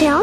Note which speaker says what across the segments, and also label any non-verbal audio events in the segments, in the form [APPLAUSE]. Speaker 1: 聊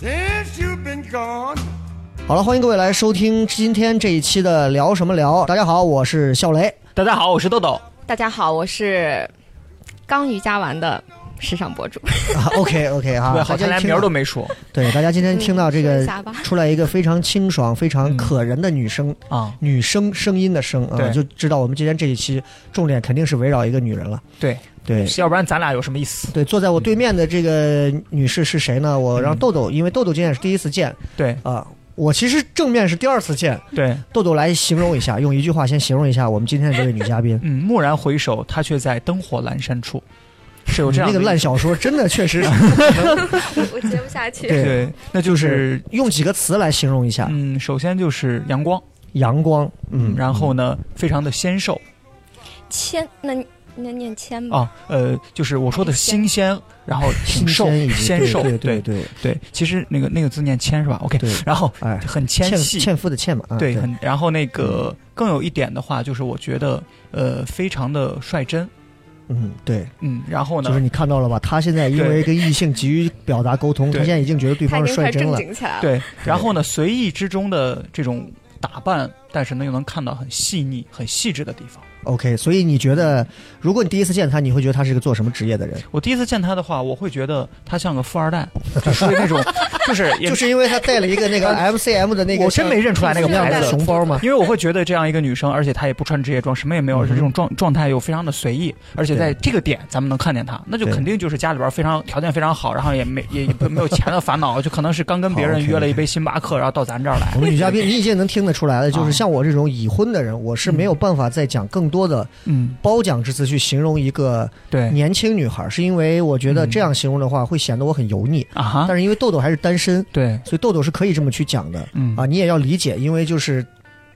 Speaker 2: Since you've been gone,
Speaker 3: 好了，欢迎各位来收听今天这一期的聊什么聊。大家好，我是笑雷。
Speaker 4: 大家好，我是豆豆。
Speaker 5: 大家好，我是刚瑜伽完的时尚博主。
Speaker 3: 啊、OK OK 哈、
Speaker 4: 对，
Speaker 3: 大
Speaker 4: 好
Speaker 3: 家
Speaker 4: 像连
Speaker 3: 听啊
Speaker 4: 名
Speaker 3: 到
Speaker 4: 儿都没说
Speaker 3: 对，大家今天听到这
Speaker 5: 说
Speaker 3: 个
Speaker 5: 一 [LAUGHS] 下吧
Speaker 3: 出来一个非常清爽、非常可人的女生，
Speaker 4: 啊。
Speaker 3: 女生声音的声啊、
Speaker 4: 对
Speaker 3: 就知道我们今天这一期重点肯定是围绕一个女人了。
Speaker 4: 对，
Speaker 3: 对
Speaker 4: 要不然咱俩有什么意思？
Speaker 3: 对，坐在我对面的这个女士是谁呢？我让豆豆，因为豆豆今天也是第一次见
Speaker 4: 对
Speaker 3: 啊、我其实正面是第二次见，
Speaker 4: 对，
Speaker 3: 豆豆来形容一下，用一句话先形容一下我们今天的这位女嘉宾。
Speaker 4: 嗯，蓦然回首，他却在灯火阑珊处，是有
Speaker 3: 你
Speaker 4: 这样
Speaker 3: 嗯那
Speaker 4: 的
Speaker 3: 个
Speaker 4: 一
Speaker 3: 烂小说真的确实
Speaker 4: [LAUGHS]
Speaker 3: 是
Speaker 5: 我接不下去。
Speaker 3: 对，
Speaker 4: 对，那就是
Speaker 3: 用几个词来形容一下，
Speaker 4: 嗯，首先就是阳光，
Speaker 3: 阳光，嗯，
Speaker 4: 然后呢，非常的纤瘦
Speaker 5: 签，那那念
Speaker 3: 嗯
Speaker 5: 签
Speaker 3: 哦
Speaker 5: 吧。
Speaker 4: 啊，呃，就是我说的新鲜，然后
Speaker 3: 新
Speaker 4: 挺瘦
Speaker 3: 鲜以，及
Speaker 4: 纤
Speaker 3: 对
Speaker 4: 瘦，
Speaker 3: 对对
Speaker 4: 对
Speaker 3: 对
Speaker 4: 对，其实那个那个字念纤是吧？OK，
Speaker 3: 对，
Speaker 4: 然后
Speaker 3: 哎，
Speaker 4: 很
Speaker 3: 纤
Speaker 4: 纤细，
Speaker 3: 纤嗯夫的纤嘛，啊
Speaker 4: 对，很，然后那个更有一点的话，就是我觉得呃，非常的率真，
Speaker 3: 嗯，对，
Speaker 4: 嗯，然后呢，
Speaker 3: 就是你看到了吧？他现在因为跟异性急于表达沟通，他
Speaker 4: 对
Speaker 3: 现在已经觉得对
Speaker 5: 他已
Speaker 3: 方是
Speaker 5: 经
Speaker 3: 率
Speaker 5: 快
Speaker 3: 真
Speaker 5: 正
Speaker 3: 了，
Speaker 5: 经起来了。
Speaker 4: 对，然后呢，随意之中的这种打扮，但是呢又能看到很细腻、很细致的地方。
Speaker 3: OK，所以你觉得，如果你第一次见他，你会觉得他是个做什么职业的人？
Speaker 4: 我第一次见他的话，我会觉得他像个富二代，就属于
Speaker 3: [LAUGHS]
Speaker 4: 那种，就是也
Speaker 3: 就是因为他带了一个
Speaker 4: [LAUGHS]
Speaker 3: 那个 MCM 的那个，
Speaker 4: 我真没认出来那个
Speaker 3: 样
Speaker 4: 牌
Speaker 3: 的
Speaker 4: 子。
Speaker 3: 熊包吗？
Speaker 4: 因为我会觉得这样一个女生，而且她也不穿职业装，什么也没有，而且
Speaker 3: 嗯
Speaker 4: 这种状状态又非常的随意，而且在这个点咱们能看见她，那就
Speaker 3: 对
Speaker 4: 肯定就是家里边非常条件非常好，然后也没也也
Speaker 3: [LAUGHS]
Speaker 4: 不没有钱的烦恼，就可能是刚跟别
Speaker 3: 好
Speaker 4: 人
Speaker 3: ，OK，
Speaker 4: 约了一杯星巴克，然后到咱这儿来
Speaker 3: 我。们女嘉宾，你已经能听得出来
Speaker 4: [LAUGHS]
Speaker 3: 了，
Speaker 4: 啊
Speaker 3: 就是像我这种已婚的人，我是没有办法再讲更多的
Speaker 4: 嗯，
Speaker 3: 褒奖之词去形容一个
Speaker 4: 对
Speaker 3: 年轻女孩，是因为我觉得
Speaker 4: 嗯
Speaker 3: 这样形容的话会显得我很油腻。
Speaker 4: 啊哈
Speaker 3: 但，是因为豆豆还是单身，
Speaker 4: 对，
Speaker 3: 所以豆豆是可以这么去讲的
Speaker 4: 嗯
Speaker 3: 啊，你也要理解，因为就是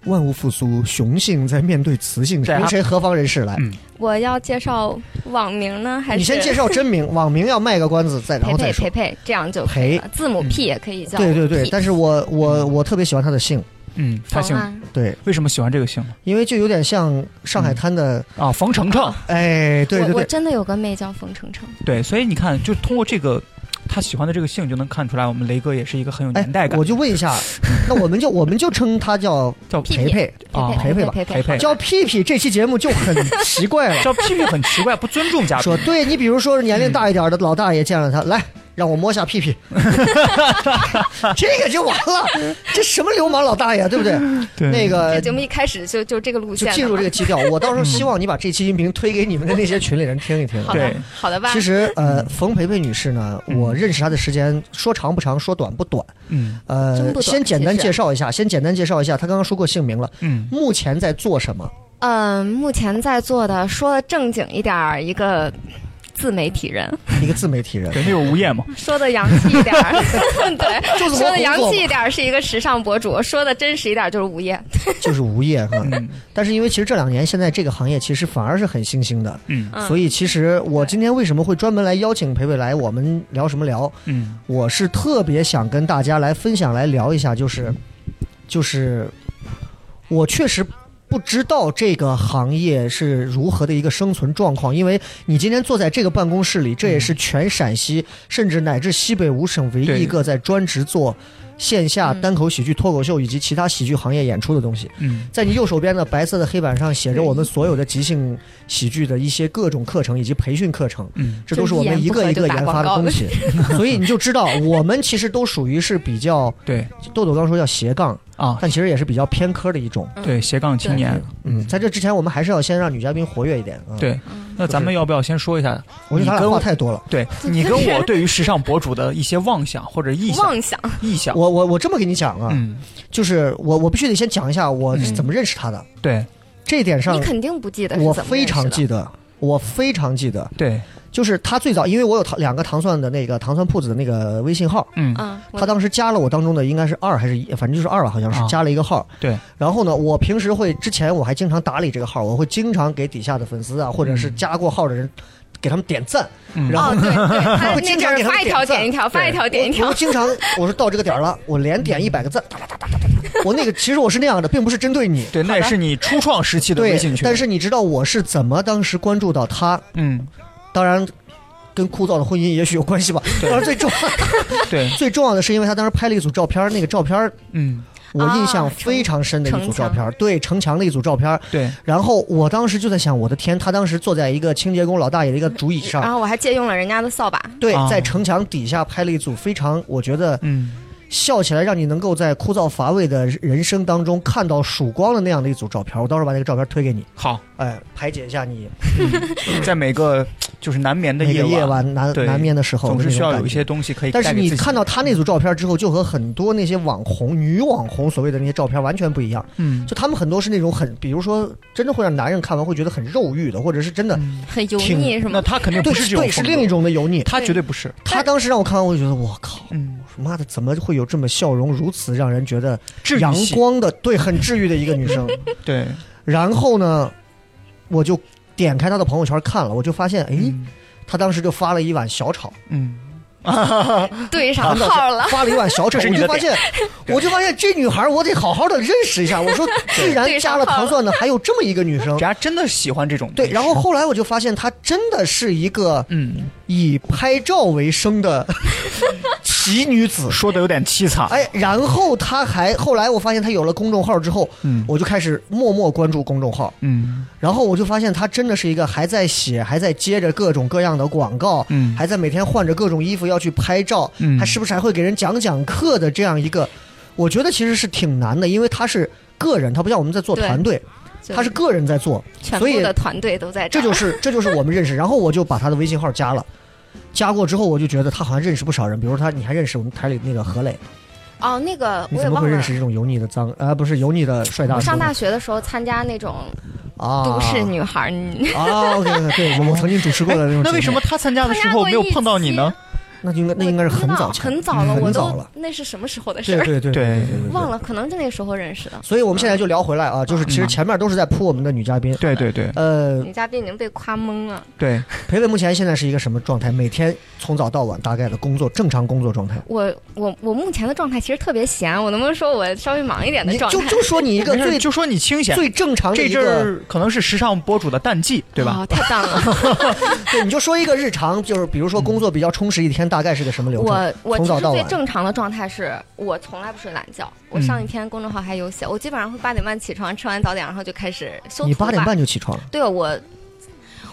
Speaker 3: 万物复苏，雄性在面对雌性，
Speaker 4: 对啊
Speaker 3: 由谁何方人士来？
Speaker 4: 嗯
Speaker 5: 我要介绍网名呢，还是
Speaker 3: 你先介绍真
Speaker 4: [LAUGHS]
Speaker 3: 名，网名要卖个关子，再然
Speaker 5: 培
Speaker 3: 后
Speaker 5: 培
Speaker 3: 再说嗯
Speaker 5: 培。培，这样就可以了。字母 P 也可以叫我
Speaker 3: 对
Speaker 5: P。
Speaker 3: 对对，但是我我我特别喜欢他的姓，
Speaker 4: 嗯，他姓
Speaker 5: 冯安
Speaker 3: 对，
Speaker 4: 为什么喜欢这个姓呢？
Speaker 3: 因为就有点像上海滩的，
Speaker 4: 啊，冯程程，
Speaker 3: 哎，对对
Speaker 5: 我我
Speaker 3: 对，
Speaker 5: 真的有个妹叫冯程程，
Speaker 4: 对，所以你看，就通过这个他喜欢的这个姓，就能看出来，我们雷哥也是一个很有
Speaker 3: 哎
Speaker 4: 年代，感。
Speaker 3: 我就问一下，那我们就我们就称他叫
Speaker 4: 叫
Speaker 5: 屁
Speaker 3: 培培，
Speaker 4: 啊
Speaker 3: 培
Speaker 5: 培
Speaker 3: 培吧
Speaker 5: 培
Speaker 4: 培培
Speaker 3: 叫屁屁，这期节目就很奇怪了。
Speaker 4: [LAUGHS] 叫屁屁很奇怪，不尊重嘉宾
Speaker 3: 说，对你比如说年龄大一点的老大爷见了他，来让我摸下屁屁，这个就完了，这什么流氓老大爷，对不对？
Speaker 4: 对
Speaker 3: 那
Speaker 5: 这
Speaker 3: 个
Speaker 5: 节目一开始就就这个路
Speaker 3: 呃就
Speaker 5: 线的嘛，
Speaker 3: 进入这个基调，我到时候希望你把这期音频推给你们的那些群里人听一听。
Speaker 5: 好
Speaker 4: 对
Speaker 5: 的好的吧
Speaker 3: 其？实，呃，冯培培女士呢，
Speaker 4: 嗯
Speaker 3: 我认识她的时间说长不长，说短不短。
Speaker 4: 嗯
Speaker 5: 真
Speaker 3: 呃
Speaker 5: 不，短
Speaker 3: 先简单
Speaker 5: 其实
Speaker 3: 介绍一下，先简单介绍一下，她刚刚说过姓名了，
Speaker 4: 嗯
Speaker 3: 目前在做什
Speaker 5: [LAUGHS]
Speaker 3: 么？
Speaker 5: 嗯，目前在座的说的正经一点儿，一个自媒体人。
Speaker 3: 一个自媒体人，
Speaker 4: 对，那种无业嘛，
Speaker 5: 说的洋气一点儿， [LAUGHS] 对，
Speaker 3: 就是
Speaker 5: [LAUGHS] 说的洋
Speaker 3: 我工
Speaker 5: 气
Speaker 3: 作
Speaker 5: 一点儿是一个时尚博主，说的真实一点儿就是无业。
Speaker 3: 嘛，就是无业
Speaker 5: [LAUGHS]
Speaker 3: 哈。
Speaker 4: 嗯
Speaker 3: 但是因为其实这两年现在这个行业其实反而是很新兴的，
Speaker 4: 嗯
Speaker 5: 嗯
Speaker 3: 所以其实我今天为什么会专门来邀请培培来我们聊什么聊？
Speaker 4: 嗯，
Speaker 3: 我是特别想跟大家来分享来聊一下，就是就是我确实。不知道这个行业是如何的一个生存状况，因为你今天坐在这个办公室里，这也是全陕西甚至乃至西北五省唯一一个在专职做线下
Speaker 5: 嗯
Speaker 3: 单口喜剧、脱口秀以及其他喜剧行业演出的东西。
Speaker 4: 嗯
Speaker 3: 在你右手边的白色的黑板上写着我们所有的即兴喜剧的一些各种课程以及培训课程，
Speaker 4: 嗯
Speaker 3: 这都是我们一个一个研发的东西， [LAUGHS] 所以你就知道我们其实都属于是比较
Speaker 4: 对
Speaker 3: 豆豆刚说叫斜杠，
Speaker 4: 啊，
Speaker 3: 但其实也是比较偏科的一种。
Speaker 4: 对斜杠青年，
Speaker 3: 嗯，在这之前我们还是要先让女嘉宾活跃一点啊。，
Speaker 4: 对，那咱们要不要先说一下？
Speaker 3: 我觉得咱
Speaker 4: 你
Speaker 3: 俩
Speaker 4: 跟
Speaker 3: 话
Speaker 4: 我
Speaker 3: 太多了。
Speaker 4: 对你跟我对于时尚博主的一些妄想或者臆想
Speaker 5: 妄想，
Speaker 4: 臆想，
Speaker 3: 我我我这么跟你讲啊，
Speaker 4: 嗯，
Speaker 3: 就是我我必须得先讲一下我是
Speaker 4: 嗯
Speaker 3: 怎么认识他的，
Speaker 4: 对
Speaker 3: 这一点上
Speaker 5: 你肯定不记得是
Speaker 3: 我
Speaker 5: 怎么
Speaker 3: 非
Speaker 5: 认识的
Speaker 3: 常记得，我非常记得。
Speaker 4: 对，
Speaker 3: 就是他最早，因为我有糖两个糖蒜的那个糖蒜铺子的那个微信号，
Speaker 4: 嗯，
Speaker 5: 嗯，我
Speaker 3: 他当时加了我当中的应该是二还是一，反正就是二吧，好像是
Speaker 4: 啊
Speaker 3: 加了一个号。
Speaker 4: 对，
Speaker 3: 然后呢，我平时会之前我还经常打理这个号，我会经常给底下的粉丝啊，或者是加过号的人，给他们点赞。
Speaker 4: 嗯
Speaker 3: 然后
Speaker 5: 哦，对对，他
Speaker 3: 会
Speaker 5: 那
Speaker 3: 经
Speaker 5: 阵
Speaker 3: 常
Speaker 5: 儿
Speaker 3: 给他们
Speaker 5: 发一条
Speaker 3: 点赞
Speaker 5: 点一条，发一条点一
Speaker 3: 我
Speaker 5: 条
Speaker 3: 我，经常我说到这个点儿了，我连点一百个赞，哒哒哒哒哒哒哒。我那个其实我是那样的，并不是针对你。
Speaker 4: 对，那也是你初创时期的微
Speaker 3: 对
Speaker 4: 信，群。
Speaker 3: 但是你知道我是怎么当时关注到他？
Speaker 4: 嗯，
Speaker 3: 当然，跟枯燥的婚姻也许有关系吧。 [LAUGHS] 当然最重
Speaker 4: 对，
Speaker 3: 最重要的是，因为他当时拍了一组照片儿，那个照片儿
Speaker 4: 嗯，
Speaker 3: 我印象
Speaker 5: 啊
Speaker 3: 非常深的一组
Speaker 5: 城
Speaker 3: 照片儿，对城墙的一组照片儿。
Speaker 4: 对，
Speaker 3: 然后我当时就在想，我的天，他当时坐在一个清洁工老大爷的一个竹椅
Speaker 5: 然
Speaker 3: 上，
Speaker 5: 后我还借用了人家的扫把，
Speaker 3: 对
Speaker 4: 啊，
Speaker 3: 在城墙底下拍了一组非常，我觉得
Speaker 4: 嗯，
Speaker 3: 笑起来让你能够在枯燥乏味的人生当中看到曙光的那样的一组照片儿。我到时候把那个照片儿推给你，
Speaker 4: 好，
Speaker 3: 哎，排解一下你
Speaker 4: 在每个就是难眠的
Speaker 3: 那个夜
Speaker 4: 晚，
Speaker 3: 晚难
Speaker 4: 对
Speaker 3: 难眠的时候，
Speaker 4: 总是需要有一些
Speaker 3: 那种感觉。
Speaker 4: 东西可以带
Speaker 3: 但
Speaker 4: 给
Speaker 3: 是
Speaker 4: 自己。
Speaker 3: 你看到他那组照片儿之后，就和很多那些网红、女网红所谓的那些照片儿完全不一样。
Speaker 4: 嗯，
Speaker 3: 就他们很多是那种很，比如说真的会让男人看完会觉得很肉欲的，或者是真的，
Speaker 5: 很油
Speaker 3: 挺
Speaker 5: 腻是
Speaker 4: 嗯那
Speaker 5: 吗？
Speaker 4: 他肯定
Speaker 3: 对
Speaker 4: 不是这种
Speaker 3: 对是
Speaker 4: 风格
Speaker 3: 另一，种的油腻。
Speaker 4: 他绝对不是。
Speaker 3: 他当时让我看完，我就觉得我靠，
Speaker 4: 嗯，
Speaker 3: 妈的，怎么会有这么笑容如此让人觉得
Speaker 4: 治愈
Speaker 3: 阳
Speaker 4: 系
Speaker 3: 光的，对，很治愈的一个女
Speaker 4: [LAUGHS]
Speaker 3: 生。
Speaker 4: 对，
Speaker 3: 然后呢，我就点开她的朋友圈看了，我就发现，哎，
Speaker 4: 嗯
Speaker 3: 她当时就发了一碗小炒，
Speaker 4: 嗯，
Speaker 5: 对上号了，
Speaker 3: 发了一碗小炒，
Speaker 4: 这是
Speaker 3: 我
Speaker 4: 你的
Speaker 3: 就发现，
Speaker 4: 对
Speaker 3: 我就发现这女孩我得好好的认识一下。
Speaker 4: [LAUGHS]
Speaker 3: 我说，既然加了糖蒜呢，还有这么一个女生
Speaker 4: 人。家真的喜欢这种
Speaker 3: 对，然后后来我就发现她真的是一个
Speaker 4: 嗯，
Speaker 3: 以拍照为生的奇女子。
Speaker 4: 说的有点凄惨。
Speaker 3: 哎，然后她还后来我发现她有了公众号之后，
Speaker 4: 嗯
Speaker 3: 我就开始默默关注公众号，
Speaker 4: 嗯
Speaker 3: 然后我就发现她真的是一个还在写，还在接着各种各样的广告，
Speaker 4: 嗯
Speaker 3: 还在每天换着各种衣服要去拍照，
Speaker 4: 嗯
Speaker 3: 还时不时还会给人讲讲课的这样一个，我觉得其实是挺难的，因为她是个人，她不像我们在做
Speaker 5: 对
Speaker 3: 团队，她是个人在做，
Speaker 5: 全
Speaker 3: 所
Speaker 5: 部
Speaker 3: 以
Speaker 5: 的团队都在
Speaker 3: 这
Speaker 5: 儿
Speaker 3: 就是这就是我们认识。然后我就把他的微信号加了，加过之后我就觉得他好像认识不少人，比如他你还认识我们台里那个何磊，
Speaker 5: 哦，那个
Speaker 3: 你
Speaker 5: 我也
Speaker 3: 怎么
Speaker 5: 忘
Speaker 3: 会
Speaker 5: 了
Speaker 3: 认。识这种油腻的脏呃不是油腻的帅大
Speaker 5: 我
Speaker 3: 叔？
Speaker 5: 上大学的时候参加那种
Speaker 3: 啊，
Speaker 5: 都市女孩儿，你
Speaker 3: 啊，OK，对
Speaker 5: [LAUGHS]
Speaker 3: 我我曾经主持过的那种。
Speaker 4: 哎那为什么？他参加的时候没有碰到你呢？
Speaker 3: 那就应该那应该是很早前，
Speaker 5: 很早了，我
Speaker 3: 很
Speaker 5: 都
Speaker 3: 早了。
Speaker 5: 那是什么时候的事
Speaker 3: 对
Speaker 5: 儿？
Speaker 3: 对对
Speaker 4: 对
Speaker 5: [LAUGHS] 忘了，可能就那时候认识的。
Speaker 3: 所以我们现在就聊回来啊，就是其实
Speaker 4: 嗯
Speaker 3: 前面都是在铺我们的女嘉宾。
Speaker 4: 对对对
Speaker 3: 呃，
Speaker 5: 女嘉宾已经被夸懵了，
Speaker 4: 对，
Speaker 3: 裴伟目前现在是一个什么状态？每天从早到晚大概的工作正常工作状态。
Speaker 5: 我我我目前的状态其实特别闲，我能不能说我稍微忙一点的
Speaker 3: 你
Speaker 5: 状
Speaker 3: 就
Speaker 5: 态？
Speaker 3: 就说你一个
Speaker 4: 没事
Speaker 3: 最
Speaker 4: 就说你清闲。
Speaker 3: 最正常的
Speaker 4: 这
Speaker 3: 一
Speaker 4: 阵
Speaker 3: 个
Speaker 4: 儿可能是时尚博主的淡季，对吧？
Speaker 5: 哦，太棒了！
Speaker 3: 对，你就说一个日常，就是比如
Speaker 4: 嗯
Speaker 3: 说工作比较充实一天，大概是个什么流程？
Speaker 5: 我我
Speaker 3: 从
Speaker 5: 其
Speaker 3: 早
Speaker 5: 实
Speaker 3: 到
Speaker 5: 最
Speaker 3: 晚
Speaker 5: 正常的状态是我从来不睡懒觉。我
Speaker 4: 嗯
Speaker 5: 上一篇公众号还有写，我基本上会八点半起床，吃完早点，然后就开始修
Speaker 3: 你
Speaker 5: 图
Speaker 3: 八点
Speaker 5: 吧
Speaker 3: 半就起床，
Speaker 5: 对我，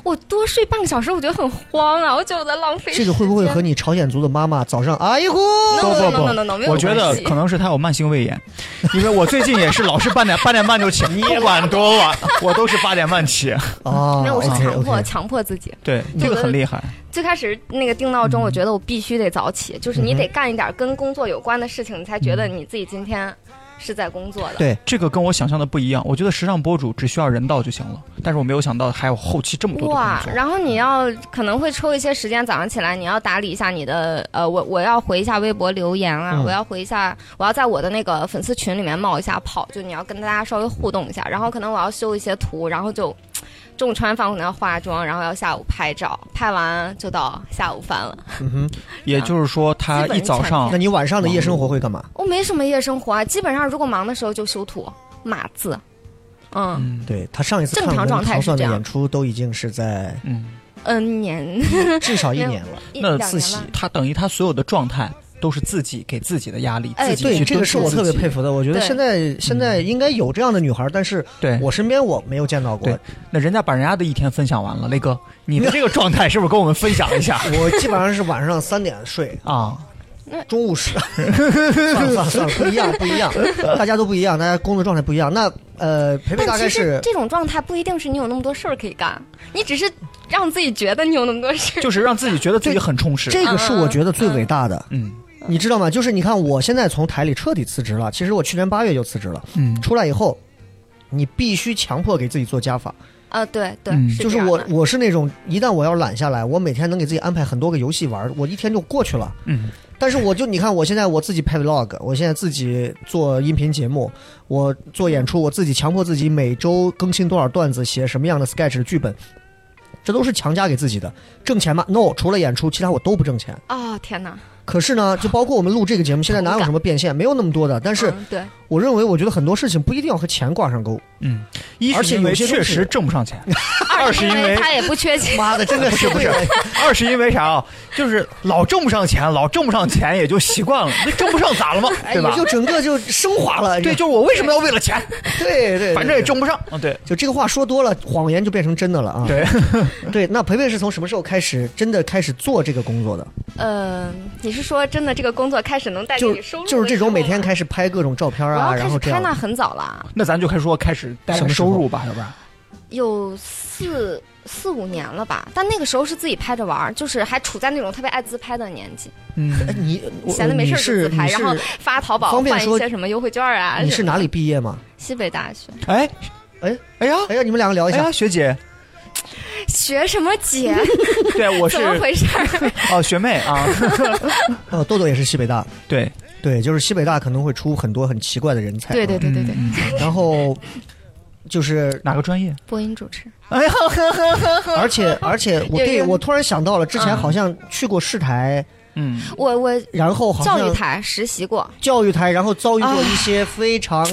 Speaker 5: 我多睡半个小时，我觉得很慌啊，我觉得我在浪费时
Speaker 3: 这
Speaker 5: 间。
Speaker 3: 个会不会和你朝鲜族的妈妈早上哎呦呼？
Speaker 5: No,
Speaker 4: 不
Speaker 5: no,
Speaker 4: 不
Speaker 5: no, no, no, 没
Speaker 4: 不，
Speaker 5: 有
Speaker 4: 我觉得
Speaker 5: 关系
Speaker 4: 可能是他有慢性胃炎，因为我最近也是老是八点八点半就起，不管多晚，我都是八点半起。
Speaker 3: 啊，
Speaker 5: 没有，我是
Speaker 3: OK，
Speaker 5: 强迫
Speaker 3: OK
Speaker 5: 强迫自己。
Speaker 4: 对，这个很厉害。
Speaker 5: 最开始那个定闹钟，
Speaker 4: 嗯
Speaker 5: 我觉得我必须得早起，就是你得干一点跟工作有关的事情，你才觉
Speaker 4: 嗯
Speaker 5: 得你自己今天是在工作的。
Speaker 3: 对
Speaker 4: 这个跟我想象的不一样，我觉得时尚博主只需要人到就行了，但是我没有想到还有后期这么多的
Speaker 5: 哇
Speaker 4: 工，作。
Speaker 5: 然后你要可能会抽一些时间，早上起来你要打理一下你的呃，我我要回一下微博留言啊，
Speaker 3: 嗯
Speaker 5: 我要回一下，我要在我的那个粉丝群里面冒一下泡，就你要跟大家稍微互动一下，然后可能我要修一些图，然后就。中午吃完饭可能要化妆，然后要下午拍照，拍完就到下午饭了。
Speaker 3: 嗯哼，
Speaker 4: 也就是说，他一早上
Speaker 3: 那你晚上的夜生活会干嘛？
Speaker 5: 我没什么夜生活啊，基本上如果忙的时候就修图、码字，
Speaker 4: 嗯
Speaker 5: 嗯
Speaker 3: 对他上一次
Speaker 5: 正
Speaker 3: 看
Speaker 5: 常
Speaker 3: 我们
Speaker 5: 状态
Speaker 3: 糖蒜
Speaker 5: 是
Speaker 3: 的
Speaker 5: 这样
Speaker 3: 演出，都已经是在
Speaker 5: [LAUGHS]
Speaker 4: 嗯，
Speaker 5: 嗯年
Speaker 3: 至少啊一
Speaker 5: 没有
Speaker 3: 年了。
Speaker 5: 一
Speaker 4: 那
Speaker 5: 两
Speaker 4: 自
Speaker 5: 年
Speaker 4: 己
Speaker 5: 吧。
Speaker 4: 他等于他所有的状态都是自己给自己的压力，
Speaker 5: 哎
Speaker 4: 自己
Speaker 3: 对，
Speaker 4: 去
Speaker 3: 这个
Speaker 4: 督
Speaker 3: 是
Speaker 4: 促
Speaker 3: 我特别
Speaker 4: 自己
Speaker 3: 佩。服的。我觉得
Speaker 5: 对
Speaker 3: 现在现在应该有这样的女孩，但是
Speaker 4: 对，
Speaker 3: 我身边我没有见到过
Speaker 4: 哎对。那人家把人家的一天分享完了，雷哥，你的这个状态是不是跟我们分享
Speaker 3: [LAUGHS]
Speaker 4: 一下
Speaker 3: [LAUGHS] 我基本上是晚上三点睡，
Speaker 4: 啊？
Speaker 3: 中午十，算了算了算了，不一样不一样，大家都不一样，大家工作状态不一样。那呃，培培
Speaker 5: 但
Speaker 3: 大概
Speaker 5: 其实
Speaker 3: 是
Speaker 5: 这种状态不一定是你有那么多事儿可以干，你只是让自己觉得你有那么多
Speaker 3: 嗯
Speaker 5: 事儿。
Speaker 4: 就是让自己觉得自己很充实。
Speaker 3: 这个是
Speaker 5: 嗯
Speaker 3: 我觉得最伟大的，
Speaker 4: 嗯
Speaker 3: 你知道吗？就是你看，我现在从台里彻底辞职了，其实我去年八月就辞职了，
Speaker 4: 嗯
Speaker 3: 出来以后，你必须强迫给自己做加法，
Speaker 5: 啊，对对
Speaker 4: 嗯，
Speaker 3: 就是
Speaker 5: 这样
Speaker 3: 我
Speaker 5: 的
Speaker 3: 我是那种一旦我要懒下来，我每天能给自己安排很多个游戏玩，我一天就过去了。
Speaker 4: 嗯，
Speaker 3: 但是我就你看，我现在我自己拍 vlog，我现在自己做音频节目，我做演出，我自己强迫自己每周更新多少段子，写什么样的 sketch 的剧本，这都是强加给自己的。挣钱吗？No，除了演出，其他我都不挣钱。
Speaker 5: 啊，天哪，
Speaker 3: 可是呢，就包括我们录这个节目，现在哪有什么变现，没有那么多的。但是
Speaker 5: 嗯对，
Speaker 3: 我认为，我觉得很多事情不一定要和钱挂上钩。
Speaker 4: 嗯，一
Speaker 3: 而
Speaker 4: 是
Speaker 3: 且
Speaker 4: 因
Speaker 3: 有
Speaker 4: 为
Speaker 3: 些
Speaker 4: 确
Speaker 3: 东西
Speaker 4: 实挣不上钱，
Speaker 5: 二
Speaker 4: 二
Speaker 5: 是
Speaker 4: 是
Speaker 5: 因
Speaker 4: 因
Speaker 5: 为
Speaker 4: 为
Speaker 5: 他也不
Speaker 3: [LAUGHS]
Speaker 5: 缺钱，
Speaker 3: 妈的，真
Speaker 4: [LAUGHS]
Speaker 3: 的是不是？
Speaker 4: 二是因为啥啊？就是老挣不上钱，老挣不上钱也就习惯了，那挣不上咋了嘛，
Speaker 3: 哎，
Speaker 4: 对
Speaker 3: 你
Speaker 4: 吧？
Speaker 3: 就整个就升华了。
Speaker 4: 对，就是我为什么要为了钱？
Speaker 3: 对对，
Speaker 4: 反正也
Speaker 3: 就
Speaker 4: 挣不上。嗯，对
Speaker 3: 就这个话说多了，谎言就变成真的了啊。
Speaker 4: [LAUGHS] 对，
Speaker 3: 对，那培培是从什么时候开始真的开始做这个工作的？
Speaker 5: 呃，你是说真的这个工作开始能带给
Speaker 3: 就
Speaker 5: 哎你收入的时候
Speaker 3: 就
Speaker 5: 吗？
Speaker 3: 是这种每天开始拍各种照片
Speaker 5: 我
Speaker 3: 啊，
Speaker 5: 要
Speaker 3: 然
Speaker 5: 开
Speaker 3: 后
Speaker 5: 始
Speaker 3: 这
Speaker 5: 拍
Speaker 3: 样
Speaker 5: 那很早了，
Speaker 4: 那咱就开始说开始带
Speaker 3: 什么
Speaker 4: 来
Speaker 3: 时
Speaker 4: 收
Speaker 3: 候
Speaker 4: 入吧，要不然
Speaker 5: 有四四五年了吧，但那个时候是自己拍着玩儿，就是还处在那种特别爱自拍的年纪，
Speaker 3: 哎
Speaker 4: 嗯，
Speaker 3: 你我
Speaker 5: 闲的没事
Speaker 3: 你
Speaker 5: 儿就是自拍，
Speaker 3: 嗯你
Speaker 5: 然后
Speaker 3: 是
Speaker 5: 发淘宝
Speaker 3: 方便
Speaker 5: 换一
Speaker 3: 说
Speaker 5: 些什么优惠券儿啊。
Speaker 3: 你
Speaker 5: 什
Speaker 3: 是
Speaker 5: 么
Speaker 3: 哪里毕业吗？
Speaker 5: 西北大学
Speaker 4: 哎
Speaker 3: 哎
Speaker 4: 哎呀
Speaker 3: 哎呀，你们两个聊一
Speaker 4: 哎
Speaker 3: 下。
Speaker 4: 呀，学姐，
Speaker 5: 学什么姐？
Speaker 4: 对我是
Speaker 5: [LAUGHS] 怎么回事
Speaker 3: [LAUGHS]
Speaker 5: 儿？
Speaker 4: 哦学妹啊，
Speaker 3: 呃，豆豆也是西北大，
Speaker 4: 对
Speaker 3: 对，就是西北大可能会出很多很奇怪的人才。
Speaker 5: 对对对对对，
Speaker 4: 嗯嗯
Speaker 3: 然后
Speaker 5: [LAUGHS]
Speaker 3: 就是，
Speaker 4: 哪个专业？
Speaker 5: 播音主持。
Speaker 4: 哎呀，
Speaker 3: 而且而且，我
Speaker 5: 有一嗯
Speaker 3: 对
Speaker 5: 个
Speaker 3: 我突然想到了，之前好像去过市台，
Speaker 4: 嗯，
Speaker 5: 我我
Speaker 3: 然后好像
Speaker 5: 教育台啊实习过，
Speaker 3: 教育台，然后遭遇过一些非常、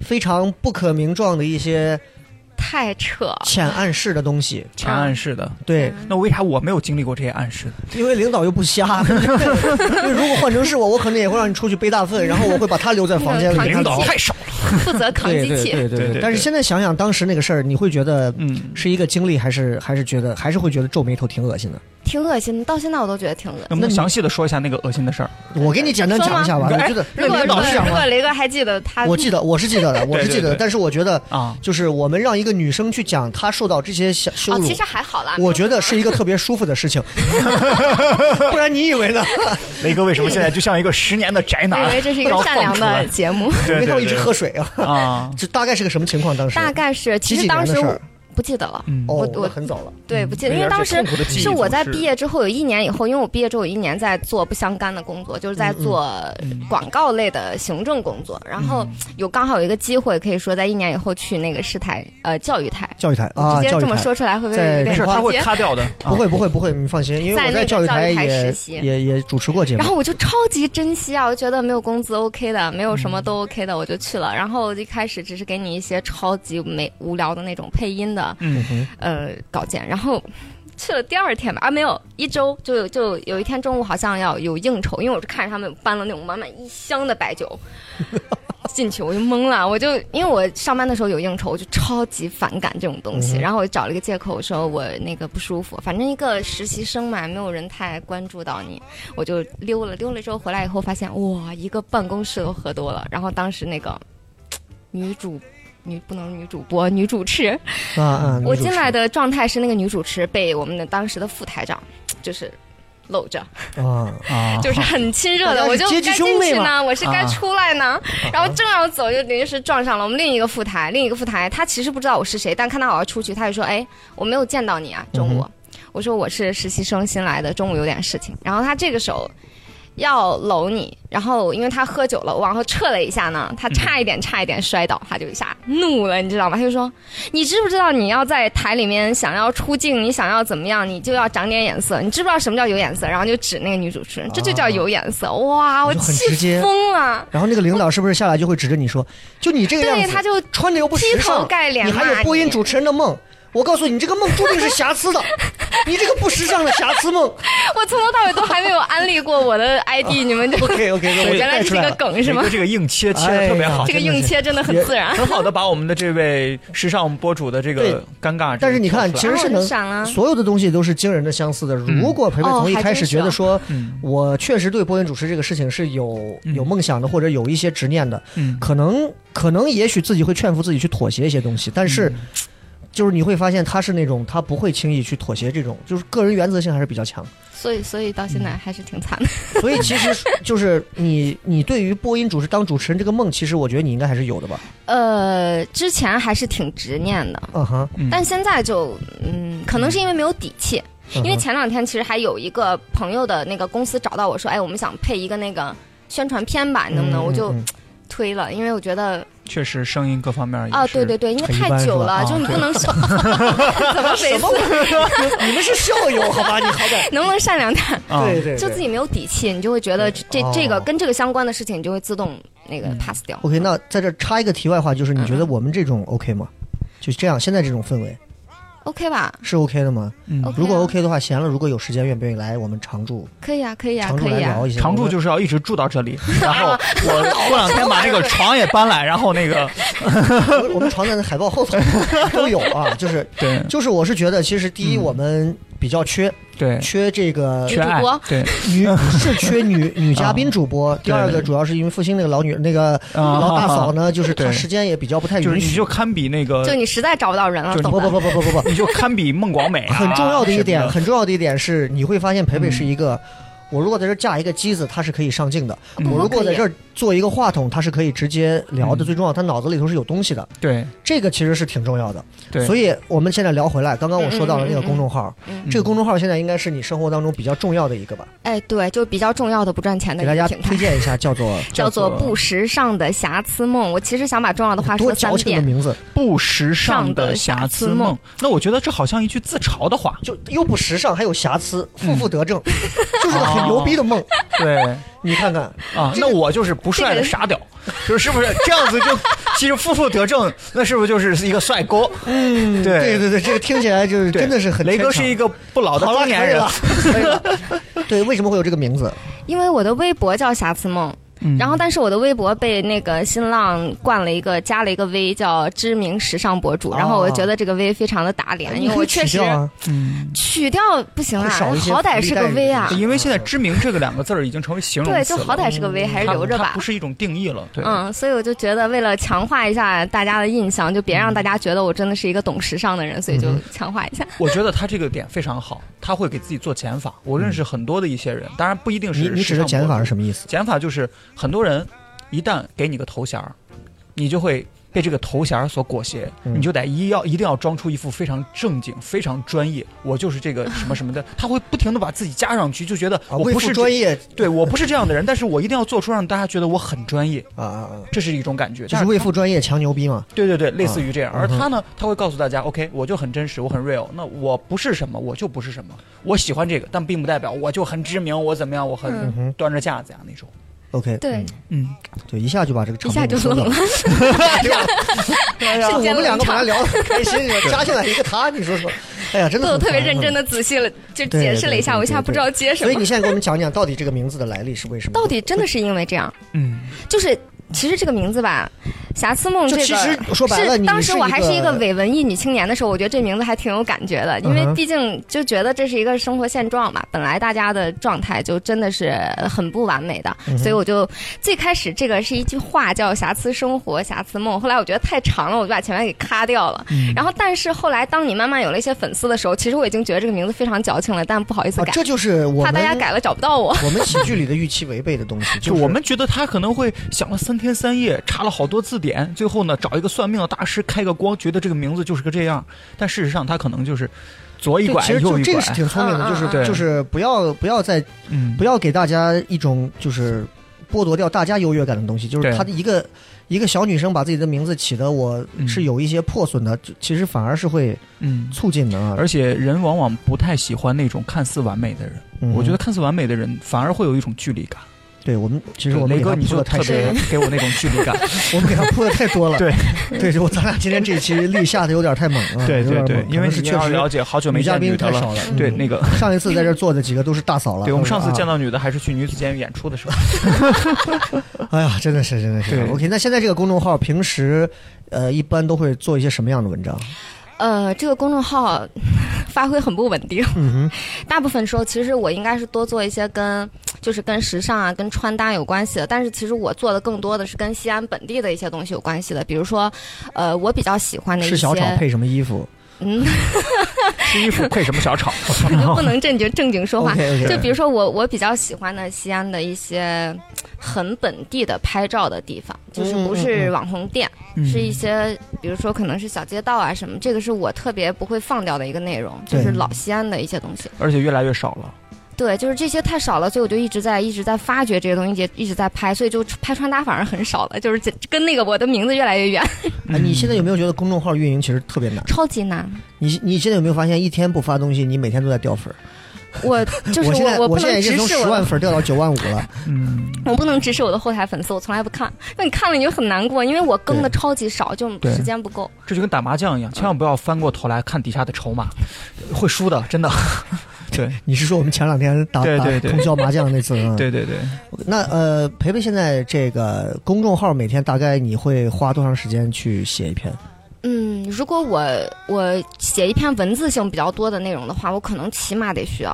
Speaker 3: 非常不可名状的一些
Speaker 5: 太扯了。
Speaker 3: 潜暗示的东西。
Speaker 4: 前暗示的。
Speaker 5: 嗯
Speaker 3: 对，
Speaker 4: 那为啥我没有经历过这些暗示呢？
Speaker 3: 因为领导又不瞎， [LAUGHS] 因为如果换成是我，我可能也会让你出去背大粪，然后我会把他留在房间里。
Speaker 5: 那个 [LAUGHS] 扛
Speaker 3: 给他
Speaker 5: 领导
Speaker 3: 做
Speaker 5: 太
Speaker 4: 少了。
Speaker 5: 负
Speaker 3: [LAUGHS]
Speaker 5: 责扛
Speaker 3: 对
Speaker 5: 机
Speaker 3: 对
Speaker 5: 器。
Speaker 3: 对
Speaker 4: 对
Speaker 3: 对
Speaker 4: 对
Speaker 3: 但是现在想想当时那个事儿，你会觉得
Speaker 4: 嗯，
Speaker 3: 是一个经历，还是还是觉得还是会觉得皱眉头，挺恶心的。
Speaker 5: 挺恶心的，到现在我都觉得挺恶
Speaker 4: 能
Speaker 3: 嗯
Speaker 5: 心。
Speaker 4: 不能详细的说一下那个恶心的事儿？
Speaker 3: 我给你简单讲一下吧，我觉得
Speaker 5: 如果
Speaker 3: 领
Speaker 5: 如
Speaker 3: 导
Speaker 5: 果
Speaker 3: 是讲
Speaker 5: 如
Speaker 3: 吗
Speaker 5: 果？雷哥还记得他，哦
Speaker 3: 我记得我是记得的，我是记
Speaker 4: 对对
Speaker 3: 得，
Speaker 4: 对
Speaker 3: 但是我觉得
Speaker 4: 啊，
Speaker 3: 就是我们让一个女生去讲她受到这些小羞
Speaker 5: 哦，
Speaker 3: 辱
Speaker 5: 其，实还好啦。
Speaker 3: 我觉得是一个特别舒服的事
Speaker 5: [LAUGHS]
Speaker 3: 情，不然你以为呢？
Speaker 4: [LAUGHS] 雷哥为什么现在就像一个十年的宅
Speaker 5: 我
Speaker 4: 男？
Speaker 5: 以为这是一个善良的节目。
Speaker 4: 对，
Speaker 3: 没看
Speaker 4: 对对
Speaker 3: 我一直喝水啊，
Speaker 4: [LAUGHS] 啊，
Speaker 3: 这大概是个什么情况？当时
Speaker 5: 大概是，
Speaker 3: 几
Speaker 5: 其
Speaker 3: 几
Speaker 5: 实当
Speaker 3: 年的
Speaker 5: 时
Speaker 3: 事
Speaker 5: 我
Speaker 3: 儿？
Speaker 5: 不记得了，
Speaker 4: 嗯，
Speaker 3: 哦，
Speaker 5: 我
Speaker 3: 那很早了。
Speaker 5: 对，不记得，因为当时是我在毕，业之后有一年以后，因为我毕业之后有一年在做不相干的工作，就是
Speaker 3: 嗯
Speaker 5: 在做广告类的行政工作，然后
Speaker 3: 嗯
Speaker 5: 有刚好有一个机会，可以说在一年以后去那个市台呃教育台，
Speaker 3: 教育台啊，
Speaker 5: 直接
Speaker 3: 教育
Speaker 5: 这么
Speaker 3: 台
Speaker 5: 说出来会不会
Speaker 3: 在
Speaker 5: 有
Speaker 4: 没
Speaker 5: 点
Speaker 4: 事，他
Speaker 5: 直
Speaker 4: 会
Speaker 5: 接
Speaker 4: 擦掉 [LAUGHS] 的，
Speaker 3: 不会不会不会，你放心，因为
Speaker 5: 在
Speaker 3: 我
Speaker 5: 那
Speaker 3: 在
Speaker 5: 个
Speaker 3: 教育
Speaker 5: 教
Speaker 3: 台
Speaker 5: 育台
Speaker 3: 也
Speaker 5: 实习
Speaker 3: 也也主持过节目
Speaker 5: 然。后我就超级珍惜啊，我觉得没有工资 OK 的，没有什么
Speaker 3: 嗯
Speaker 5: 都 OK 的，我就去了。然后一开始只是给你一些超级没无聊的那种配音的
Speaker 4: 嗯
Speaker 3: 哼，
Speaker 5: 呃稿件，然后。去了第二天吧，啊没有，一周就有就有一天中午好像要有应酬，因为我就看着他们搬了那种满满一箱的白
Speaker 3: [LAUGHS]
Speaker 5: 酒进去，我就懵了，我就因为我上班的时候有应酬，我就超级反感这种东
Speaker 3: 嗯
Speaker 5: 西，
Speaker 3: 哼
Speaker 5: 然后我就找了一个借口，我说我那个不舒服，反正一个实习生嘛，没有人太关注到你，我就溜了，溜了之后回来以后发现，哇，一个办公室都喝多了。然后当时那个女主女不能女主播女主持，
Speaker 3: 啊啊！女
Speaker 5: 我
Speaker 3: 主
Speaker 5: 进
Speaker 3: 持
Speaker 5: 来的状态是那个女主持被我们的当时的副台长就是搂着，
Speaker 3: 啊，
Speaker 4: 啊，
Speaker 5: 就是很亲热
Speaker 3: 大家
Speaker 5: 的，
Speaker 3: 是
Speaker 5: 我就
Speaker 3: 阶
Speaker 5: 该
Speaker 3: 级兄
Speaker 5: 进
Speaker 3: 妹
Speaker 5: 去
Speaker 3: 嘛
Speaker 5: 呢，我是该
Speaker 4: 啊
Speaker 5: 出
Speaker 3: [LAUGHS]
Speaker 5: 来呢。然后正要走，就临时撞上了我们另一个副台，另一个副台他其实不知道我是谁，但看到我要出去，他就说：“哎，我没有见到你啊，中午。
Speaker 3: 嗯
Speaker 5: 我说：“我是实习生新来的，中午有点事情。”然后他这个时候要搂你，然后因为他喝酒了，我往后撤了一下呢，他差一点差一点摔倒，他就一下怒了，你知道吗？他就说：“你知不知道你要在台里面想要出镜，你想要怎么样，你就要长点眼色。你知不知道什么叫有眼色？”然后就指那个女主持人，这就叫有眼色。哇，我
Speaker 3: 哦就很
Speaker 5: 气
Speaker 3: 直接
Speaker 5: 疯了。
Speaker 3: 然后那个领导是不是下来就会指着你说，就你这个样
Speaker 5: 对，
Speaker 3: 子，
Speaker 5: 他就
Speaker 3: 穿的又不时
Speaker 5: 劈头
Speaker 3: 尚，
Speaker 5: 盖脸
Speaker 3: 你还
Speaker 5: 骂
Speaker 3: 有
Speaker 5: 你
Speaker 3: 播音主持人的梦。我告诉你，你这个梦注定是瑕疵的，
Speaker 5: [LAUGHS]
Speaker 3: 你这个不时尚的瑕疵梦。
Speaker 5: 我从头到尾都还没有安利过我的 ID，你
Speaker 3: [LAUGHS]
Speaker 5: 们就
Speaker 3: OK OK，
Speaker 5: [LAUGHS] 我
Speaker 3: 我
Speaker 5: 原来
Speaker 3: 带
Speaker 5: 是
Speaker 3: 出
Speaker 5: 一
Speaker 3: 来
Speaker 5: 个
Speaker 3: 了。
Speaker 5: 梗是吗
Speaker 4: 雷哥？这个硬切切的特别好
Speaker 3: 哎呀，
Speaker 5: [LAUGHS] 这个硬切真的很自然。
Speaker 4: 很好的把我们的这位时尚博主的这
Speaker 3: 对
Speaker 4: 个尴尬这个跳出来，
Speaker 3: 但是你看，其实是
Speaker 5: 然后我
Speaker 3: 能嗯
Speaker 5: 就闪了
Speaker 3: 所有的东西都是惊人的相似的。如果培培
Speaker 5: 哦
Speaker 3: 从一
Speaker 5: 还
Speaker 3: 开始
Speaker 5: 真是嗯
Speaker 3: 觉得
Speaker 5: 啊
Speaker 3: 说，
Speaker 4: 嗯
Speaker 3: 我确实对播音主持这个事情是有有梦想的，或者有一些执念的，
Speaker 4: 嗯
Speaker 5: 嗯
Speaker 3: 可能可能也许自己会劝服自己去妥协一些东西，但是。就是你会发现他是那种他不会轻易去妥协这种，就是个人原则性还是比较强。
Speaker 5: 所以所以到现在还是挺惨的。
Speaker 3: [LAUGHS] 所以其实就是你你对于播音主持当主持人这个梦，其实我觉得你应该还是有的吧。
Speaker 5: 呃，之前还是挺执念的，
Speaker 3: 嗯哼，
Speaker 4: 嗯
Speaker 5: 但现在就嗯，可能是因为没有底气。因为
Speaker 3: 嗯哼
Speaker 5: 前两天其实还有一个朋友的那个公司找到我说，哎，我们想配一个那个宣传片吧，你能不能？
Speaker 3: 嗯
Speaker 5: 我就
Speaker 3: 嗯
Speaker 5: 推了，因为我觉得
Speaker 4: 确实声音各方面也
Speaker 5: 啊，
Speaker 4: 是
Speaker 5: 对对对，因为
Speaker 3: 很一
Speaker 5: 太
Speaker 3: 般
Speaker 5: 久
Speaker 3: 是吧
Speaker 5: 了，
Speaker 3: 啊
Speaker 5: 就你不能 [LAUGHS] 怎么每次
Speaker 3: 嗯 [LAUGHS] 你们是校友好吧？你好
Speaker 5: [LAUGHS]
Speaker 3: 歹
Speaker 5: 能不能善良点？
Speaker 4: 啊
Speaker 3: 对对
Speaker 5: 嗯就自
Speaker 3: 对。
Speaker 5: 己没有底气，你就会觉得这
Speaker 3: 哦
Speaker 5: 这个跟这个相关的事情，你就会自动那个
Speaker 4: 嗯
Speaker 5: pass 掉。
Speaker 3: OK，那在这插一个题外话，就是你觉
Speaker 5: 嗯
Speaker 3: 得我们这种 OK 吗？就这样，现在这种氛围
Speaker 5: OK 吧
Speaker 3: 是 OK 的吗？
Speaker 4: 嗯
Speaker 5: OK 啊
Speaker 3: 如果 OK 的话，闲了如果有时间，愿不愿意来我们常驻
Speaker 5: 可以啊，可以啊，
Speaker 3: 常驻
Speaker 5: 可
Speaker 3: 来
Speaker 5: 以啊。
Speaker 3: 聊一下？
Speaker 4: 常住
Speaker 3: 我们
Speaker 4: 就是要一直住到
Speaker 3: [LAUGHS]
Speaker 4: 这里，然
Speaker 5: [LAUGHS]
Speaker 4: 后我过两天把那个床也搬来，然后那个
Speaker 3: 我我们床单的海报
Speaker 5: [LAUGHS]
Speaker 3: 后头都有啊，就是
Speaker 4: 对
Speaker 3: 就是，我是觉得其实第一
Speaker 4: 嗯
Speaker 3: 我们比较缺
Speaker 4: 对
Speaker 3: 缺这个
Speaker 4: 缺爱
Speaker 5: 主播
Speaker 4: 对 [LAUGHS]
Speaker 3: 女是缺女女嘉宾主播，第二
Speaker 4: 啊对
Speaker 3: 个
Speaker 4: 对
Speaker 3: 主要是因为复兴那个老女那个
Speaker 4: 啊
Speaker 3: 老大嫂呢，就是她
Speaker 4: 对
Speaker 3: 时间也比较不太
Speaker 4: 就是
Speaker 3: 允
Speaker 4: 你
Speaker 3: 许。啊
Speaker 4: 就啊堪比那个
Speaker 5: 就你实在找不到人了，
Speaker 4: 就
Speaker 5: 懂
Speaker 3: 不
Speaker 5: 吧
Speaker 3: 不？不不
Speaker 4: [LAUGHS]
Speaker 3: 不不不，
Speaker 4: 你就堪比孟广美啊，
Speaker 3: 很重要的一点，
Speaker 4: 什么
Speaker 3: 很重要的一点是，你会发现培培
Speaker 4: 嗯
Speaker 3: 是一个。我如果在这儿架一个机子，它是可以上镜的；
Speaker 4: 嗯
Speaker 3: 我如果在这儿做一个话筒，它是可以直接聊的。
Speaker 4: 嗯
Speaker 3: 最重要，他脑子里头是有东西的，
Speaker 4: 的对
Speaker 3: 这个其实是挺重要的。
Speaker 4: 对，
Speaker 3: 所
Speaker 4: 以
Speaker 3: 以我们现在聊回来，刚刚我说到了那个
Speaker 5: 嗯嗯嗯嗯
Speaker 3: 公众号，这个公众号现在应该是你生活当中比较重要的一个吧，
Speaker 5: 哎，对，就比较重要的不赚钱的
Speaker 3: 给
Speaker 5: 一
Speaker 3: 大
Speaker 5: 个
Speaker 3: 家
Speaker 5: 平
Speaker 3: 推
Speaker 5: 台。
Speaker 3: 荐一下，叫做
Speaker 5: 叫做
Speaker 4: [LAUGHS] 叫做
Speaker 5: 不时尚的瑕疵梦，我其实想把重要的话
Speaker 3: 多
Speaker 5: 说三
Speaker 3: 矫情的
Speaker 5: 遍。
Speaker 3: 名字，
Speaker 4: 不时尚的瑕疵梦。那我觉得这好像一句自嘲的话，
Speaker 3: 就又不时尚，还有瑕疵，负
Speaker 4: 嗯
Speaker 3: 负得正，就是个很牛逼的
Speaker 4: 哦
Speaker 3: 梦。
Speaker 4: 对
Speaker 3: [LAUGHS] 你看看，
Speaker 4: [LAUGHS] 啊，那我就是不帅的傻屌，就是不是这样子就其实负负得正， [LAUGHS] 那是不是就是一个帅哥？嗯，
Speaker 3: 对对对，这个听起来就是
Speaker 4: 对
Speaker 3: 真的是很
Speaker 4: 雷哥是一
Speaker 3: 个
Speaker 4: 个不老的
Speaker 3: 好
Speaker 4: 中
Speaker 3: 了，
Speaker 4: 年
Speaker 3: 可以
Speaker 4: 人， [LAUGHS]
Speaker 3: 了，可以了。对，为什么会有这个名字？
Speaker 5: 因为我的微博叫瑕疵梦，
Speaker 4: 嗯
Speaker 5: 然后但是我的微博被那个新浪冠了一个加了一个 V，叫知名时尚博主。
Speaker 3: 哦哎
Speaker 5: 然后我觉得这个 V 非常的打脸， [LAUGHS] 因为我确
Speaker 3: 取
Speaker 5: 实
Speaker 3: 掉啊，
Speaker 4: 嗯。
Speaker 5: 取掉不行啊，
Speaker 3: 会少一些
Speaker 5: 好歹是个 V 啊
Speaker 3: 福利待遇。
Speaker 4: 因为现在“知名”这个两个字儿已经成为形容词
Speaker 5: 对，
Speaker 4: 了，嗯
Speaker 5: 就好歹是个
Speaker 3: 嗯
Speaker 5: V，还是留着
Speaker 4: 它它
Speaker 5: 吧
Speaker 4: 不。是一种定义了。对，
Speaker 5: 嗯，所以我就觉得，为了强化一下大家的印象，就别让大家觉得我真的是一个懂时尚的人，所以
Speaker 3: 嗯
Speaker 5: 就强化一下。
Speaker 4: 我觉得他这个点非常好，他会给自己做减法。我认识很多的一些人，当然 [LAUGHS] 不一定
Speaker 3: 你
Speaker 4: 是
Speaker 3: 你指的减法是什
Speaker 4: 么？
Speaker 3: 么意思？
Speaker 4: 减法就是很多人一旦给你个头衔儿，你就会。被这个头衔儿所裹挟，
Speaker 3: 嗯
Speaker 4: 你就得一要一定要装出一副非常正经、非常专业，我就是这个什么什么
Speaker 3: [LAUGHS]
Speaker 4: 的，他会不停的把自己加上去，就觉得
Speaker 3: 啊，
Speaker 4: 我
Speaker 3: 为
Speaker 4: 不
Speaker 3: 赋
Speaker 4: 是
Speaker 3: 专，业
Speaker 4: 对我不是这样的人，但是我一定要做出让大家觉得我很专业，
Speaker 3: 啊啊啊，
Speaker 4: 这是一种感觉。
Speaker 3: 就
Speaker 4: 但
Speaker 3: 是为赋专业强牛逼嘛。
Speaker 4: 对对对，类似于这样。
Speaker 3: 啊
Speaker 4: 而
Speaker 3: 嗯
Speaker 4: 他呢，他会告诉大家，OK，我就很真实，我很 real。那我不是什么，我就不是什么。我喜欢这个，但并不代表我就很知名，我怎么样，我很
Speaker 3: 嗯哼
Speaker 4: 端着架子呀那种。
Speaker 3: OK，
Speaker 5: 对
Speaker 3: 嗯
Speaker 4: 嗯，
Speaker 3: 对，一下就把这个
Speaker 5: 一
Speaker 3: 场
Speaker 5: 下
Speaker 3: 景
Speaker 5: 就
Speaker 3: 说
Speaker 5: 冷
Speaker 3: 到
Speaker 5: 了。 [LAUGHS]
Speaker 3: 哎呀，我
Speaker 5: 瞬间
Speaker 3: 们两个
Speaker 5: 冷
Speaker 3: 本
Speaker 5: 场
Speaker 3: 来聊得很开心，
Speaker 5: [LAUGHS]
Speaker 3: 加进来一个他，你说说，哎呀，真的
Speaker 5: 都
Speaker 3: 很
Speaker 5: 特别
Speaker 3: 烦
Speaker 5: 认真
Speaker 3: 很 [LAUGHS]
Speaker 5: 的、仔细了，就
Speaker 3: 对
Speaker 5: 解释了一
Speaker 3: 对
Speaker 5: 下，我一
Speaker 3: 对
Speaker 5: 下
Speaker 3: 对
Speaker 5: 不知道接什
Speaker 3: 所以你
Speaker 5: 么。
Speaker 3: 现在给我们讲讲，到底这个名字的来历是为什么？
Speaker 5: 到底真的是因为这样，
Speaker 4: 嗯，
Speaker 5: 就是其实这个名字吧，瑕疵梦
Speaker 3: 就
Speaker 5: 这个
Speaker 3: 其实说白了
Speaker 5: 是
Speaker 3: 你
Speaker 5: 当时
Speaker 3: 是
Speaker 5: 我
Speaker 3: 一
Speaker 5: 还是一个
Speaker 3: 个啊
Speaker 5: 伪文艺女青年的时候，我觉得这名字还挺有感觉的，因
Speaker 3: 嗯
Speaker 5: 为
Speaker 3: 哼
Speaker 5: 毕竟就觉得这是一个生活现状嘛，本来大家的状态就真的是很不完美的，
Speaker 3: 嗯
Speaker 5: 所以我就最开始这个是一句话叫“瑕疵生活，瑕疵梦”，后来我觉得太长了，我就把前面给咔掉了。
Speaker 3: 嗯
Speaker 5: 然后，但是后来当你慢慢有了一些粉丝的时候，其实我已经觉得这个名字非常矫情了，但不好意思
Speaker 3: 啊，
Speaker 5: 改。
Speaker 3: 这就是我
Speaker 5: 怕
Speaker 3: 们
Speaker 5: 大家改了找不到我。
Speaker 3: 我们喜剧里的预期违背的东
Speaker 4: [LAUGHS]
Speaker 3: 西，
Speaker 4: 就是我们觉得他可能会想了三天三夜，查了好多字典，最后呢找一个算命的大师开个光，觉得这个名字就是个这样。但事实上，他可能就是左一
Speaker 3: 对，
Speaker 4: 拐
Speaker 3: 其实
Speaker 4: 右
Speaker 3: 就
Speaker 4: 一
Speaker 3: 这
Speaker 4: 拐
Speaker 3: 个。是挺聪明的，
Speaker 5: 嗯嗯
Speaker 3: 就是
Speaker 5: 嗯
Speaker 4: 对
Speaker 3: 就是不要不要再
Speaker 4: 嗯
Speaker 3: 不，要给大家一种就是剥夺掉大家优越感的东西，就是
Speaker 4: 对
Speaker 3: 她的一个一个小女生把自己的名字起的我
Speaker 4: 嗯
Speaker 3: 是有一些破损的，就其实反而是会
Speaker 4: 嗯。
Speaker 3: 促进的啊。
Speaker 4: 而且人往往不太喜欢那种看似完美的人，
Speaker 3: 嗯
Speaker 4: 我觉得看似完美的人反而会有一种距离感。
Speaker 3: 对我们其实
Speaker 4: 对
Speaker 3: 我们
Speaker 4: 雷
Speaker 3: 给
Speaker 4: 哥
Speaker 3: 她
Speaker 4: 你
Speaker 3: 铺的
Speaker 4: 就
Speaker 3: 太
Speaker 4: 特
Speaker 3: 多
Speaker 4: 别
Speaker 3: [LAUGHS] 了，
Speaker 4: 给我那种距离感。
Speaker 3: 我们给她铺的太多了。
Speaker 4: [LAUGHS] 对
Speaker 3: [LAUGHS] 对，就我咱俩今天这期力下的有点太猛了，
Speaker 4: 对对
Speaker 3: 有点
Speaker 4: 对
Speaker 3: 猛，
Speaker 4: 因
Speaker 3: 可
Speaker 4: 为
Speaker 3: 能
Speaker 4: 你
Speaker 3: 是确
Speaker 4: 要了
Speaker 3: 实
Speaker 4: 解，好久没
Speaker 3: 女嘉
Speaker 4: 见
Speaker 3: 宾
Speaker 4: 宾
Speaker 3: 太
Speaker 4: 的
Speaker 3: 少
Speaker 4: 了。
Speaker 3: 了。
Speaker 4: 对，
Speaker 3: 嗯
Speaker 4: 那个，
Speaker 3: [LAUGHS] 上一次在这儿坐的几个都是啊大嫂了。
Speaker 4: 对我们上次见
Speaker 3: 到。
Speaker 4: 到女的还是去女子监狱演出
Speaker 3: [LAUGHS]
Speaker 4: 的时候。
Speaker 3: 哎呀，真的是，真的是。
Speaker 4: 对
Speaker 3: OK，那现在这个公众号平时，呃，一般都会做一些什么样的文章？
Speaker 5: 呃，这个公众号 [LAUGHS] 发挥很不稳定，
Speaker 3: 嗯
Speaker 5: 大部分时候其实我应该是多做一些跟就是跟时尚啊、跟穿搭有关系的，但是其实我做的更多的是跟西安本地的一些东西有关系的，比如说，呃，我比较喜欢
Speaker 3: 哼，
Speaker 5: 的一
Speaker 3: 吃
Speaker 5: 些 [LAUGHS]
Speaker 3: 小炒配什么衣服？
Speaker 5: 嗯，
Speaker 4: 吃衣服配什么
Speaker 3: [LAUGHS]
Speaker 4: 小炒？
Speaker 5: 不能正经正经说话。
Speaker 3: OK，OK
Speaker 5: 就比如说我，我比较喜欢的西安的一些嗯很本地的拍照的地方，就是不
Speaker 3: 嗯
Speaker 5: 是网红店，
Speaker 4: 嗯
Speaker 5: 是一些比如说可能是小街道啊什么，这个是我特别不会放掉的一个内容，就
Speaker 3: 对
Speaker 5: 是老西安的一些东西。
Speaker 4: 而且越来越少了。
Speaker 5: 对，就是这些太少了，所以我就一直在一直在发掘这些东西，一直在拍，所以就拍穿搭反而很少了，就是这跟那个我的名字越来越
Speaker 3: [LAUGHS]
Speaker 5: 远，
Speaker 3: 哎，
Speaker 5: 嗯
Speaker 3: 你现在有没有觉得公众号运营其实特别难？
Speaker 5: 超级难。
Speaker 3: 你你现在有没有发现，一天不发东西，你每天都在掉粉儿？
Speaker 5: 我就是
Speaker 3: 我现在
Speaker 5: 我
Speaker 3: 我
Speaker 5: 不
Speaker 3: 现在
Speaker 5: 能
Speaker 3: 已经
Speaker 5: 直
Speaker 3: 从
Speaker 5: 视
Speaker 3: 十
Speaker 5: 我的
Speaker 3: 万粉儿掉到九万五了。
Speaker 4: 嗯，
Speaker 5: 我不能直视我的后台粉丝，我从来不看。那你看了你就很难过，因为我更的超级少，就
Speaker 4: 对
Speaker 5: 时间不够。
Speaker 4: 这就跟打麻将一样，千万不要翻过头来看底下的筹码，会输的，真的。 [LAUGHS] 对
Speaker 3: 你是说我们前两天打
Speaker 4: 对对
Speaker 3: 打
Speaker 4: 对
Speaker 3: 通宵麻将那
Speaker 4: [LAUGHS]
Speaker 3: 次？嗯。
Speaker 4: 对对对，
Speaker 3: 那呃，培培现在这个公众号每天大概你会花多长时间去写一篇？
Speaker 5: 嗯，如果我我写一篇文字性比较多的内容的话，我可能起码得需要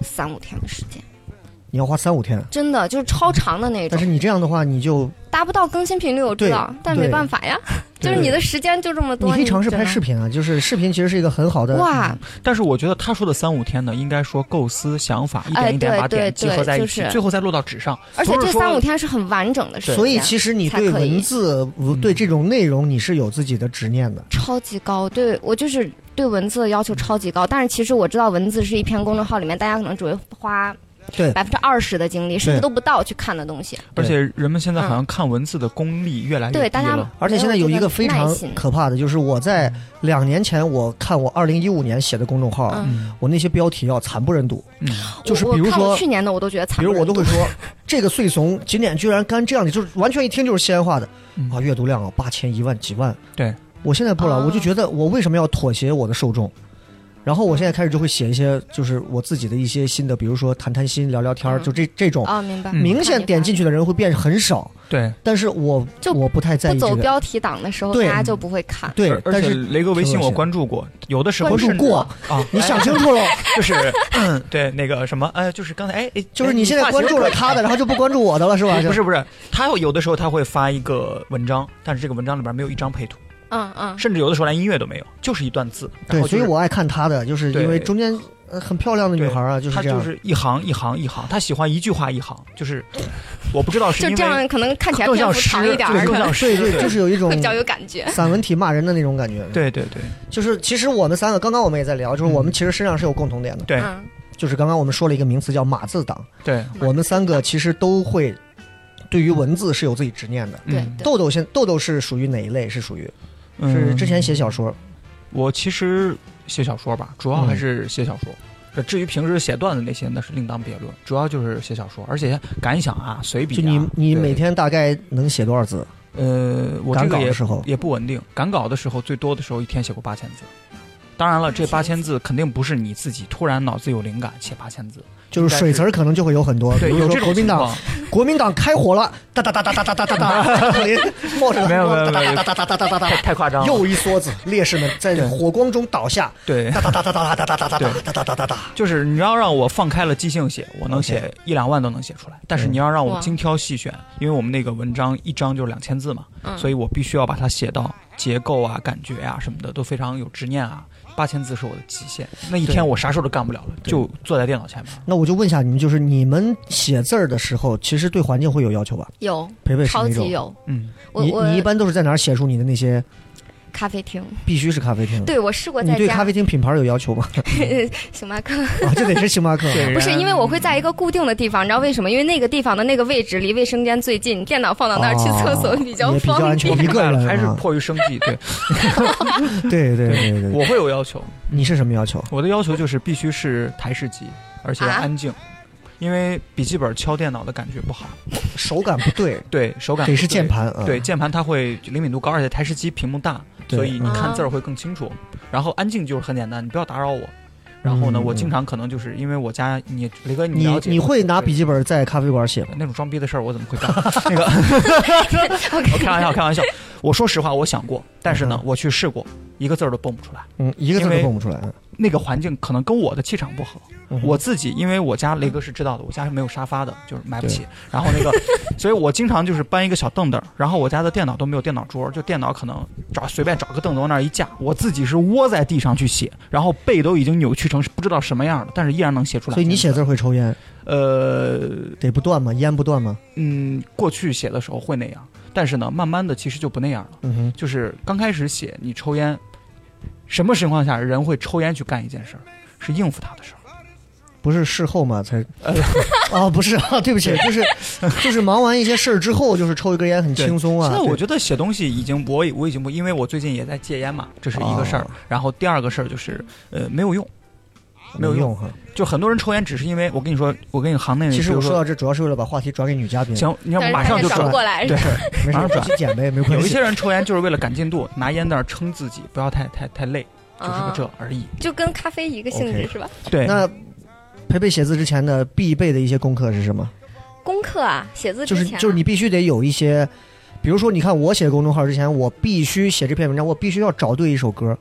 Speaker 5: 三五天的时间，
Speaker 3: 你要花三五天。
Speaker 5: 真的就是超长的那
Speaker 3: 嗯但
Speaker 5: 种
Speaker 3: 是，你这样的话，你就
Speaker 5: 达不到更新频率，我知道
Speaker 3: 对，
Speaker 5: 但是没
Speaker 3: 对
Speaker 5: 办法呀，
Speaker 3: 对
Speaker 5: 就是你的时间就这么多，
Speaker 3: 你可以尝试拍视
Speaker 5: 频。
Speaker 3: 频啊，就是视频其实是一个很好的。嗯
Speaker 5: 哇，
Speaker 4: 但是我觉得他说的三五天呢，应该说构思想法，一
Speaker 5: 哎
Speaker 4: 点一点
Speaker 5: 对
Speaker 4: 把点
Speaker 5: 对
Speaker 4: 集
Speaker 5: 对
Speaker 4: 合在一
Speaker 5: 就
Speaker 4: 起，
Speaker 5: 是
Speaker 4: 最后再落到纸上。
Speaker 5: 而且
Speaker 4: 不
Speaker 5: 这
Speaker 4: 是说
Speaker 5: 三五天是啊很完整的时间，
Speaker 3: 所以其实你对文字对这种内容你是有自己的执念的。
Speaker 5: 超级高，对我就是对文字的要求超级高。但是其实我知道，文字是一篇公众号里面，大家可能只会花
Speaker 3: 对
Speaker 5: 百分之二十的精力，甚至都不到去看的东西。
Speaker 4: 而且人们现在
Speaker 5: 嗯
Speaker 4: 好像看文字的功力越来越低了。
Speaker 5: 对大家
Speaker 3: 而且现在有一个非常
Speaker 5: 没有这个耐心
Speaker 3: 可怕的，就是我在两年前我看我二零一五年写的公众号，
Speaker 5: 嗯
Speaker 3: 我那些标题要惨不忍睹，
Speaker 4: 嗯，
Speaker 3: 就是
Speaker 5: 我
Speaker 3: 比如
Speaker 5: 我看我
Speaker 3: 说
Speaker 5: 去年的我都觉得惨
Speaker 3: 比
Speaker 5: 不
Speaker 3: 如
Speaker 5: 忍
Speaker 3: 我
Speaker 5: 睹，
Speaker 3: 都会说这个最怂景点居然干这样的，就是完全一听就是西安话的
Speaker 4: 嗯
Speaker 3: 啊，阅读量啊八千一万几万。
Speaker 4: 对，
Speaker 3: 我现在不了，
Speaker 5: 啊
Speaker 3: 我就觉得我为什么要妥协我的受众？然后我现在开始就会写一些，就是我自己的一些新的，比如说谈谈心、聊聊天儿，
Speaker 5: 嗯
Speaker 3: 就这这种，
Speaker 5: 啊，明白，
Speaker 4: 嗯
Speaker 3: 明显点进去的人会变很少。
Speaker 4: 对。
Speaker 3: 但是我
Speaker 5: 就
Speaker 3: 我不太在
Speaker 5: 不
Speaker 3: 意
Speaker 5: 走
Speaker 3: 这个，
Speaker 5: 标题党的时候，大
Speaker 3: 对
Speaker 5: 家就不会看。
Speaker 3: 对
Speaker 4: 而，而
Speaker 3: 但
Speaker 4: 且
Speaker 3: 是
Speaker 4: 雷哥微信我关注过，有的时候
Speaker 3: 关注
Speaker 4: 甚至
Speaker 3: 过
Speaker 4: 啊，
Speaker 3: 你想
Speaker 4: 哎
Speaker 3: 清楚了，
Speaker 4: 就是嗯对那个什么哎，就是刚才哎哎，
Speaker 3: 就是
Speaker 4: 哎
Speaker 3: 你现在
Speaker 4: 发
Speaker 3: 关
Speaker 4: 型
Speaker 3: 注了
Speaker 4: 可以
Speaker 3: 他的，然后就不关注我的了，是吧？
Speaker 4: 不是不是，他有的时候他会发一个文章，但是这个文章里边没有一张配图，
Speaker 5: 嗯嗯，
Speaker 4: 甚至有的时候连音乐都没有，就是一段字。然
Speaker 3: 对，
Speaker 4: 后就
Speaker 3: 所以
Speaker 4: 是
Speaker 3: 我爱看他的，就是因为
Speaker 4: 对
Speaker 3: 中间呃很漂亮的女孩啊，就是
Speaker 4: 他
Speaker 3: 这样
Speaker 4: 就。是一行一行一行，他喜欢一句话一行，就是我不知道是
Speaker 5: 就
Speaker 4: 因
Speaker 5: 这
Speaker 4: 为
Speaker 5: 样可能看起来
Speaker 4: 更
Speaker 5: 篇
Speaker 4: 像
Speaker 5: 幅
Speaker 4: 诗
Speaker 5: 长一点儿，
Speaker 4: 对
Speaker 5: 可
Speaker 4: 更
Speaker 5: 能
Speaker 4: 像
Speaker 3: 对
Speaker 4: 诗，
Speaker 3: 对，就是是有一种
Speaker 5: 会比较有感觉。
Speaker 3: 散文体骂人的那种感觉。，
Speaker 4: 对对对
Speaker 3: 就是其实我们三个，刚刚我们也在聊，就是我们其实身上是有共同点的，
Speaker 4: 对
Speaker 5: 嗯，
Speaker 3: 就是刚刚我们说了一个名词叫马字党，
Speaker 4: 对，
Speaker 3: 我们三个其实都会对于文字是有自己执念的。
Speaker 5: 对
Speaker 4: 嗯
Speaker 5: 对，
Speaker 3: 豆豆现豆豆是属于哪一类？是属于是
Speaker 4: 嗯
Speaker 3: 之前写小说，
Speaker 4: 我其实写小说吧，主要还是写小说。这至于平时写段子那些，那是另当别论，主要就是写小说，而且感想啊、随笔、啊。
Speaker 3: 就你你
Speaker 4: 对
Speaker 3: 每天大概能写多少字？
Speaker 4: 呃，我这
Speaker 3: 赶
Speaker 4: 个
Speaker 3: 稿
Speaker 4: 也
Speaker 3: 的时候
Speaker 4: 也不稳定，赶稿的时候最多的时候一天写过八千字。当然了，这八
Speaker 5: 八
Speaker 4: 千
Speaker 5: 千
Speaker 4: 字肯定不是你自己突然脑子有灵感写八千字，
Speaker 3: 就是水词儿可能就会有很多，
Speaker 4: 对，
Speaker 3: 哦比
Speaker 4: 有
Speaker 3: 如
Speaker 4: 这
Speaker 3: 说
Speaker 4: 种
Speaker 3: 国
Speaker 4: 情
Speaker 3: 民党
Speaker 4: 况，
Speaker 3: 国民党开火了，哒哒哒哒哒哒哒哒哒，冒着
Speaker 4: 没有没有
Speaker 3: 哒
Speaker 4: 没有
Speaker 3: 哒哒哒哒哒哒哒
Speaker 4: 太，太夸张了。
Speaker 3: 又一梭子，烈士们在火光中倒下，
Speaker 4: [LAUGHS] 对，
Speaker 3: 哒哒哒哒哒哒哒哒哒哒哒哒哒哒。
Speaker 4: 就是你要让我放开了即兴写，我
Speaker 3: OK
Speaker 4: 能
Speaker 3: 嗯
Speaker 4: 写一两万都能写出来。但是你要让我
Speaker 5: 哇
Speaker 4: 精挑细选，因为我们那个文章一章就是两千字嘛，
Speaker 5: 嗯
Speaker 4: 所以我必须要把它写到结构啊、感觉啊什么的都非常有执念啊。八千字是我的极限，那一天我啥事儿都干不了了，就坐在电脑前面。
Speaker 3: 那我就问一下你们，就是你们写字儿的时候，其实对环境会有要求吧？
Speaker 5: 有
Speaker 3: 培培是
Speaker 5: 超
Speaker 3: 那
Speaker 5: 级
Speaker 3: 种，
Speaker 5: 有，
Speaker 4: 嗯，
Speaker 5: 我
Speaker 3: 你
Speaker 5: 我
Speaker 3: 你一般都是在哪儿写出你的那些？
Speaker 5: 咖啡厅，
Speaker 3: 必须是咖啡厅。，
Speaker 5: 对我试过
Speaker 3: 嗯你
Speaker 5: 在
Speaker 3: 对咖
Speaker 5: 家 [LAUGHS]
Speaker 3: 啡厅品牌有要求 [LAUGHS] 吗？
Speaker 5: 星巴克。
Speaker 3: 啊，这得是星巴克。
Speaker 5: 不是因为我会在一个固定的地方，你知道为什么？因为那个地方的那个位置离卫生间最近，电脑放到那儿去厕所
Speaker 3: 哦
Speaker 5: 比较
Speaker 3: 也比较
Speaker 5: 方
Speaker 3: 安全
Speaker 5: 便。
Speaker 3: 一个人啊
Speaker 4: 还是迫于生计，对
Speaker 3: 对对对对，
Speaker 4: 我会有要求。
Speaker 3: 你是什么要求？
Speaker 4: 我的要求就是必须是台式机，而且要
Speaker 5: 啊
Speaker 4: 安静，因为笔记本敲电脑的感觉不好，
Speaker 3: 手感不对，
Speaker 4: 对手感
Speaker 3: 得是
Speaker 4: 不对
Speaker 3: 键。盘啊。
Speaker 4: 对，键盘它会灵敏度高，而且台式机屏幕大，
Speaker 3: 对
Speaker 4: 所以你
Speaker 5: 嗯
Speaker 4: 看字儿会更清楚。然后安静就是很简单，你不要打扰我。然后呢，
Speaker 3: 嗯
Speaker 4: 我经
Speaker 3: 嗯
Speaker 4: 常可能就是因为我家你雷哥
Speaker 3: 你
Speaker 4: 了解
Speaker 3: 你会拿笔
Speaker 4: 记
Speaker 3: 记本在咖啡馆写吗？ [LAUGHS]
Speaker 4: 那种装逼的事儿，我怎么会干？那个我开玩笑，开玩笑，我说实话，我想过，但是呢
Speaker 3: 嗯，
Speaker 4: 我去试过，一个字儿都蹦不出来。
Speaker 3: 嗯，一个字儿
Speaker 4: 因
Speaker 3: 都
Speaker 4: 为
Speaker 3: 蹦不出来。
Speaker 4: 那个环境可能跟我的气场不合，
Speaker 3: 嗯
Speaker 4: 我自己因为我家雷哥是知道的，我家是没有沙发的，就是买不起。然后那个， [LAUGHS] 所以我经常就是搬一个小凳凳儿，然后我家的电脑都没有电脑桌，就电脑可能找随便找个凳子往那儿一架，我自己是窝在地上去写，然后背都已经扭曲成不知道什么样了，但是依然能写出来。
Speaker 3: 所以你写字儿会抽烟，
Speaker 4: 呃，
Speaker 3: 得不断吗？烟不断吗？
Speaker 4: 嗯，过去写的时候会那样，但是呢，慢慢的其实就不那样了。
Speaker 3: 嗯哼，
Speaker 4: 就是刚开始写你抽烟，什么情况下人会抽烟去干一件事儿？是应付他的事儿。
Speaker 3: 不是事后嘛才 [LAUGHS]
Speaker 4: 呃，
Speaker 3: 啊，不是啊，对不起，就是就是忙完一些事儿之后，就是抽一根烟很轻松啊。
Speaker 4: 现在我
Speaker 3: 对
Speaker 4: 觉得写东西已经我也我已经不，因为我最近也在戒烟嘛，这是一个事儿。
Speaker 3: 哦
Speaker 4: 然后第二个事儿就是呃没有用，没有用。
Speaker 3: 用哈。
Speaker 4: 就很多人抽烟只是因为我跟你说，我跟你行内
Speaker 3: 其实我说
Speaker 4: 说
Speaker 3: 到这，主要是为了把话题转给女嘉宾。，
Speaker 4: 行，你
Speaker 5: 但
Speaker 4: 看
Speaker 5: 是
Speaker 4: 马
Speaker 5: 他
Speaker 4: 上
Speaker 5: 也
Speaker 4: 就
Speaker 5: 转不
Speaker 4: 转
Speaker 5: 过来，
Speaker 4: 对
Speaker 5: 是吧
Speaker 3: [LAUGHS] 没事
Speaker 4: 马上，转
Speaker 3: 去减呗，没关
Speaker 4: 有一
Speaker 3: 系
Speaker 4: 些。人抽烟就是为了赶进度，拿烟在那儿撑自己，不要太太太累，就是个
Speaker 5: 啊
Speaker 4: 这
Speaker 3: [LAUGHS]
Speaker 4: 而已。
Speaker 5: 就跟咖啡一个性质
Speaker 3: OK
Speaker 5: 是吧？
Speaker 4: 对，
Speaker 3: 那培培写字之前的必备的一些功课是什么？
Speaker 5: 功课啊，写字
Speaker 3: 就
Speaker 5: 之
Speaker 3: 是
Speaker 5: 前啊
Speaker 3: 就是你必须得有一些，比如说你看我写公众号之前，我必须写这篇文章，我必须要找对一首歌。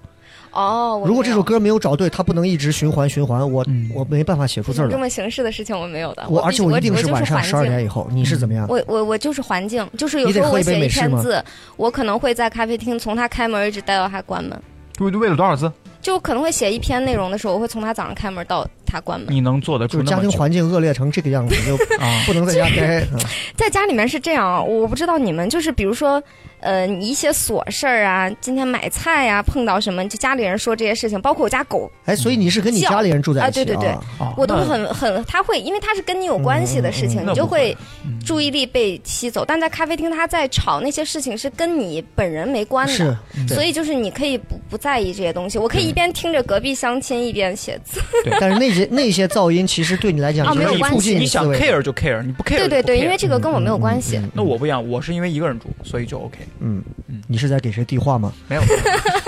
Speaker 5: 哦，我
Speaker 3: 如果
Speaker 5: 没
Speaker 3: 这
Speaker 5: 有
Speaker 3: 首歌没有找对，它不能一直循环循环，我、
Speaker 4: 嗯
Speaker 3: 我没办法写出字儿
Speaker 5: 这
Speaker 3: 来。
Speaker 5: 么形式的事情我没有的，
Speaker 3: 我而
Speaker 5: 必
Speaker 3: 且我一定
Speaker 5: 我就是
Speaker 3: 晚上
Speaker 5: 环
Speaker 3: 十二
Speaker 5: 境
Speaker 3: 点以后。你是怎么样？
Speaker 5: 我我我就是环境，就是有
Speaker 3: 你得
Speaker 5: 时候
Speaker 3: 喝
Speaker 5: 我
Speaker 3: 一杯
Speaker 5: 写
Speaker 3: 美
Speaker 5: 一
Speaker 3: 式
Speaker 5: 篇
Speaker 3: 吗
Speaker 5: 字，我可能会在咖啡厅从他开门一直待到他关门，
Speaker 4: 为为了多少字？
Speaker 5: 就可能会写一篇内容的时候，我会从他早上开门到他关
Speaker 3: 嗯
Speaker 5: 门。
Speaker 4: 你能做得
Speaker 3: 就
Speaker 4: 出
Speaker 3: 是
Speaker 4: 那
Speaker 3: 家
Speaker 4: 么
Speaker 3: 庭
Speaker 4: 久
Speaker 3: 环境恶劣成这个
Speaker 5: [LAUGHS]
Speaker 3: 样子，就
Speaker 4: 啊？
Speaker 3: 不能在家待。嗯
Speaker 5: 在家里面是这样啊，我不知道你们就是比如说，呃，一些琐事儿啊，今天买菜呀、碰到什么，就家里人说这些事情，包括我家狗，
Speaker 3: 哎，所以你是跟你家里人住在一起
Speaker 5: 啊对对对
Speaker 4: 啊
Speaker 5: 我都
Speaker 4: 那
Speaker 5: 很很，他会因为他是跟你有关系的
Speaker 3: 嗯
Speaker 5: 事
Speaker 3: 嗯
Speaker 5: 情，
Speaker 4: 嗯
Speaker 5: 你就会
Speaker 4: 嗯
Speaker 5: 注意力被吸走。但在咖啡厅，他在吵那些事情是跟你本人没关的，
Speaker 3: 是，嗯
Speaker 4: 对
Speaker 5: 所以就是你可以不不在意这些东西，我可以一边听着隔壁相亲一边写字。
Speaker 3: 但是那
Speaker 5: [LAUGHS]
Speaker 3: 些那些噪音其实对你来讲
Speaker 5: 啊
Speaker 3: 是
Speaker 5: 没有
Speaker 3: 可以
Speaker 5: 关
Speaker 3: 促
Speaker 5: 系
Speaker 3: 进
Speaker 4: 你
Speaker 3: 思
Speaker 4: 想
Speaker 3: 维的。
Speaker 4: care 就 care，你不 care
Speaker 5: 对对
Speaker 4: 就不 care
Speaker 5: 对，因为这个跟我没有关 [LAUGHS] 系。
Speaker 4: 那我不一样，我是因为一个人住，所以就 OK，
Speaker 3: 嗯
Speaker 4: 嗯，
Speaker 3: 你是在给谁递话
Speaker 5: 嗯
Speaker 3: 吗？
Speaker 5: [LAUGHS]
Speaker 4: 没有，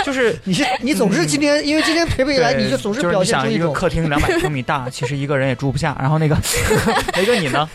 Speaker 4: 就是
Speaker 3: 你是你总是今天因为今天培培来，
Speaker 4: 对
Speaker 3: 你就总是
Speaker 4: 就是
Speaker 3: 表
Speaker 4: 你
Speaker 3: 现出
Speaker 4: 想一个
Speaker 3: 种
Speaker 4: 客厅两百平
Speaker 3: [LAUGHS]
Speaker 4: 米大，其实一个人也住不下。然后那个 [LAUGHS] 雷哥你呢？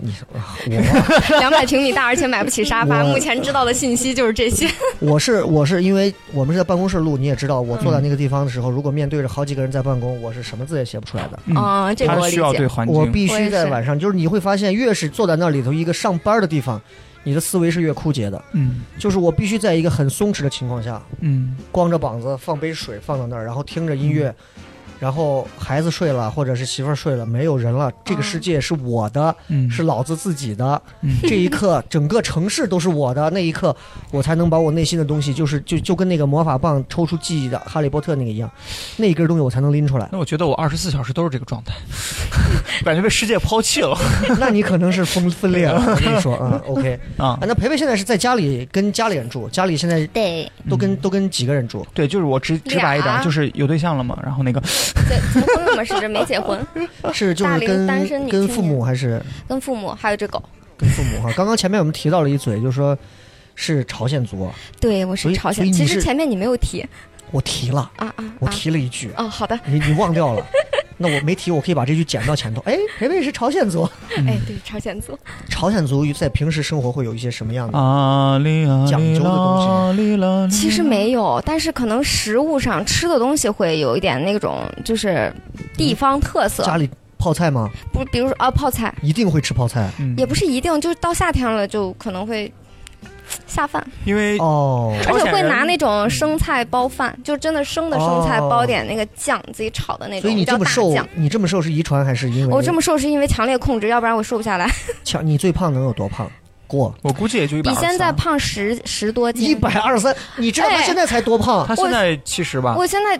Speaker 3: 你说啊我
Speaker 5: 两百平米大，而且买不起沙
Speaker 3: [LAUGHS]
Speaker 5: 发。
Speaker 3: 我
Speaker 5: 目前知道的信息就是这些。
Speaker 3: 我是我是因为我们是在办公室录，你也知道，我
Speaker 5: 嗯
Speaker 3: 坐在那个地方的时候，如果面对着好几个人在办公，我是什么字也写不出来的。
Speaker 5: [LAUGHS] 嗯，这个
Speaker 4: 他
Speaker 5: 我理
Speaker 4: 需要对
Speaker 5: 解。
Speaker 4: 环
Speaker 3: 我
Speaker 4: 境，
Speaker 3: 必
Speaker 5: 我
Speaker 3: 须
Speaker 5: 也
Speaker 3: 在
Speaker 5: 是
Speaker 3: 晚上，就是你会发现，越是坐在那里头一个上班的地方，你的思维是越枯竭的。
Speaker 4: 嗯
Speaker 3: 就是我必须在一个很松弛的情况下，
Speaker 4: 嗯，
Speaker 3: 光着膀子放杯水放到那儿，然后听着音乐，然后孩子睡了，或者是媳妇儿睡了，没有人了，这个世界是我的，
Speaker 4: 嗯
Speaker 3: 是老子自己 [LAUGHS] 的。
Speaker 4: 嗯
Speaker 3: 这一刻，整个城市都是我的。那一刻，我才能把我内心的东西，就是就就跟那个魔法棒抽出记忆的哈利波特那个一样，那一根东西我才能拎出 [LAUGHS] 来。
Speaker 4: 那我觉得我二十四小时都是这个状态， [LAUGHS] 感觉被世界抛弃了
Speaker 3: 那你可能是分分裂 [LAUGHS] 了。我跟你说啊、嗯、，OK
Speaker 4: 啊
Speaker 3: 啊。。那培培现在是在家里跟家里人住，家里现在
Speaker 5: 对，
Speaker 3: 都跟、都跟几个人住？
Speaker 4: 对，就是我直直白一点，
Speaker 5: 俩
Speaker 4: 就是有对象了嘛。然后那个
Speaker 5: 结婚了吗？是这没结婚，
Speaker 3: 是就
Speaker 5: 大
Speaker 3: 是
Speaker 5: 龄单身
Speaker 3: 跟
Speaker 5: 女
Speaker 3: 跟
Speaker 5: 青
Speaker 3: 父
Speaker 5: 年
Speaker 3: 母还是？
Speaker 5: 跟父母还有这狗。
Speaker 3: 跟父母哈。刚刚前面我们提到了一嘴，就说是朝鲜族啊，
Speaker 5: 对，我
Speaker 3: 所
Speaker 5: 是
Speaker 3: 以
Speaker 5: 朝
Speaker 3: 所以你
Speaker 5: 鲜。其
Speaker 3: 是
Speaker 5: 实前面你没有提
Speaker 3: 我提了，
Speaker 5: 啊啊
Speaker 3: 我
Speaker 5: 啊！
Speaker 3: 提了一句，
Speaker 5: 哦，好的。
Speaker 3: 你你忘掉了。那我没提，我可以把这句剪到前头。哎，培培是朝鲜族， [LAUGHS]
Speaker 5: 哎，对，朝鲜族。
Speaker 3: 朝鲜族在平时生活会有一些什么样
Speaker 5: 嗯
Speaker 3: 的？
Speaker 4: 啊哩啊
Speaker 3: 讲
Speaker 4: 哩
Speaker 3: 究的东西
Speaker 4: 啦哩啦哩
Speaker 5: 其实没有，但是可能食物上吃的东西会有一点那种，就是地方特色。
Speaker 3: 家里泡菜吗？
Speaker 5: 不，比如说啊，泡菜
Speaker 3: 一定会吃泡菜
Speaker 4: 嗯
Speaker 5: 也不是一定，就是到夏天了就可能会下饭。
Speaker 4: 因为
Speaker 3: 哦。
Speaker 5: 而
Speaker 4: 朝鲜
Speaker 5: 且会
Speaker 4: 人
Speaker 5: 拿那种生菜包饭，就真的生的生菜
Speaker 3: 哦
Speaker 5: 包点那个酱，自己炒的那
Speaker 3: 所以
Speaker 5: 种，
Speaker 3: 你
Speaker 5: 比较
Speaker 3: 这么
Speaker 5: 大
Speaker 3: 瘦
Speaker 5: 酱。，
Speaker 3: 你这么瘦是遗传还是因为
Speaker 5: 我这么瘦是因为强烈控制，要不然我瘦不下来。
Speaker 3: 强？你最胖能有多胖？过
Speaker 4: 我估计也就一百
Speaker 5: 比
Speaker 4: 二
Speaker 5: 现在胖十十多斤。
Speaker 3: 一百二十三，你知道他
Speaker 5: 哎
Speaker 3: 现在才多胖？
Speaker 4: 他现在七十吧，
Speaker 5: 我现在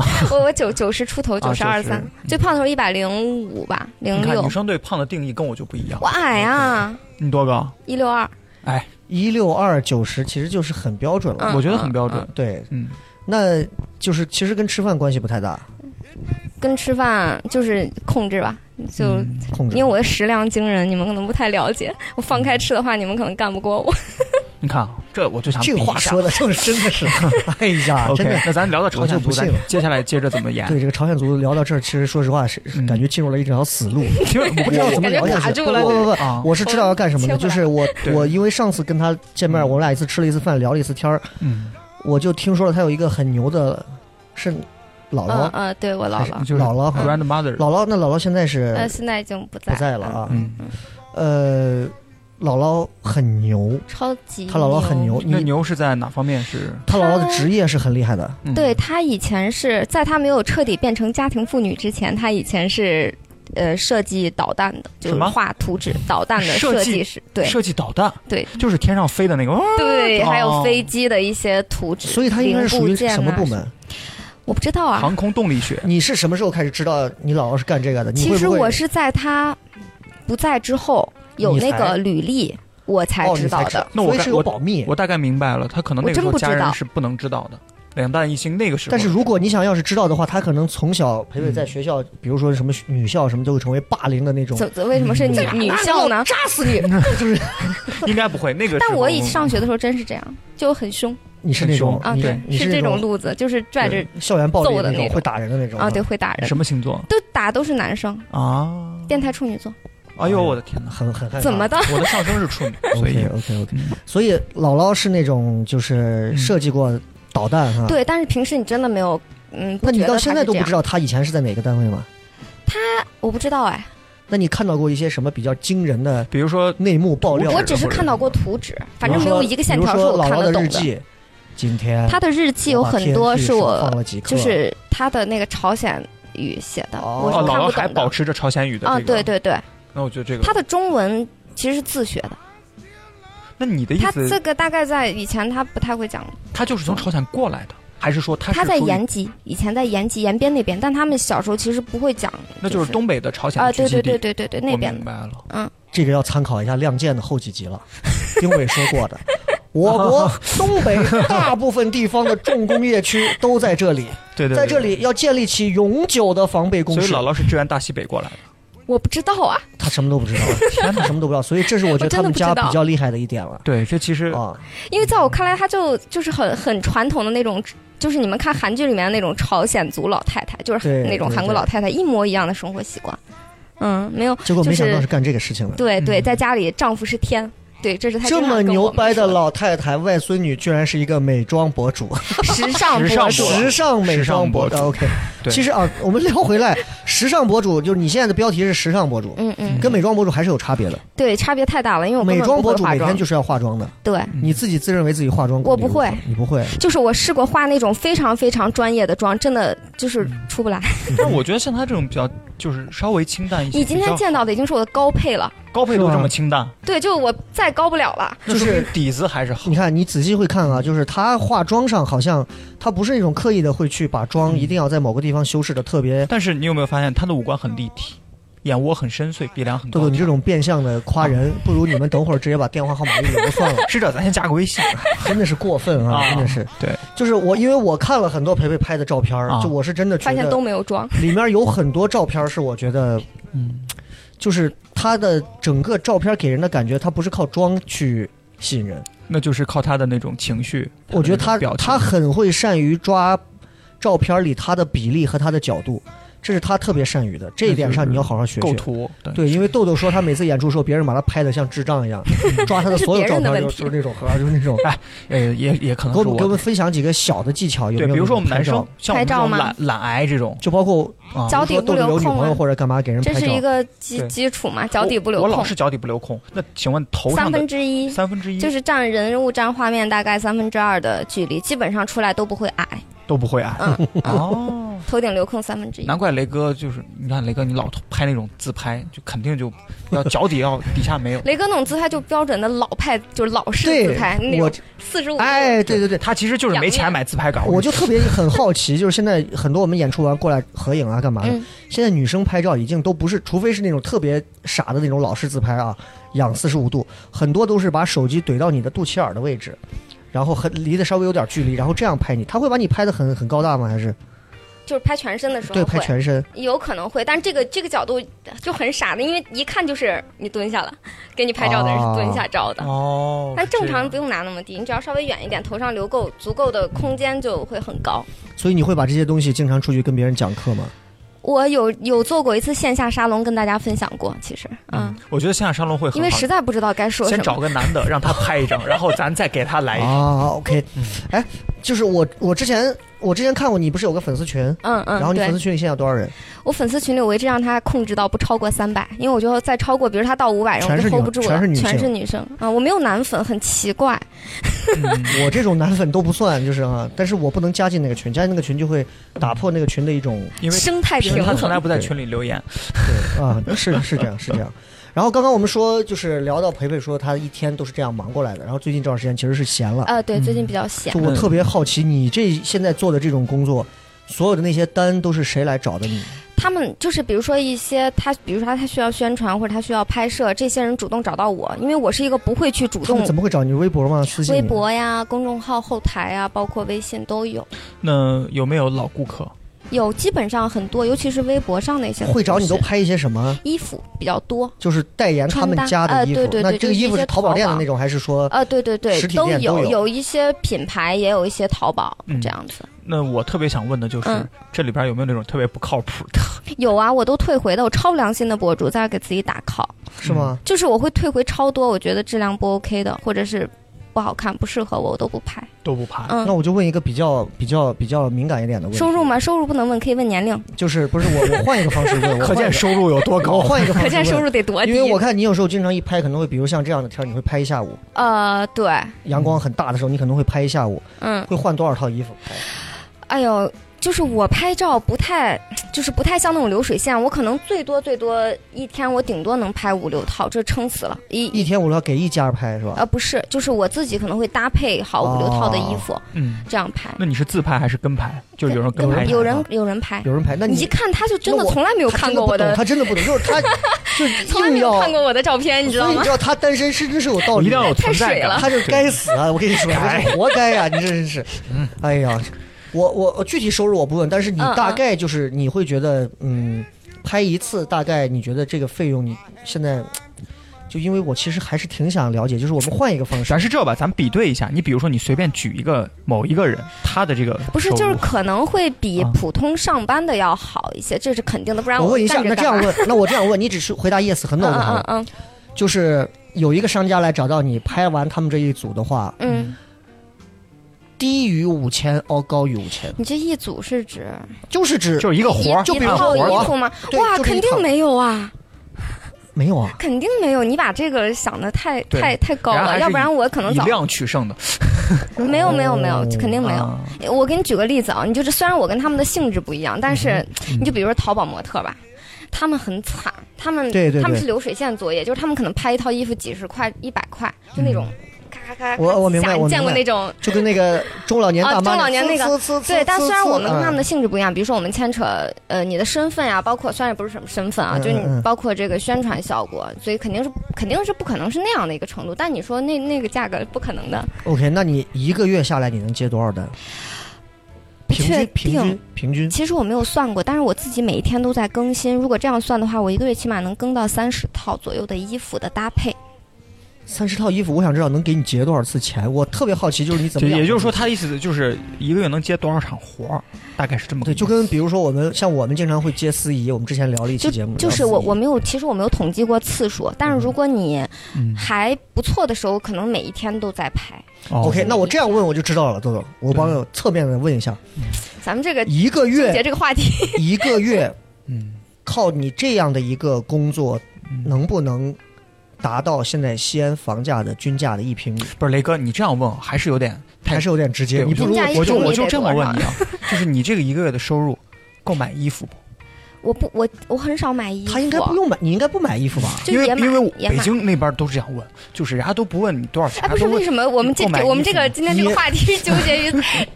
Speaker 5: [LAUGHS] 我我九九十出头，
Speaker 4: 啊
Speaker 5: 九十二
Speaker 4: 90
Speaker 5: 三，最胖的时候一百零五吧，零
Speaker 4: 你看女
Speaker 5: 六。
Speaker 4: 生对胖的定义跟我就不一样
Speaker 5: 我。矮啊，
Speaker 4: 你多高？
Speaker 5: 一六二。
Speaker 4: 哎，
Speaker 3: 一六二九十其实就是很标准了。
Speaker 5: 嗯
Speaker 4: 我觉得很标准。
Speaker 3: 对，
Speaker 4: 嗯，
Speaker 3: 那就是其实跟吃饭关系不太大，
Speaker 5: 跟吃饭就是控制吧，就、
Speaker 4: 嗯
Speaker 3: 控制。
Speaker 5: 因为我的食量惊人，你们可能不太了解。我放开吃的话，你们可能干不过我。
Speaker 4: 你看啊，这我就想比
Speaker 3: 这
Speaker 4: 一
Speaker 3: 话
Speaker 4: 下
Speaker 3: 说的正是真的
Speaker 4: [LAUGHS]
Speaker 3: 是，哎呀， [LAUGHS] 真
Speaker 4: OK，
Speaker 3: 的。
Speaker 4: 那咱聊到朝鲜
Speaker 3: 我就不
Speaker 4: 族，
Speaker 3: 信
Speaker 4: 咱
Speaker 3: 了
Speaker 4: 接下来接着怎么 [LAUGHS] 演？
Speaker 3: 对这个朝鲜族聊到这儿，其实说实话是是
Speaker 4: 嗯
Speaker 3: 感觉进入了一条死路，
Speaker 4: 听
Speaker 3: 我不知道怎么聊
Speaker 5: 感觉
Speaker 3: 下
Speaker 5: 卡
Speaker 3: 去。
Speaker 5: 住
Speaker 3: 不
Speaker 5: 了
Speaker 3: 不不不，
Speaker 4: [LAUGHS] 啊，
Speaker 3: 我是知道要干什么的，
Speaker 5: 切不
Speaker 3: 就
Speaker 5: 来
Speaker 3: 是我
Speaker 4: 对
Speaker 3: 我因为上次跟他见面，
Speaker 4: 嗯
Speaker 3: 我俩一次吃了一次饭，聊了一次天儿，
Speaker 4: 嗯，
Speaker 3: 我就听说了他有一个很牛的，是姥
Speaker 5: 嗯
Speaker 3: 姥，
Speaker 5: 嗯，对我姥
Speaker 3: 还
Speaker 5: 姥
Speaker 3: 是，
Speaker 4: 就是
Speaker 3: 姥姥好像
Speaker 4: grandmother，
Speaker 3: 姥姥那姥姥现在是
Speaker 5: 呃，现在已经不在
Speaker 3: 不在了啊，
Speaker 4: 嗯，
Speaker 3: 呃，姥姥很牛，
Speaker 5: 嗯超级
Speaker 3: 他姥姥很牛，，
Speaker 4: 那
Speaker 3: 你
Speaker 4: 牛是在哪方面是？
Speaker 3: 他姥姥的职业是很厉害的，
Speaker 4: 嗯
Speaker 5: 对，她以前是在她没有彻底变成家庭妇女之前，她以前是呃设计导弹的，就
Speaker 4: 什
Speaker 5: 是
Speaker 4: 么
Speaker 5: 画图纸导弹的
Speaker 4: 设
Speaker 5: 设
Speaker 4: 计
Speaker 5: 计师，对
Speaker 4: 设计导弹，
Speaker 5: 对
Speaker 4: 就是天上飞的那个，哇
Speaker 5: 对，还
Speaker 4: 哦
Speaker 5: 有飞机的一些图纸，
Speaker 3: 所以他应该是属于
Speaker 5: 零部件啊
Speaker 3: 什么部？门？
Speaker 5: 我不知道啊，
Speaker 4: 航空动力学。
Speaker 3: 你是什么时候开始知道你姥姥是干这个的？你
Speaker 5: 其
Speaker 3: 会
Speaker 5: 实
Speaker 3: 不会
Speaker 5: 我是在她不在之后有
Speaker 3: 你
Speaker 5: 那
Speaker 3: 才
Speaker 5: 个履历，我才
Speaker 3: 哦，
Speaker 5: 知
Speaker 3: 你
Speaker 5: 道
Speaker 3: 才
Speaker 5: 的。
Speaker 4: 那我
Speaker 3: 所以
Speaker 4: 该
Speaker 3: 是有
Speaker 4: 我
Speaker 3: 保密。
Speaker 4: 我大概明白了，他可能那个时
Speaker 5: 我真
Speaker 4: 候
Speaker 5: 不知
Speaker 4: 家人
Speaker 5: 道
Speaker 4: 是不能知道的，两弹一星那个时候。
Speaker 3: 但是如果你想要是知道的话，他可能从小
Speaker 4: 嗯
Speaker 3: 培培在学校，比如说什么女校什么，都会成为霸凌的那种。
Speaker 5: 怎怎为什么是女女校呢？
Speaker 3: 扎死你！就是
Speaker 4: [LAUGHS] 应该不会那个时候。
Speaker 5: 但我以上学的时候真是这样，就很凶
Speaker 3: 你是那种
Speaker 5: 啊，
Speaker 3: 你
Speaker 5: 对，
Speaker 3: 你
Speaker 5: 是这种
Speaker 3: 种
Speaker 5: 路子，就是拽着
Speaker 3: 校园暴力
Speaker 5: 揍的
Speaker 3: 那种
Speaker 5: 那种
Speaker 3: 会打人的那种
Speaker 5: 啊，对，，会打人
Speaker 4: 什，么星座
Speaker 5: 都打都是男生，
Speaker 4: 啊？
Speaker 5: 变态处女座，
Speaker 4: 哎呦我的 [LAUGHS] 天哪！
Speaker 3: 很很害怕
Speaker 5: 怎么的？
Speaker 4: 我的上升是处 [LAUGHS] 女，所以
Speaker 3: OK OK OK，
Speaker 4: 嗯
Speaker 3: 所以姥姥是那种就是设计过导弹哈。。
Speaker 5: 对，但是平时你真的没有，嗯，
Speaker 3: 那你到现在都不知道
Speaker 5: 道？
Speaker 3: 他以前是在哪个单位吗？
Speaker 5: 我不知道哎，
Speaker 3: 那你看到过一些什么比较惊人的
Speaker 4: 比如说
Speaker 3: 内幕爆料？
Speaker 5: 我只是看到过图纸，反正没有一个线条
Speaker 3: 比
Speaker 5: 是
Speaker 3: 如
Speaker 5: 我
Speaker 3: 说姥
Speaker 5: 看
Speaker 3: 姥
Speaker 5: 得
Speaker 3: 的
Speaker 5: 懂
Speaker 3: 日
Speaker 5: 的。
Speaker 3: 记，今天
Speaker 5: 他的日记有
Speaker 3: 我把
Speaker 5: 很
Speaker 3: 天
Speaker 5: 多
Speaker 3: 气
Speaker 5: 是
Speaker 3: 放
Speaker 5: 我，
Speaker 3: 了几课
Speaker 5: 就是他的那个朝鲜语写的，
Speaker 3: 哦
Speaker 5: 我
Speaker 4: 哦，
Speaker 5: 是看
Speaker 4: 姥
Speaker 5: 不
Speaker 4: 姥还
Speaker 5: 懂
Speaker 4: 保
Speaker 5: 的。
Speaker 4: 持着朝鲜语的
Speaker 5: 啊，
Speaker 4: 这个。
Speaker 5: 对。对对，
Speaker 4: 那我觉得这个，
Speaker 5: 他的中文其实是自学的，
Speaker 4: 那你的意
Speaker 5: 他
Speaker 4: 思，
Speaker 5: 这个大概在以前他不太会讲，
Speaker 4: 他就是从朝鲜过来的，还是说他是
Speaker 5: 他在
Speaker 4: 属于
Speaker 5: 延吉，以前在延吉延边那边，但他们小时候其实不会讲，
Speaker 4: 那就是东北的朝鲜
Speaker 5: 啊，
Speaker 4: 的
Speaker 5: 对
Speaker 4: 聚集
Speaker 5: 对
Speaker 4: 地
Speaker 5: 对对对对，那
Speaker 4: 我
Speaker 5: 边
Speaker 4: 明
Speaker 5: 的啊
Speaker 4: 白了，
Speaker 3: 这个要参考一下《亮剑》的后几集了，丁伟说过的。 [LAUGHS] 我
Speaker 4: 哦
Speaker 3: 国东北大部分地方的重工业区都在这里，
Speaker 4: [LAUGHS] 对对，
Speaker 3: 在这里要建立起永久的防备工
Speaker 4: 所以
Speaker 3: 事。
Speaker 4: 姥姥是支援大西北过来的。
Speaker 5: 我不知道啊，
Speaker 3: 他什么都不知道，
Speaker 5: [LAUGHS]
Speaker 3: 他什么都不知道，所以这是我觉得
Speaker 5: 我真
Speaker 3: 他
Speaker 5: 的
Speaker 3: 们
Speaker 5: 不知道
Speaker 3: 家比较厉害的一点
Speaker 4: [LAUGHS]
Speaker 3: 了
Speaker 4: 对，这其实
Speaker 3: 啊。
Speaker 5: 因为在我看来，他就就是很很传统的那种，就是你们看韩剧里面的那种朝鲜族老太太，就是
Speaker 3: 对
Speaker 5: 那种
Speaker 3: 对
Speaker 5: 韩国
Speaker 3: 对
Speaker 5: 老太太一模一样的生活习惯。嗯，没有，
Speaker 3: 结果没想到
Speaker 5: 就是
Speaker 3: 干这个事情的。
Speaker 5: 对对，
Speaker 4: 嗯
Speaker 5: 在家里丈夫是天，对，这是他
Speaker 3: 这
Speaker 5: 经常
Speaker 3: 么
Speaker 5: 跟
Speaker 3: 牛
Speaker 5: 我们
Speaker 3: 掰的
Speaker 5: 说
Speaker 3: 老太太外孙女，居然是一个美妆博主，
Speaker 5: [LAUGHS] 时尚
Speaker 4: 时尚
Speaker 5: 博主
Speaker 4: 博主，
Speaker 3: 啊时尚美妆博
Speaker 4: 时
Speaker 3: 主。
Speaker 4: 尚
Speaker 3: OK，
Speaker 4: 对
Speaker 3: 其实啊，我们聊回来，时尚博主就是你现在的标题是时尚博主，
Speaker 5: 嗯嗯，
Speaker 3: 跟美妆博主还是有差别的。
Speaker 5: 对，差别太大了，因为我根
Speaker 3: 美
Speaker 5: 本
Speaker 3: 妆
Speaker 5: 不
Speaker 3: 博
Speaker 5: 会
Speaker 3: 主
Speaker 5: 化
Speaker 3: 每
Speaker 5: 妆
Speaker 3: 天，就是要化妆的，
Speaker 5: 对，
Speaker 3: 你自己自认为自己化妆功
Speaker 5: 我
Speaker 3: 底
Speaker 5: 不
Speaker 3: 如
Speaker 5: 会
Speaker 3: 何，你不会。
Speaker 5: 就是我试过化那种非常非常专业的妆，真的就是
Speaker 4: 嗯
Speaker 5: 出不来。
Speaker 4: 但我觉得像他这种比较，就是稍微清淡一
Speaker 5: [LAUGHS]
Speaker 4: 些。
Speaker 5: 你今天
Speaker 4: 比较
Speaker 5: 见到的已经是我的高配了，
Speaker 4: 高配
Speaker 3: 是
Speaker 4: 都
Speaker 3: 吗
Speaker 4: 这么清淡，
Speaker 5: 对，就我再高不了了。
Speaker 4: 那
Speaker 3: 就是
Speaker 4: 说明底子还是好
Speaker 3: 你。看，你仔细会看啊，就是她化妆上好像她不是那种刻意的会去把妆一定要在某个地方修饰的特别。
Speaker 4: 但是你有没有发现他的五官很立体，眼窝很深邃，鼻梁很
Speaker 3: 豆
Speaker 4: 高
Speaker 3: 豆，。你这种变相的夸人，不如你们等会儿直接把电话号码一留算
Speaker 4: [LAUGHS]
Speaker 3: 了，
Speaker 4: 是的，咱先加个微信。
Speaker 3: 真的是过分啊，
Speaker 4: 啊
Speaker 3: 真的是。
Speaker 4: 对，
Speaker 3: 就是我，因为我看了很多培培拍的照片儿，
Speaker 4: 啊
Speaker 3: 就我是真的觉
Speaker 5: 发现
Speaker 3: 得
Speaker 5: 都没有妆，
Speaker 3: 里面有很多照片是我觉得，
Speaker 4: 嗯，
Speaker 3: 就是他的整个照片给人的感觉，他不是靠妆去吸引人。
Speaker 4: 那就是靠他的那种情绪。
Speaker 3: 我觉得他
Speaker 4: 的那种表情
Speaker 3: 他很会善于抓照片里他的比例和他的角度，这是他特别善于的。这一点上你要好好学
Speaker 4: 构
Speaker 3: 学。
Speaker 4: 图，对
Speaker 3: 对，因为豆豆说他每次演出的时候，别人把他拍的像智障一
Speaker 4: [LAUGHS]
Speaker 3: 样，抓他的所有照
Speaker 5: 那是别人的
Speaker 3: 片
Speaker 5: 问
Speaker 3: 就
Speaker 5: 题
Speaker 3: 就是那种盒，就是那种。
Speaker 4: 呃，也也可能
Speaker 3: 给我
Speaker 4: 是
Speaker 3: 们给我们
Speaker 4: 我的。
Speaker 3: 分享几个小的技巧，有没
Speaker 4: 对，
Speaker 3: 有？
Speaker 4: 比如说我们男生，，像我
Speaker 5: 拍
Speaker 4: 们这
Speaker 5: 照
Speaker 4: 种
Speaker 5: 吗
Speaker 4: 懒懒癌这种，
Speaker 3: 就包括
Speaker 4: 啊
Speaker 5: 脚
Speaker 3: 比如
Speaker 5: 底
Speaker 3: 说豆
Speaker 5: 不
Speaker 3: 豆有
Speaker 5: 留
Speaker 3: 女
Speaker 5: 空
Speaker 3: 朋友
Speaker 5: 啊，
Speaker 3: 或者干嘛给人
Speaker 5: 这
Speaker 3: 拍
Speaker 5: 是
Speaker 3: 照
Speaker 5: 一，个基
Speaker 4: 对
Speaker 5: 基础嘛，脚底不留
Speaker 4: 我老
Speaker 5: 空，
Speaker 4: 是脚底不留空。那请问头
Speaker 5: 三
Speaker 4: 上的
Speaker 5: 分之一
Speaker 4: 三分之一
Speaker 5: 就是占人物占画面大概三分之二的距离，基本上出来都不会矮，
Speaker 4: 都不会矮
Speaker 5: 嗯，
Speaker 4: [LAUGHS] 哦。
Speaker 5: 头顶留空三分之一
Speaker 4: 难。怪雷哥就是，你看雷哥，你老拍那种自拍，就肯定就要脚底要底下没
Speaker 5: [LAUGHS]
Speaker 4: 有。
Speaker 5: 雷哥那种姿态就标准的老派，就是老式
Speaker 3: 对
Speaker 5: 姿态，那
Speaker 3: 我
Speaker 5: 种四十五，
Speaker 3: 哎，对对对，
Speaker 4: 他其实就是没钱买自拍杆，
Speaker 3: 我就特别很好奇， [LAUGHS] 就是现在很多我们演出完过来合影啊，干嘛的？
Speaker 5: 嗯
Speaker 3: 现在女生拍照已经都不是，除非是那种特别傻的那种老式自拍啊，仰四十五度，很多都是把手机怼到你的肚脐眼儿的位置，然后很离得稍微有点距离，然后这样拍你，他会把你拍的很很高大吗？还是
Speaker 5: 就是拍全身的时候
Speaker 3: 对，拍
Speaker 5: 会，
Speaker 3: 全身，
Speaker 5: 有可能会，但这个这个角度就很傻的，因为一看就是你蹲下了，给你拍照的人是蹲下照的。
Speaker 4: 哦
Speaker 5: 但正常不用 [LAUGHS] 拿那么低，你只要稍微远一点，头上留够足够的空间就会很高。
Speaker 3: 所以你会把这些东西经常出去跟别人讲课吗？
Speaker 5: 我有有做过一次线下沙龙，跟大家分享过，其实，嗯，，
Speaker 4: 我觉得线下沙龙会很好
Speaker 5: 因为实在不知道该说什
Speaker 4: 先
Speaker 5: 么。
Speaker 4: 找个男的让他拍一张，然后咱再给他
Speaker 5: 哎
Speaker 4: 来一
Speaker 5: [LAUGHS]
Speaker 4: 张。
Speaker 3: 啊，OK，
Speaker 4: 嗯
Speaker 3: 哎，就是我我之前我之前看过你不是有个粉丝群，
Speaker 5: 嗯嗯，
Speaker 3: 然后你
Speaker 5: 对
Speaker 3: 粉丝群里现在有多少人？
Speaker 5: 我粉丝群里，我一直让他控制到不超过三百，因为我觉得再超过，比如他到五百，然
Speaker 3: 全
Speaker 5: 后我
Speaker 3: 是女
Speaker 5: 就 hold 不住了，
Speaker 3: 全是女性
Speaker 5: 生啊、我没有男粉，很奇怪。
Speaker 3: 我这种男粉都不算，就是啊，但是我不能加进那个群，加进那个群就会打破那个群的一种
Speaker 4: 因为
Speaker 5: 生态平
Speaker 4: 他从
Speaker 5: 衡，
Speaker 4: 来不在群里留言，
Speaker 3: 对啊，是是这样，是这样。然后刚刚我们说，就是聊到培培说他一天都是这样忙过来的，然后最近这段时间其实是闲了。
Speaker 5: 呃，对，最
Speaker 3: 嗯
Speaker 5: 近比较闲
Speaker 3: 就。我特别好奇，你这现在做的这种工作，所有的那些单都是谁来找的你？
Speaker 5: 他们就是比如说一些他，比如说他需要宣传或者他需要拍摄，这些人主动找到我，因为我是一个不会去主
Speaker 3: 他
Speaker 5: 动
Speaker 3: 们怎么会找你？微博吗？私信你？
Speaker 5: 微博呀、公众号后台呀，包括微信都有，
Speaker 4: 那有没有老顾客？
Speaker 5: 有基本上很多，尤其是微博上那些
Speaker 3: 会找你都
Speaker 5: 是
Speaker 3: 拍一些什么？
Speaker 5: 衣服比较多。
Speaker 3: 就是代言他们家的衣服。
Speaker 5: 穿搭呃对对对
Speaker 3: 那这个衣服
Speaker 5: 就是一
Speaker 3: 是
Speaker 5: 些
Speaker 3: 淘宝店的那种，还是说
Speaker 5: 呃，对对对
Speaker 3: 实，体
Speaker 5: 都
Speaker 3: 店都
Speaker 5: 有，
Speaker 3: 有
Speaker 5: 有一些品牌，也有一些淘宝、
Speaker 4: 嗯
Speaker 5: 这样子。
Speaker 4: 那我特别想问的就是，
Speaker 5: 嗯
Speaker 4: 这里边有没有那种特别不靠谱的？
Speaker 5: 有啊，我都退回的，我超良心的博主在给自己打 call，
Speaker 3: 是吗？
Speaker 5: 就是我会退回超多，我觉得质量不 OK 的，或者是不好看、不适合我，我都不拍。
Speaker 4: 都不怕。
Speaker 5: 嗯
Speaker 3: 啊那，我就问一个比较比较比较敏感一点的问题，
Speaker 5: 收入嘛，收入不能问，可以问年龄，
Speaker 3: 就是不是我我换一个方式问，我
Speaker 4: 可
Speaker 3: 换一
Speaker 4: 见
Speaker 3: 个
Speaker 4: 收入有多
Speaker 3: 我
Speaker 5: [LAUGHS]
Speaker 4: 高？
Speaker 3: 换一个方
Speaker 5: 可
Speaker 3: 式
Speaker 5: 见收
Speaker 3: 问，
Speaker 5: 入得多低。
Speaker 3: 因为我看你有时候经常一拍，可能会比如像这样的天儿，你会拍一下午，
Speaker 5: 呃，对，
Speaker 3: 阳光很大的时候，你可能会拍一下午，
Speaker 5: 嗯，
Speaker 3: 会换多少套衣服拍？
Speaker 5: 哎呦，就是我拍照不太，就是不太像那种流水线，我可能最多最多一天我顶多能拍五六套，这撑死了。一
Speaker 3: 一天五套给一家拍是吧？
Speaker 5: 呃不是，就是我自己可能会搭配好五
Speaker 3: 哦
Speaker 5: 六套的衣服、
Speaker 4: 嗯，
Speaker 5: 这样拍。
Speaker 4: 那你是自拍还是跟拍？就有人跟拍你吗，
Speaker 5: 有人有人拍，
Speaker 3: 有人拍，那
Speaker 5: 你一
Speaker 3: 你
Speaker 5: 看他就真的
Speaker 3: 那我
Speaker 5: 从来没有
Speaker 3: 他
Speaker 5: 看
Speaker 3: 真的
Speaker 5: 过
Speaker 3: 不
Speaker 5: 我
Speaker 3: 懂
Speaker 5: 的
Speaker 3: 他真的不懂，就是
Speaker 5: [LAUGHS]
Speaker 3: 他就
Speaker 5: 从来
Speaker 3: 硬
Speaker 5: 没有
Speaker 3: 要，
Speaker 5: 看过我的照片，你知
Speaker 3: 所
Speaker 5: 道
Speaker 3: 以你 [LAUGHS]
Speaker 5: 吗
Speaker 3: 知？道他单身是真是有道
Speaker 4: 哦一
Speaker 3: 理
Speaker 4: 定要
Speaker 3: 的，
Speaker 4: 有存
Speaker 5: 太
Speaker 4: 在
Speaker 5: 水
Speaker 4: 感
Speaker 5: 了。
Speaker 3: [LAUGHS] 他就是该死啊！我跟你
Speaker 4: [LAUGHS]
Speaker 3: 说，他是活该啊呀！你这真是，
Speaker 4: 嗯
Speaker 3: 哎呀，我我我具体收入我不问，但是你
Speaker 5: 嗯
Speaker 3: 大
Speaker 5: 嗯
Speaker 3: 概就是你会觉得，嗯，拍一次大概你觉得这个费用你现在。就因为我其实还是挺想了解，就是我们换一个方式
Speaker 4: 咱，是这吧，咱比对一下。你比如说，你随便举一个某一个人，他的这个
Speaker 5: 不是，
Speaker 4: 收入
Speaker 5: 就是可能会比
Speaker 4: 啊
Speaker 5: 普通上班的要好一些，这是肯定的。不然
Speaker 3: 我问一下，
Speaker 5: 站着
Speaker 3: 那这
Speaker 5: 干
Speaker 3: 样
Speaker 5: 嘛？
Speaker 3: 问，那我这样问，你只是回答 yes 和 no
Speaker 5: 嗯
Speaker 3: 就好
Speaker 5: 嗯
Speaker 3: 了。
Speaker 5: 嗯
Speaker 3: 就是有一个商家来找到你，拍完他们这一组的话，
Speaker 5: 嗯，
Speaker 3: 低于五千，哦，高于五千，
Speaker 5: 你这一组是指
Speaker 3: 就是指
Speaker 4: 就是一个活儿，
Speaker 3: 就
Speaker 5: 一
Speaker 3: 比如
Speaker 5: 一
Speaker 3: 说
Speaker 5: 套
Speaker 3: 我
Speaker 5: 衣服吗？
Speaker 3: 对
Speaker 5: 哇，
Speaker 3: 就这一
Speaker 5: 肯
Speaker 3: 套
Speaker 5: 定没有啊，
Speaker 3: 没有啊，
Speaker 5: 肯定没有。你把这个想的太
Speaker 4: 对
Speaker 5: 太太高
Speaker 4: 然后还
Speaker 5: 了，
Speaker 4: 是
Speaker 5: 要不然我可能
Speaker 4: 以
Speaker 5: 早
Speaker 4: 量取胜的，
Speaker 3: 嗯
Speaker 5: 没有没有没有，
Speaker 3: 哦
Speaker 5: 肯定没有。
Speaker 4: 啊
Speaker 5: 我给你举个例子啊，你就是虽然我跟他们的性质不一样，但是
Speaker 3: 嗯
Speaker 5: 你就比如说淘宝模特吧。他们很惨，他们
Speaker 3: 对对
Speaker 5: 他们
Speaker 3: 对
Speaker 5: 是流水线作业，就是他们可能拍一套衣服几十块、一百块，就那种咔咔咔咔。
Speaker 3: 嗯我我明白
Speaker 5: 下
Speaker 3: 我
Speaker 5: 你见过
Speaker 3: 明白
Speaker 5: 那种
Speaker 3: 就跟那个中老年大妈，
Speaker 5: 啊中老年那个
Speaker 3: 呲呲呲呲啊
Speaker 5: 对，但虽然我们跟他们
Speaker 3: 的
Speaker 5: 的性质不一样，比如说我们牵扯呃你的身份呀、包括虽然也不是什么身份啊，
Speaker 3: 嗯
Speaker 5: 就是
Speaker 3: 嗯嗯
Speaker 5: 你包括这个宣传效果，所以肯定是肯定是不可能是那样的一个程度。但你说那那个价格不可能的，
Speaker 3: OK，那你一个月下来你能接多少单？
Speaker 5: 不
Speaker 3: 平
Speaker 5: 确
Speaker 3: 均平均
Speaker 5: 定。
Speaker 3: 平均
Speaker 5: 其实我没有算过，但是我自己每一天都在更新。如果这样算的话，我一个月起码能更到三十套左右的衣服的搭配。
Speaker 3: 三十套衣服，我想知道能给你结多少次钱？我特别好奇，就是你怎
Speaker 4: 就
Speaker 3: 么养活自己？
Speaker 4: 也就是说，他的意思就是一个月能接多少场活儿，大概是这么个
Speaker 3: 对，
Speaker 4: 意思。
Speaker 3: 就跟比如说我们像我们经常会接司仪，我们之前聊了一期
Speaker 5: 就
Speaker 3: 节目，
Speaker 4: 嗯
Speaker 5: 就是
Speaker 3: 聊
Speaker 5: 我
Speaker 3: 司仪
Speaker 5: 我没有，其实我没有统计过次数，但是如果你
Speaker 4: 嗯
Speaker 5: 还不错的时候，可能每一天都在拍。
Speaker 4: 哦
Speaker 3: OK，那我这样问我就知道了，豆豆，我帮
Speaker 4: 对
Speaker 3: 我侧面的问一下，
Speaker 5: 咱们这个
Speaker 3: 一个
Speaker 5: 姐
Speaker 3: 月
Speaker 5: 这个话题，
Speaker 3: 一个月
Speaker 4: [LAUGHS] 嗯
Speaker 3: [LAUGHS] 靠你这样的一个工作，能不能达到现在西安房价的均价的一平米？
Speaker 4: 不是雷哥，你这样问还是有点太
Speaker 3: 还是有点直接，
Speaker 4: 对
Speaker 3: 你不如
Speaker 5: 均价一
Speaker 4: 我就
Speaker 5: 平米
Speaker 4: 我就
Speaker 5: 得
Speaker 4: 这么
Speaker 5: 多
Speaker 4: 问
Speaker 5: 少
Speaker 4: 你啊，就是你这个一个月的收入够买衣服不？
Speaker 5: 我不我我很少买衣服，啊
Speaker 3: 他应该不用买，你应该不买衣服吧？
Speaker 5: 就
Speaker 4: 因为
Speaker 5: 也买
Speaker 4: 因为我
Speaker 5: 也
Speaker 4: 北
Speaker 5: 买。
Speaker 4: 京那边都是这样问，就是人家都不问你多少钱，
Speaker 5: 哎，不是
Speaker 4: 都问
Speaker 5: 为什么我们这
Speaker 4: 购买
Speaker 5: 我们
Speaker 4: 衣服
Speaker 5: 这个
Speaker 4: 吗
Speaker 5: 今天这
Speaker 4: [LAUGHS]
Speaker 5: 个
Speaker 3: 你
Speaker 5: 话题是纠结于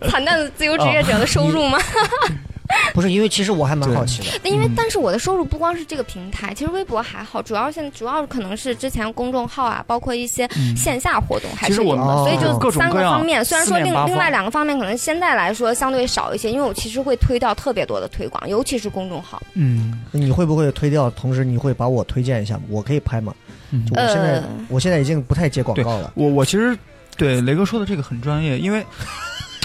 Speaker 5: 惨淡的自由职业者的收入吗？
Speaker 3: 不是因为其实我还蛮好奇的，
Speaker 5: 因为
Speaker 4: 嗯
Speaker 5: 但是我的收入不光是这个平台，其实微博还好，主要现主要可能是之前公众号啊，包括一些
Speaker 4: 嗯
Speaker 5: 线下活动还
Speaker 4: 其
Speaker 5: 是
Speaker 4: 实
Speaker 5: 有
Speaker 4: 我
Speaker 5: 的，
Speaker 3: 们
Speaker 5: 所以
Speaker 3: 哦
Speaker 5: 就
Speaker 4: 各种
Speaker 5: 三
Speaker 4: 各
Speaker 5: 个
Speaker 4: 样
Speaker 5: 方面。虽然说
Speaker 4: 四面
Speaker 5: 另
Speaker 4: 八方
Speaker 5: 另外两个方面可能现在来说相对少一些，因为我其实会推掉特别多的推广，尤其是公众号。
Speaker 4: 嗯，
Speaker 3: 你会不会推掉？同时你会把我推荐一下吗？我可以拍吗？
Speaker 4: 嗯
Speaker 3: 就我现在、
Speaker 5: 呃
Speaker 3: 我现在已经不太接广
Speaker 4: 对
Speaker 3: 告了， [LAUGHS]
Speaker 4: 我我其实对雷哥说的这个很专业，因为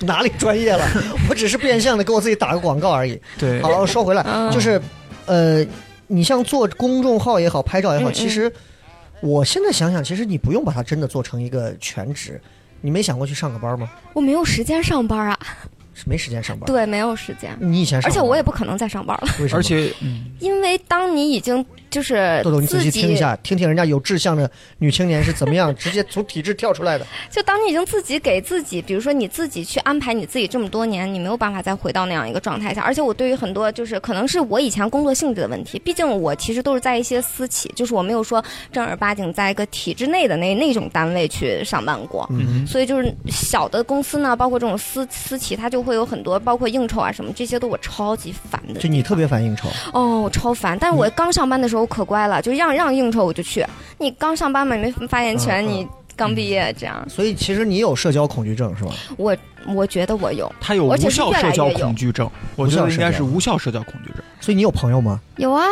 Speaker 3: 哪里专业了？ [LAUGHS] 我只是变相的给我自己打个广告而已。
Speaker 4: 对
Speaker 3: 好，说回来，
Speaker 5: 嗯
Speaker 3: 就是，呃，你像做公众号也好，拍照也好，
Speaker 5: 嗯嗯
Speaker 3: 其实我现在想想，其实你不用把它真的做成一个全职，你没想过去上个班吗？
Speaker 5: 我没有时间上班啊，
Speaker 3: 是没时间上班。，
Speaker 5: 对，没有时间，
Speaker 3: 你以前上
Speaker 5: 而
Speaker 3: 过
Speaker 5: 且我也不可能再上班了，
Speaker 3: 为什么？
Speaker 4: 而且嗯，
Speaker 5: 因为当你已经就是
Speaker 3: 豆豆，你仔
Speaker 5: 自
Speaker 3: 细
Speaker 5: 己
Speaker 3: 听一下，听听人家有志向的女青年是怎么样直接从体制跳出来的。
Speaker 5: 就当你已经自己给自己，比如说你自己去安排你自己这么多年，你没有办法再回到那样一个状态下。而且我对于很多就是可能是我以前工作性质的问题，毕竟我其实都是在一些私企，就是我没有说正儿八经在一个体制内的那那种单位去上班过。
Speaker 4: 嗯
Speaker 5: 所以就是小的公司呢，包括这种私私企，它就会有很多，包括应酬啊什么，这些都我超级烦的。
Speaker 3: 就你特别烦应酬，
Speaker 5: 哦，我超烦。但是我刚上班的时候可乖了，就让让应酬我就去。你刚上班嘛，你没发言权，
Speaker 3: 嗯嗯
Speaker 5: 你刚毕业这样，
Speaker 3: 所以其实你有社交恐惧症是吧？
Speaker 5: 我我觉得我有。
Speaker 4: 他有
Speaker 5: 而
Speaker 4: 无
Speaker 5: 且是
Speaker 4: 效
Speaker 5: 越来
Speaker 4: 社交
Speaker 5: 越有
Speaker 4: 恐惧症，我觉
Speaker 3: 无效
Speaker 4: 得
Speaker 3: 社
Speaker 4: 应该
Speaker 3: 交
Speaker 4: 是无效社交恐惧症。
Speaker 3: 所以你有朋友吗？
Speaker 5: 有啊，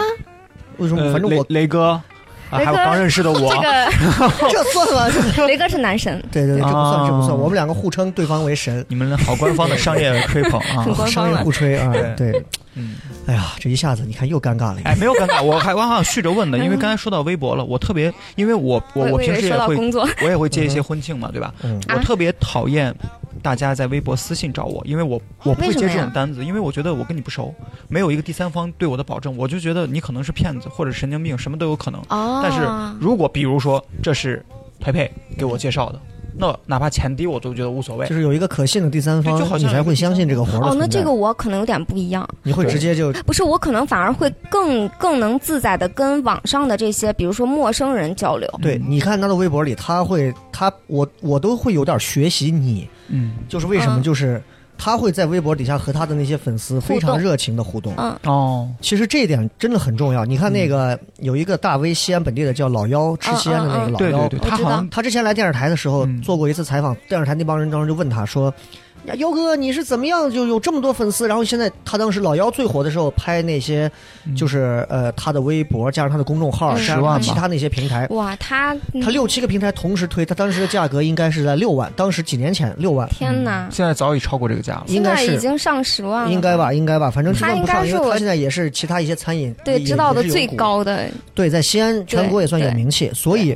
Speaker 3: 为什么？
Speaker 4: 呃
Speaker 3: 反正我
Speaker 4: 雷雷哥，啊还
Speaker 5: 雷
Speaker 4: 有
Speaker 5: 哥
Speaker 4: 刚认识的
Speaker 5: 这
Speaker 4: 我，
Speaker 3: 啊
Speaker 5: 个
Speaker 3: 这算
Speaker 4: [LAUGHS]
Speaker 3: 吗？
Speaker 5: [LAUGHS] 雷哥是男神，
Speaker 3: 对对对，这不算，
Speaker 4: 啊
Speaker 3: 这不算。我们两个互称对方为神，
Speaker 4: 你们好官方的商
Speaker 5: [LAUGHS]
Speaker 4: 业吹捧啊
Speaker 5: 很官
Speaker 3: 商
Speaker 5: 方
Speaker 3: 业
Speaker 5: 了
Speaker 3: 互。吹
Speaker 4: [LAUGHS]
Speaker 3: 啊。对，
Speaker 4: 嗯，
Speaker 3: 哎呀，这一下子你看又尴尬了。
Speaker 4: 哎，没有尴尬，我还我还想续着问呢，因为刚才说到微博了，我特别，因为我我
Speaker 5: 嗯我以
Speaker 4: 平
Speaker 5: 为
Speaker 4: 时也
Speaker 5: 说到
Speaker 4: 会，
Speaker 3: [LAUGHS]
Speaker 5: 工作，嗯
Speaker 4: 我也会接一些婚庆嘛，对吧？
Speaker 3: 嗯，
Speaker 5: 啊
Speaker 4: 我特别讨厌大家在微博私信找我，因为我我不会
Speaker 5: 为什
Speaker 4: 接
Speaker 5: 么
Speaker 4: 这种
Speaker 5: 呀
Speaker 4: 单子，因为我觉得我跟你不熟，没有一个第三方对我的保证，我就觉得你可能是骗子或者神经病，什么都有可能。
Speaker 5: 哦
Speaker 4: 但是如果比如说这是培培给我介绍的，那哪怕钱低我都觉得无所谓
Speaker 3: 就。是有一个可信的第三方
Speaker 4: 对就，好
Speaker 3: 你
Speaker 4: 像
Speaker 3: 才会相信这个活儿的
Speaker 5: 哦，那
Speaker 3: 存在
Speaker 5: 这个我可能有点不一样，
Speaker 3: 你会直接就
Speaker 5: 不是我可能反而会更更能自在的跟网上的这些，比如说陌生人交流。
Speaker 3: 对。你看他的微博里，他会他我我都会有点学习你，
Speaker 4: 嗯，
Speaker 3: 就是为什么？
Speaker 5: 嗯
Speaker 3: 就是他会在微博底下和他的那些粉丝非常
Speaker 5: 互动
Speaker 3: 热情的互动。
Speaker 5: 嗯
Speaker 4: 哦，
Speaker 3: 其实这一点真的很重要。你看那个有一个大 V，西安本地的叫老幺，吃西安的那个
Speaker 5: 嗯嗯嗯
Speaker 3: 老
Speaker 4: 对对
Speaker 3: 幺
Speaker 4: 对，，
Speaker 5: 我
Speaker 4: 他
Speaker 5: 知
Speaker 4: 好
Speaker 5: 道
Speaker 4: 像
Speaker 3: 他之前来电视台的时候
Speaker 4: 嗯
Speaker 3: 做过一次采访，电视台那帮人当时就问他说：“呀，幺哥，你是怎么样就有这么多粉丝？”然后现在他当时老幺最火的时候拍那些，就是呃他的微博加上他的公众号，
Speaker 5: 嗯
Speaker 3: 加上他
Speaker 5: 10嗯万吧
Speaker 3: 其他那些平台，
Speaker 5: 哇，他
Speaker 3: 哎他
Speaker 5: 嗯
Speaker 3: 六七个平台同时推，他当时的价格应该是在六万，当时几年前六万，
Speaker 5: 天哪，
Speaker 4: 嗯现在早已超过这个价了。
Speaker 3: 嗯应
Speaker 5: 现
Speaker 3: 该
Speaker 5: 在
Speaker 3: 是
Speaker 5: 已经上十万了，
Speaker 3: 应该？吧，应该吧，反正就
Speaker 5: 啊他
Speaker 3: 算不上，
Speaker 5: 应该
Speaker 3: 因
Speaker 5: 是
Speaker 3: 为他
Speaker 5: 我
Speaker 3: 现在也是其他一些餐饮
Speaker 5: 对，
Speaker 3: 也
Speaker 5: 知道的
Speaker 3: 也是有
Speaker 5: 最
Speaker 3: 股
Speaker 5: 高的，
Speaker 3: 对，在西安全国也算有名气，所以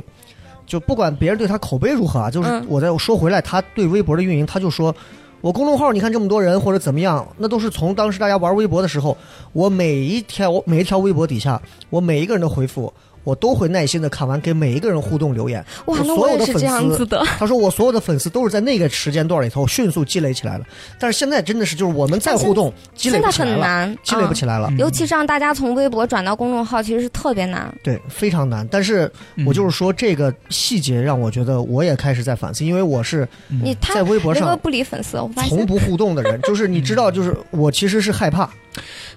Speaker 3: 就不管别人对他口碑如何啊，就是
Speaker 5: 嗯
Speaker 3: 我再说回来，他对微博的运营，他就说。我公众号，你看这么多人或者怎么样，那都是从当时大家玩微博的时候，我每一条我每一条微博底下，我每一个人的回复，我都会耐心的看完，给每一个人互动留言。
Speaker 5: 哇，
Speaker 3: 我
Speaker 5: 那
Speaker 3: 所
Speaker 5: 我
Speaker 3: 有
Speaker 5: 也
Speaker 3: 的
Speaker 5: 是
Speaker 3: 粉
Speaker 5: 这样
Speaker 3: 丝
Speaker 5: 子的。
Speaker 3: 他说我所有的粉丝都是在那个时间段里头迅速积累起来的，但是现在真的是就是我们再互动积累
Speaker 5: 现
Speaker 3: 不
Speaker 5: 在
Speaker 3: 起来
Speaker 5: 很
Speaker 3: 了，
Speaker 5: 难，嗯
Speaker 3: 积累不起
Speaker 5: 来。
Speaker 3: 来了，
Speaker 5: 尤其是让大家从微博转到公众号，其实是特别难。
Speaker 3: 对，非常难。但是
Speaker 4: 嗯
Speaker 3: 我就是说这个细节让我觉得我也开始在反思，因为我是
Speaker 5: 你他
Speaker 3: 嗯在微博
Speaker 5: 雷哥
Speaker 3: 上
Speaker 5: 不理粉丝，我发
Speaker 3: 从
Speaker 5: 现
Speaker 3: 不互动的
Speaker 5: [LAUGHS]
Speaker 3: 人，就是你知道，就是我其实是害怕，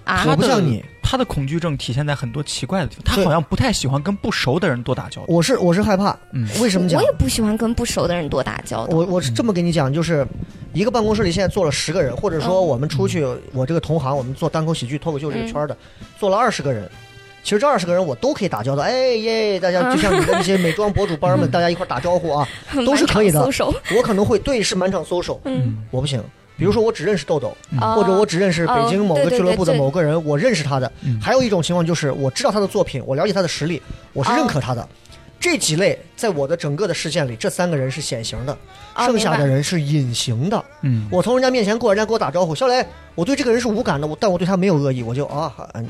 Speaker 5: 啊，
Speaker 3: 我不像你，
Speaker 4: 他的恐惧症体现在很多奇怪的地方，
Speaker 3: 对
Speaker 4: 他好像不太喜欢跟不熟的人多打交道。
Speaker 3: 我是我是害怕，
Speaker 4: 嗯
Speaker 3: 为什么讲
Speaker 5: 我？也不喜欢跟不熟的人多打交道。
Speaker 3: 我我是这么跟你讲，就是一个办公室里现在坐了十个人，或者说
Speaker 5: 嗯嗯
Speaker 3: 我们出去，我这个同行，我们做单口喜剧、脱口秀这个圈儿的，坐了二十个人。其实这二十个人我都可以打交道，哎耶！大
Speaker 5: 嗯
Speaker 3: 家就像你的那些美妆博主帮
Speaker 5: [LAUGHS]
Speaker 3: 们，大家一块儿打招呼啊，都是可以的
Speaker 5: 满场搜手
Speaker 3: 我可能会对是满场搜手，
Speaker 5: 嗯，
Speaker 3: 我不行。比如说我只认识豆豆，
Speaker 5: 哦
Speaker 3: 或者我只认识北京某个俱乐部的某个人，我认识他的
Speaker 4: 嗯。
Speaker 3: 还有一种情况就是我知道他的作品，我了解他的实力，我是认
Speaker 5: 哦
Speaker 3: 可他的。这几类在我的整个的视线里，这三个人是显形的，
Speaker 5: 哦
Speaker 3: 剩下的
Speaker 5: 明白
Speaker 3: 人是隐形的。
Speaker 4: 嗯，
Speaker 3: 我从人家面前过，人家给我打招呼，肖雷，我对这个人是无感的，我但我对他没有恶意，我就啊，嗯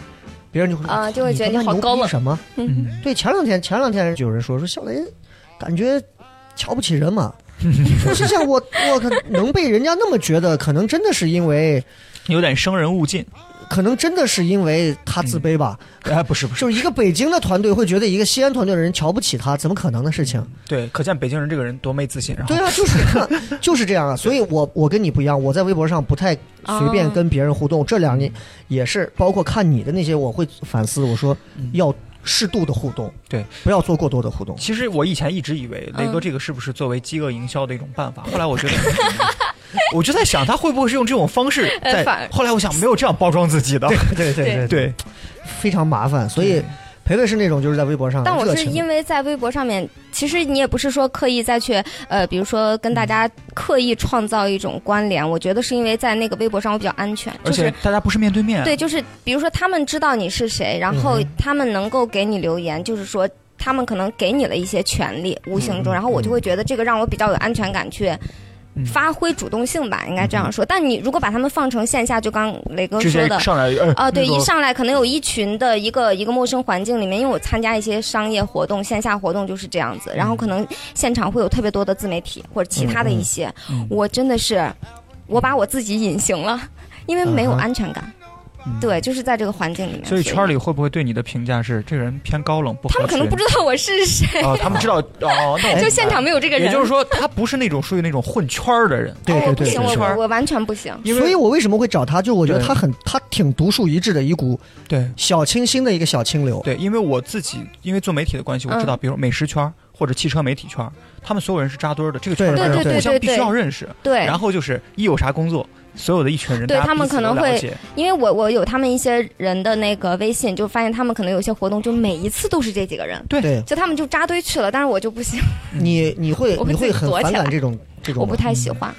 Speaker 3: 别人就会说
Speaker 5: 啊就会觉得
Speaker 3: 你他妈
Speaker 5: 你好
Speaker 3: 牛
Speaker 5: 高
Speaker 3: 逼
Speaker 5: 冷
Speaker 3: 什么？
Speaker 4: 嗯
Speaker 3: 对，前两天前两天就有人说说小雷，感觉瞧不起人嘛。 [LAUGHS] 我心想，我我可能被人家那么觉得，可能真的是因为
Speaker 4: 有点生人勿近。
Speaker 3: 可能真的是因为他自卑吧，
Speaker 4: 哎，不是不
Speaker 3: [LAUGHS]
Speaker 4: 是，
Speaker 3: 就是一个北京的团队会觉得一个西安团队的人瞧不起他，怎么可能的事情？
Speaker 4: 对，可见北京人这个人多没自信。然后
Speaker 3: 对啊，就是就是这样 [LAUGHS] 啊。所以我我跟你不一样，我在微博上不太随便跟别人互动。这两年也是，包括看你的那些，我会反思，我说要适度的互动，
Speaker 4: 对，
Speaker 3: 不要做过多的互动。
Speaker 4: 其实我以前一直以为
Speaker 5: 嗯
Speaker 4: 雷哥这个是不是作为饥饿营销的一种办
Speaker 5: [LAUGHS]
Speaker 4: 法，后来我觉得。我就在想，他会不会是用这种方式
Speaker 5: 呃
Speaker 4: 在？
Speaker 5: 反
Speaker 4: 后来我想，没有这样包装自己的。
Speaker 3: [LAUGHS] 对对
Speaker 5: 对
Speaker 4: 对，
Speaker 3: 非常麻烦。所以裴乐是那种就是在微博上
Speaker 5: 但我
Speaker 3: 热
Speaker 5: 是
Speaker 3: 情
Speaker 5: 因为在微博上面，其实你也不是说刻意再去呃，比如说跟
Speaker 3: 嗯
Speaker 5: 大家刻意创造一种关联，我觉得是因为在那个微博上我比较安全，
Speaker 4: 而
Speaker 5: 就
Speaker 4: 且
Speaker 5: 是。
Speaker 4: 大家不是面对面，啊
Speaker 5: 对，就是比如说他们知道你是谁，然后
Speaker 3: 嗯
Speaker 5: 他们能够给你留言，就是说他们可能给你了一些权利，无形中，然后我就会觉得这个让我比较有安全感去。
Speaker 4: 嗯
Speaker 5: 发挥主动性吧，应该这样说。但你如果把他们放成线下，就刚雷哥
Speaker 4: 直
Speaker 5: 说
Speaker 4: 接
Speaker 5: 的，
Speaker 4: 上来 [LAUGHS] 呃
Speaker 5: 啊，对，
Speaker 4: 那个
Speaker 5: 一上来可能有一群的一个一个陌生环境里面，因为我参加一些商业活动、线下活动就是这样子，然后可能现场会有特别多的自媒体或者其他的一些，
Speaker 4: 嗯嗯
Speaker 5: 我真的是我把我自己隐形了，因为没有
Speaker 3: 嗯哼
Speaker 5: 安全感。
Speaker 4: 嗯
Speaker 5: 对，就是在这个环境里面，
Speaker 4: 所以圈
Speaker 5: 里
Speaker 4: 里会不会对你的评价是这个人偏高冷不合群？
Speaker 5: 他们可能不知道我是谁，
Speaker 4: 哦，他们知道哦，那我
Speaker 5: [LAUGHS] 就现场没有这个人，
Speaker 4: 也就是说，他不是那种属于那种混圈儿的人。
Speaker 3: 对
Speaker 5: 哦我
Speaker 3: 对
Speaker 5: 不
Speaker 3: 对
Speaker 5: 行，
Speaker 3: 对
Speaker 5: 我
Speaker 4: 是吧
Speaker 5: 我我完全不行。
Speaker 4: 因为
Speaker 3: 所以，我为什么会找他？就是我觉得
Speaker 4: 对
Speaker 3: 他很，他挺独树一帜的一股
Speaker 4: 对
Speaker 3: 小清新的一个小清流。
Speaker 4: 对，因为我自己因为做媒体的关系，我知道，比如美食圈儿或者汽车媒体圈儿，他们所有人是扎堆儿的，这个圈儿
Speaker 3: 对
Speaker 4: 的
Speaker 3: 对对
Speaker 4: 人互相
Speaker 5: 对
Speaker 4: 必须
Speaker 5: 对
Speaker 4: 要认识。
Speaker 5: 对，
Speaker 4: 然后就是一有啥工作，所有的一群人，
Speaker 5: 对
Speaker 4: 大家
Speaker 5: 他们
Speaker 4: 彼此
Speaker 5: 可能
Speaker 4: 都了
Speaker 5: 会
Speaker 4: 解
Speaker 5: 因为我我有他们一些人的那个微信，就发现他们可能有些活动，就每一次都是这几个人，
Speaker 4: 对
Speaker 3: 对，
Speaker 5: 就他们就扎堆去了，但是我就不行，
Speaker 3: 你你会
Speaker 5: 我会
Speaker 3: 你
Speaker 5: 自己
Speaker 3: 会很
Speaker 5: 躲起
Speaker 3: 反感
Speaker 5: 来
Speaker 3: 这种这种
Speaker 5: 我
Speaker 3: 吗，
Speaker 5: 不太
Speaker 4: 嗯
Speaker 5: 喜欢，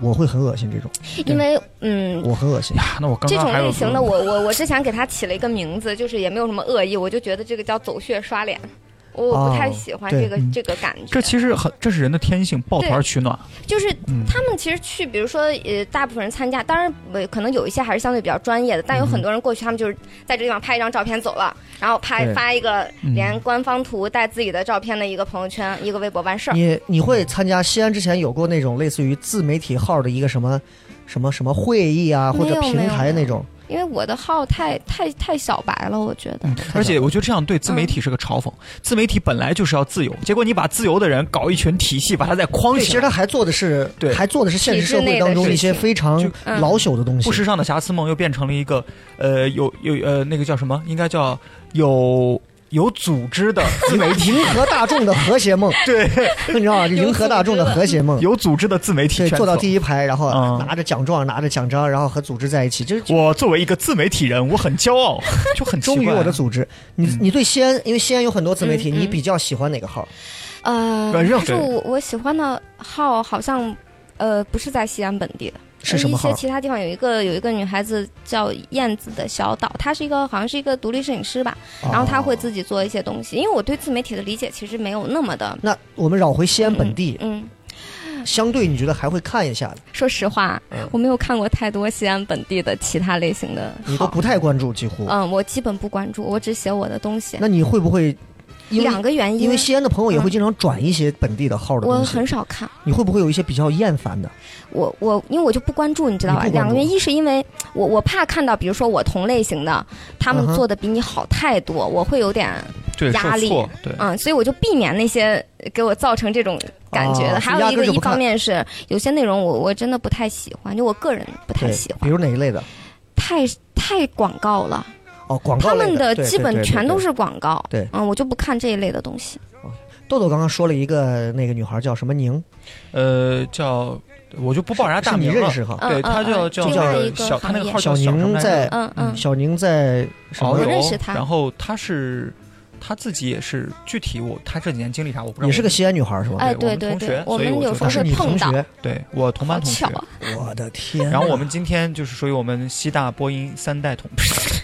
Speaker 3: 我会很恶心这种，
Speaker 5: 因为嗯。
Speaker 3: 我很恶心。
Speaker 4: 呀。那我刚
Speaker 5: 这
Speaker 4: 刚
Speaker 5: 种
Speaker 4: 还有
Speaker 5: 类型的
Speaker 4: 个
Speaker 5: 我，我我之前给他起了一个名字，就是也没有什么恶意，我就觉得这个叫走穴刷脸，我我不太
Speaker 3: 哦
Speaker 5: 喜欢
Speaker 3: 对
Speaker 5: 这个、
Speaker 4: 嗯
Speaker 5: 这个感觉。
Speaker 4: 这其实很，这是人的天性，抱团取暖。
Speaker 5: 就是
Speaker 4: 嗯
Speaker 5: 他们其实去，比如说呃，大部分人参加，当然呃可能有一些还是相对比较专业的，但有
Speaker 4: 嗯
Speaker 5: 很多人过去，他们就是在这地方拍一张照片走了，然后拍
Speaker 3: 对
Speaker 5: 发一个
Speaker 4: 嗯
Speaker 5: 连官方图带自己的照片的一个朋友圈、一个微博完事儿。
Speaker 3: 你你会参加西安之前有过那种类似于自媒体号的一个什么什么什么会议啊，
Speaker 5: 没
Speaker 3: 或者
Speaker 5: 有
Speaker 3: 平
Speaker 5: 没有
Speaker 3: 台
Speaker 5: 没
Speaker 3: 那
Speaker 5: 有
Speaker 3: 种？
Speaker 5: 因为我的号太太太小白了，我觉得。
Speaker 4: 嗯，而且我觉得这样对
Speaker 5: 嗯
Speaker 4: 自媒体是个嘲讽。自媒体本来就是要自由，结果你把自由的人搞一群体系，把它再框
Speaker 3: 对，其
Speaker 4: 起
Speaker 3: 实
Speaker 4: 来，
Speaker 3: 他还做的是，
Speaker 4: 对
Speaker 3: 还做的是现实社
Speaker 5: 体制
Speaker 3: 会
Speaker 5: 内
Speaker 3: 当
Speaker 5: 的
Speaker 3: 中
Speaker 5: 事
Speaker 3: 一些
Speaker 5: 情
Speaker 3: 非常
Speaker 4: 就
Speaker 5: 嗯
Speaker 3: 老朽的东西
Speaker 4: 不。时尚的瑕疵梦又变成了一个呃有有呃那个叫什么？应该叫有有组织的自媒体，
Speaker 3: 迎合大众的和谐
Speaker 4: [LAUGHS]
Speaker 3: 梦，
Speaker 4: 对，
Speaker 3: 你知道吗？迎合大众的和谐梦，
Speaker 4: 有组织的自媒体
Speaker 3: 对，
Speaker 4: 圈
Speaker 3: 坐到
Speaker 4: 层
Speaker 3: 第一排，然后
Speaker 4: 嗯
Speaker 3: 拿着奖状，拿着奖章，然后和组织在一起，这是
Speaker 4: 我作为一个自媒体人，我很骄傲，就
Speaker 3: [LAUGHS]
Speaker 4: 很奇
Speaker 3: 忠于
Speaker 4: 怪
Speaker 3: 我的组织。你
Speaker 4: 嗯
Speaker 3: 你对西安，因为西安有很多自媒体，
Speaker 5: 嗯嗯
Speaker 3: 你比较喜欢哪个号？
Speaker 4: 软
Speaker 5: 呃，但
Speaker 4: 肉
Speaker 5: 是我我喜欢的号好像呃不是在西安本地的，呃
Speaker 3: 是什么
Speaker 5: 嗯一
Speaker 3: 号
Speaker 5: 些？其他地方有一个有一个女孩子叫燕子的小岛，她是一个好像是一个独立摄影师吧，然后她会
Speaker 3: 哦。
Speaker 5: 自己做一些东西。因为我对自媒体的理解其实没有那么的。
Speaker 3: 那我们绕回西安本地，
Speaker 5: 嗯，
Speaker 3: 相对你觉得还会看一下的，
Speaker 5: 说实话
Speaker 3: 嗯，
Speaker 5: 我没有看过太多西安本地的其他类型的
Speaker 3: 你都
Speaker 5: 号。
Speaker 3: 不太关注，几乎。
Speaker 5: 嗯，我基本不关注，我只写我的东西。
Speaker 3: 那你会不会因
Speaker 5: 两
Speaker 3: 为
Speaker 5: 个原
Speaker 3: 因为西安的朋友也会
Speaker 5: 嗯
Speaker 3: 经常转一些本地的号的
Speaker 5: 我
Speaker 3: 东西，
Speaker 5: 很少看，
Speaker 3: 你会不会有一些比较厌烦的？
Speaker 5: 我我因为我就不关注，你知道吧
Speaker 3: 你？不关
Speaker 5: 两
Speaker 3: 注
Speaker 5: 个原因，一是因为我我怕看到，比如说我同类型的，他
Speaker 3: 嗯
Speaker 5: 们
Speaker 3: 哼
Speaker 5: 做的比你好太多，我会有点
Speaker 4: 对
Speaker 5: 压
Speaker 4: 受
Speaker 5: 力
Speaker 4: 挫，对，
Speaker 5: 嗯，所以我就避免那些给我造成这种感觉
Speaker 3: 哦
Speaker 5: 的。
Speaker 3: 就
Speaker 5: 还有
Speaker 3: 压
Speaker 5: 一
Speaker 3: 根儿
Speaker 5: 个，
Speaker 3: 就
Speaker 5: 一
Speaker 3: 不看
Speaker 5: 方面是有些内容我我真的不太喜欢，就我个人不太
Speaker 3: 对
Speaker 5: 喜，
Speaker 3: 比
Speaker 5: 欢，
Speaker 3: 如哪一类的？
Speaker 5: 太太广告了，
Speaker 3: 哦，广告
Speaker 5: 他
Speaker 3: 类
Speaker 5: 们
Speaker 3: 的对
Speaker 5: 基
Speaker 3: 对
Speaker 5: 本
Speaker 3: 对
Speaker 5: 全
Speaker 3: 对
Speaker 5: 都是广告。
Speaker 3: 对
Speaker 5: 嗯，我就不看这一类的东西。
Speaker 3: 豆豆刚刚说了一个那个女孩叫什么宁，
Speaker 4: 呃，叫我就不报人家
Speaker 3: 是
Speaker 4: 大
Speaker 3: 你
Speaker 4: 名
Speaker 3: 认
Speaker 4: 了。
Speaker 3: 识哈？
Speaker 5: 嗯
Speaker 4: 对，
Speaker 5: 嗯
Speaker 4: 他
Speaker 5: 嗯
Speaker 4: 叫
Speaker 5: 嗯
Speaker 4: 叫
Speaker 5: 另
Speaker 4: 那
Speaker 5: 外一
Speaker 4: 个
Speaker 5: 个
Speaker 4: 小，他那
Speaker 5: 行
Speaker 4: 个
Speaker 5: 业
Speaker 4: 号叫
Speaker 3: 小宁
Speaker 4: 什么来
Speaker 3: 在
Speaker 4: 着
Speaker 5: 嗯哦嗯，
Speaker 3: 小宁在什
Speaker 4: 遨
Speaker 5: 我
Speaker 3: 么
Speaker 4: 游？
Speaker 5: 认识他
Speaker 4: 然后他是他自己也是具体我他这几年经历啥我不知道。
Speaker 3: 也是个西安女孩是吧？
Speaker 5: 哎，
Speaker 4: 对
Speaker 5: 对
Speaker 4: 我们同
Speaker 5: 对对
Speaker 4: 学，
Speaker 5: 我
Speaker 4: 所以
Speaker 5: 们
Speaker 4: 我
Speaker 5: 有
Speaker 4: 就
Speaker 5: 时
Speaker 3: 啊
Speaker 4: 当
Speaker 5: 候
Speaker 3: 是
Speaker 5: 会
Speaker 3: 你同
Speaker 5: 碰到，
Speaker 3: 学，
Speaker 4: 对我同
Speaker 5: 好
Speaker 4: 班同学
Speaker 5: 巧。啊！
Speaker 3: 我的
Speaker 5: [LAUGHS]
Speaker 3: 天！
Speaker 4: 然后我们今天就是属于我们西大播音三代同， [LAUGHS]